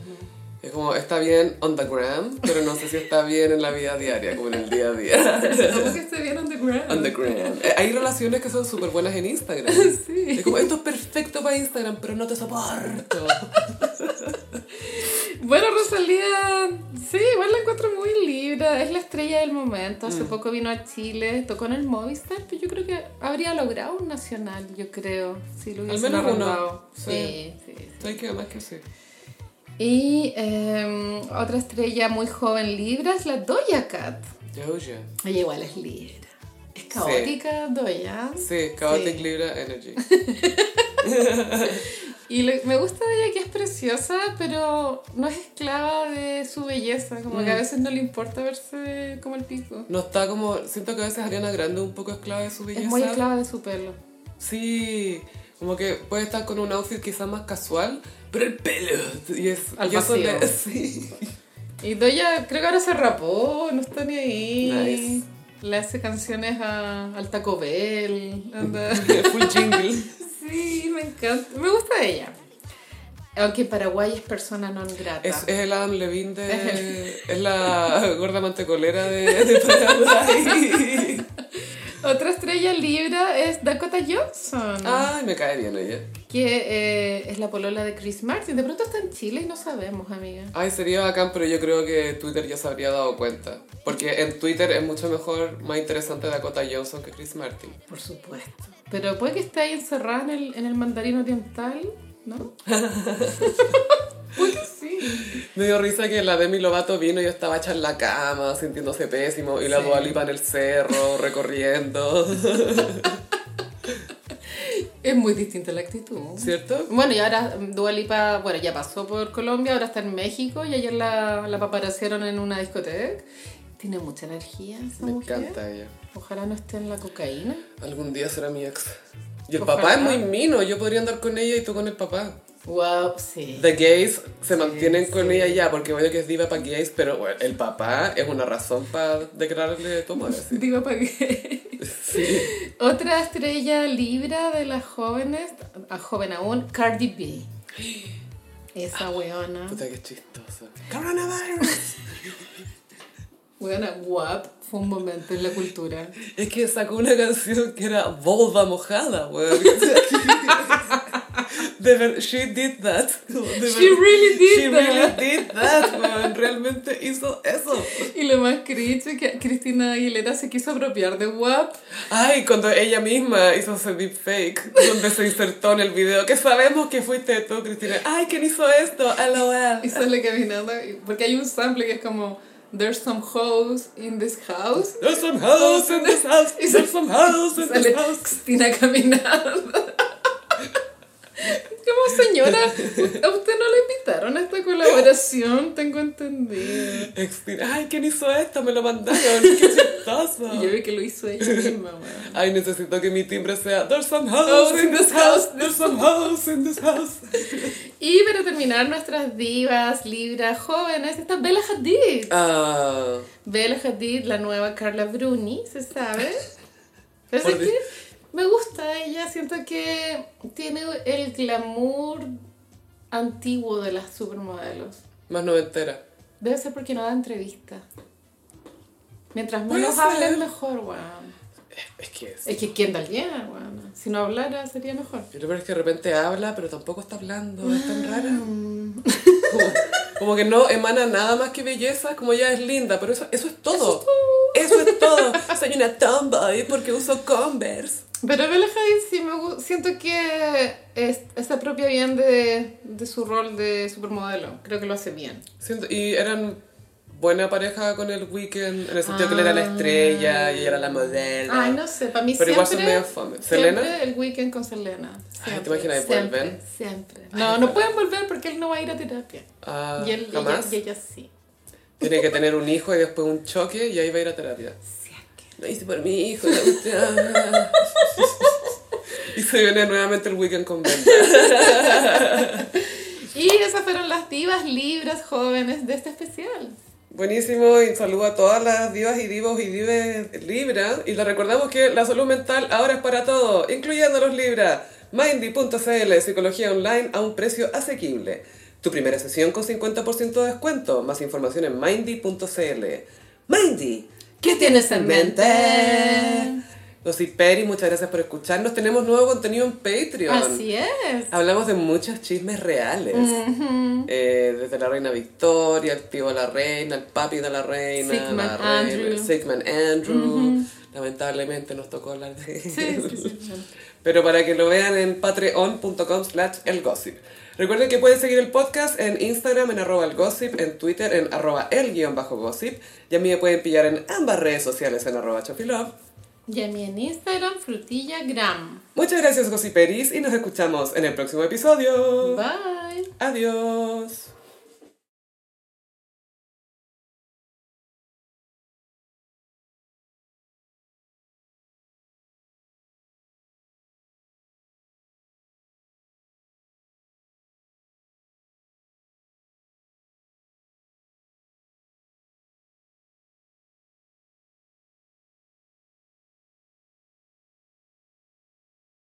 no. Es como, está bien on the gram, pero no sé si está bien en la vida diaria, como en el día a día. ¿Cómo que esté bien on the ground? On the gram. Eh, Hay relaciones que son súper buenas en Instagram. Sí. Es como, esto es perfecto para Instagram, pero no te soporto. Bueno, Rosalía, sí, igual la encuentro muy libra, es la estrella del Mm. momento. Hace poco vino a Chile, tocó en el Movistar, pero yo creo que habría logrado un nacional, yo creo, si lo Al hubiesen menos uno, arrendado. sí. Sí, sí, sí. Estoy que más que sí. Y eh, otra estrella muy joven libra es la Doja Cat. Jojo. Ella igual es libra. Es caótica, Doja. Sí, Chaotic Sí. Libra Energy. Y lo- me gusta de ella que es preciosa, pero no es esclava de su belleza, como Mm. que a veces no le importa verse como el pico. No está como, siento que a veces Ariana Grande es un poco esclava de su belleza. Es muy esclava de su pelo. Sí, como que puede estar con un outfit quizás más casual, pero el pelo. Y es. Al y eso vacío. le- sí. Y Doya creo que ahora se rapó, no está ni ahí. Nice. Le hace canciones a, al Taco Bell. anda. Full jingle. sí, me encanta. Me gusta ella. Aunque en Paraguay es persona non grata. Es, es el Adam Levine de. es la gorda mantecolera de, de Paraguay. Otra estrella libra es Dakota Johnson, Ay, me cae bien ella. que eh, es la polola de Chris Martin. De pronto está en Chile y no sabemos, amiga. Ay, sería bacán, pero yo creo que Twitter ya se habría dado cuenta. Porque en Twitter es mucho mejor, más interesante Dakota Johnson que Chris Martin. Por supuesto. Pero puede que esté ahí encerrada en el, en el mandarín oriental, ¿no? puede que sí. Me dio risa que la Demi Lovato vino y yo estaba hecha en la cama, sintiéndose pésimo, y la Sí. Dua Lipa en el cerro, recorriendo, Es muy distinta la actitud. ¿cierto? Bueno, y ahora mm, Dua Lipa, bueno, ya pasó por Colombia, ahora está en México y ayer la, la paparazziaron en una discoteca. Tiene mucha energía esa Me mujer. encanta ella. Ojalá no esté en la cocaína. Algún día será mi ex. Y el Ojalá. papá es muy mino, yo podría andar con ella y tú con el papá. Wow, sí. The gays se mantienen Sí, con sí. ella ya, porque bueno que es diva para gays, pero bueno, el papá es una razón para declararle tu amor. así. Digo, ¿para qué? Otra estrella libra de las jóvenes, a joven aún, Cardi B. Ah. Esa weona. Puta que chistosa. Coronavirus. Weona guap fue un momento en la cultura. Es que sacó una canción que era Volva mojada, weón. De ver- she did that. De ver- She really did she that. really did that, weón. Realmente hizo eso. Y lo más cringe es que Cristina Aguilera se quiso apropiar de WAP. Ay, cuando ella misma hizo ese deepfake donde se insertó en el video, que sabemos que fuiste tú, Cristina. Ay, ¿quién hizo esto? LOL. Y sale caminando. y- Porque hay un sample que es como: There's some hoes in this house. There's some house in this house. Y There's some house in Sale this house. Cristina caminando. Como señora, a usted no la invitaron a esta colaboración, tengo entendido. Extin- Ay, ¿quién hizo esto? Me lo mandaron. Qué chistoso. Y yo vi que lo hizo ella misma, weón. Ay, necesito que mi timbre sea There's some house in this house. There's some house in this house. Y para terminar, nuestras divas, libras, jóvenes, está Bella Hadid. Ah, Bella Hadid, la nueva Carla Bruni, se sabe. Pero Por es di- que me gusta ella, siento que tiene el glamour antiguo de las supermodelos. más noventera. Debe ser porque no da entrevista. Mientras Puede menos ser. hablen, mejor, weón. Es que es. Es que Kendall Jenner, weón. Si no hablara, sería mejor. Yo creo que de repente habla, pero tampoco está hablando. Es tan rara. Mm. Como que no emana nada más que belleza, como ella es linda, pero eso, eso es todo. Eso es todo. Soy una tomboy porque uso Converse. Pero Bella Hadid sí me gu- siento que es, se apropia bien de, de su rol de supermodelo. Creo que lo hace bien. Siento- y eran buena pareja con el Weekend, en el sentido que él era la estrella y ella era la modelo. Ah. Ay, no sé, para mí Pero igual son siempre... medio fome. siempre ¿Selena? el weekend con Selena. Siempre, ¿te imaginas? siempre, ¿Vuelven? Siempre. Ay, No, ojalá. no pueden volver porque él no va a ir a terapia. Ah, y él y ella, jamás. y ella sí. Tiene que tener un hijo y después un choque y ahí va a ir a terapia. Sí, es que- Lo hice por mi hijo, la cuestión. Y se viene nuevamente el Weekend con Ben. Y esas fueron las divas libras jóvenes de este especial. Buenísimo y saludo a todas las divas y divos y dives Libra. Y les recordamos que la salud mental ahora es para todos, incluyendo los Libra. Mindy.cl, psicología online a un precio asequible. Tu primera sesión con 50% de descuento. Más información en Mindy.cl. Mindy, ¿qué tienes en mente? Los Peri, muchas gracias por escucharnos. Tenemos nuevo contenido en Patreon. Así es. Hablamos de muchos chismes reales. Eh, desde la reina Victoria, el tío de la reina, el papi de la reina, Sigmund la reina, Andrew. Sigmund Andrew. Lamentablemente nos tocó hablar de Sí, él. sí, sí, sí. Pero para que lo vean en patreon.com slash elgossip. Recuerden que pueden seguir el podcast en Instagram en arroba elgossip, en Twitter en arroba el guión bajo gossip. Y a mí me pueden pillar en ambas redes sociales en arroba chopilove. Y a mí en Instagram, frutillagram. Muchas gracias, Gossiperis, y nos escuchamos en el próximo episodio. Bye. Adiós.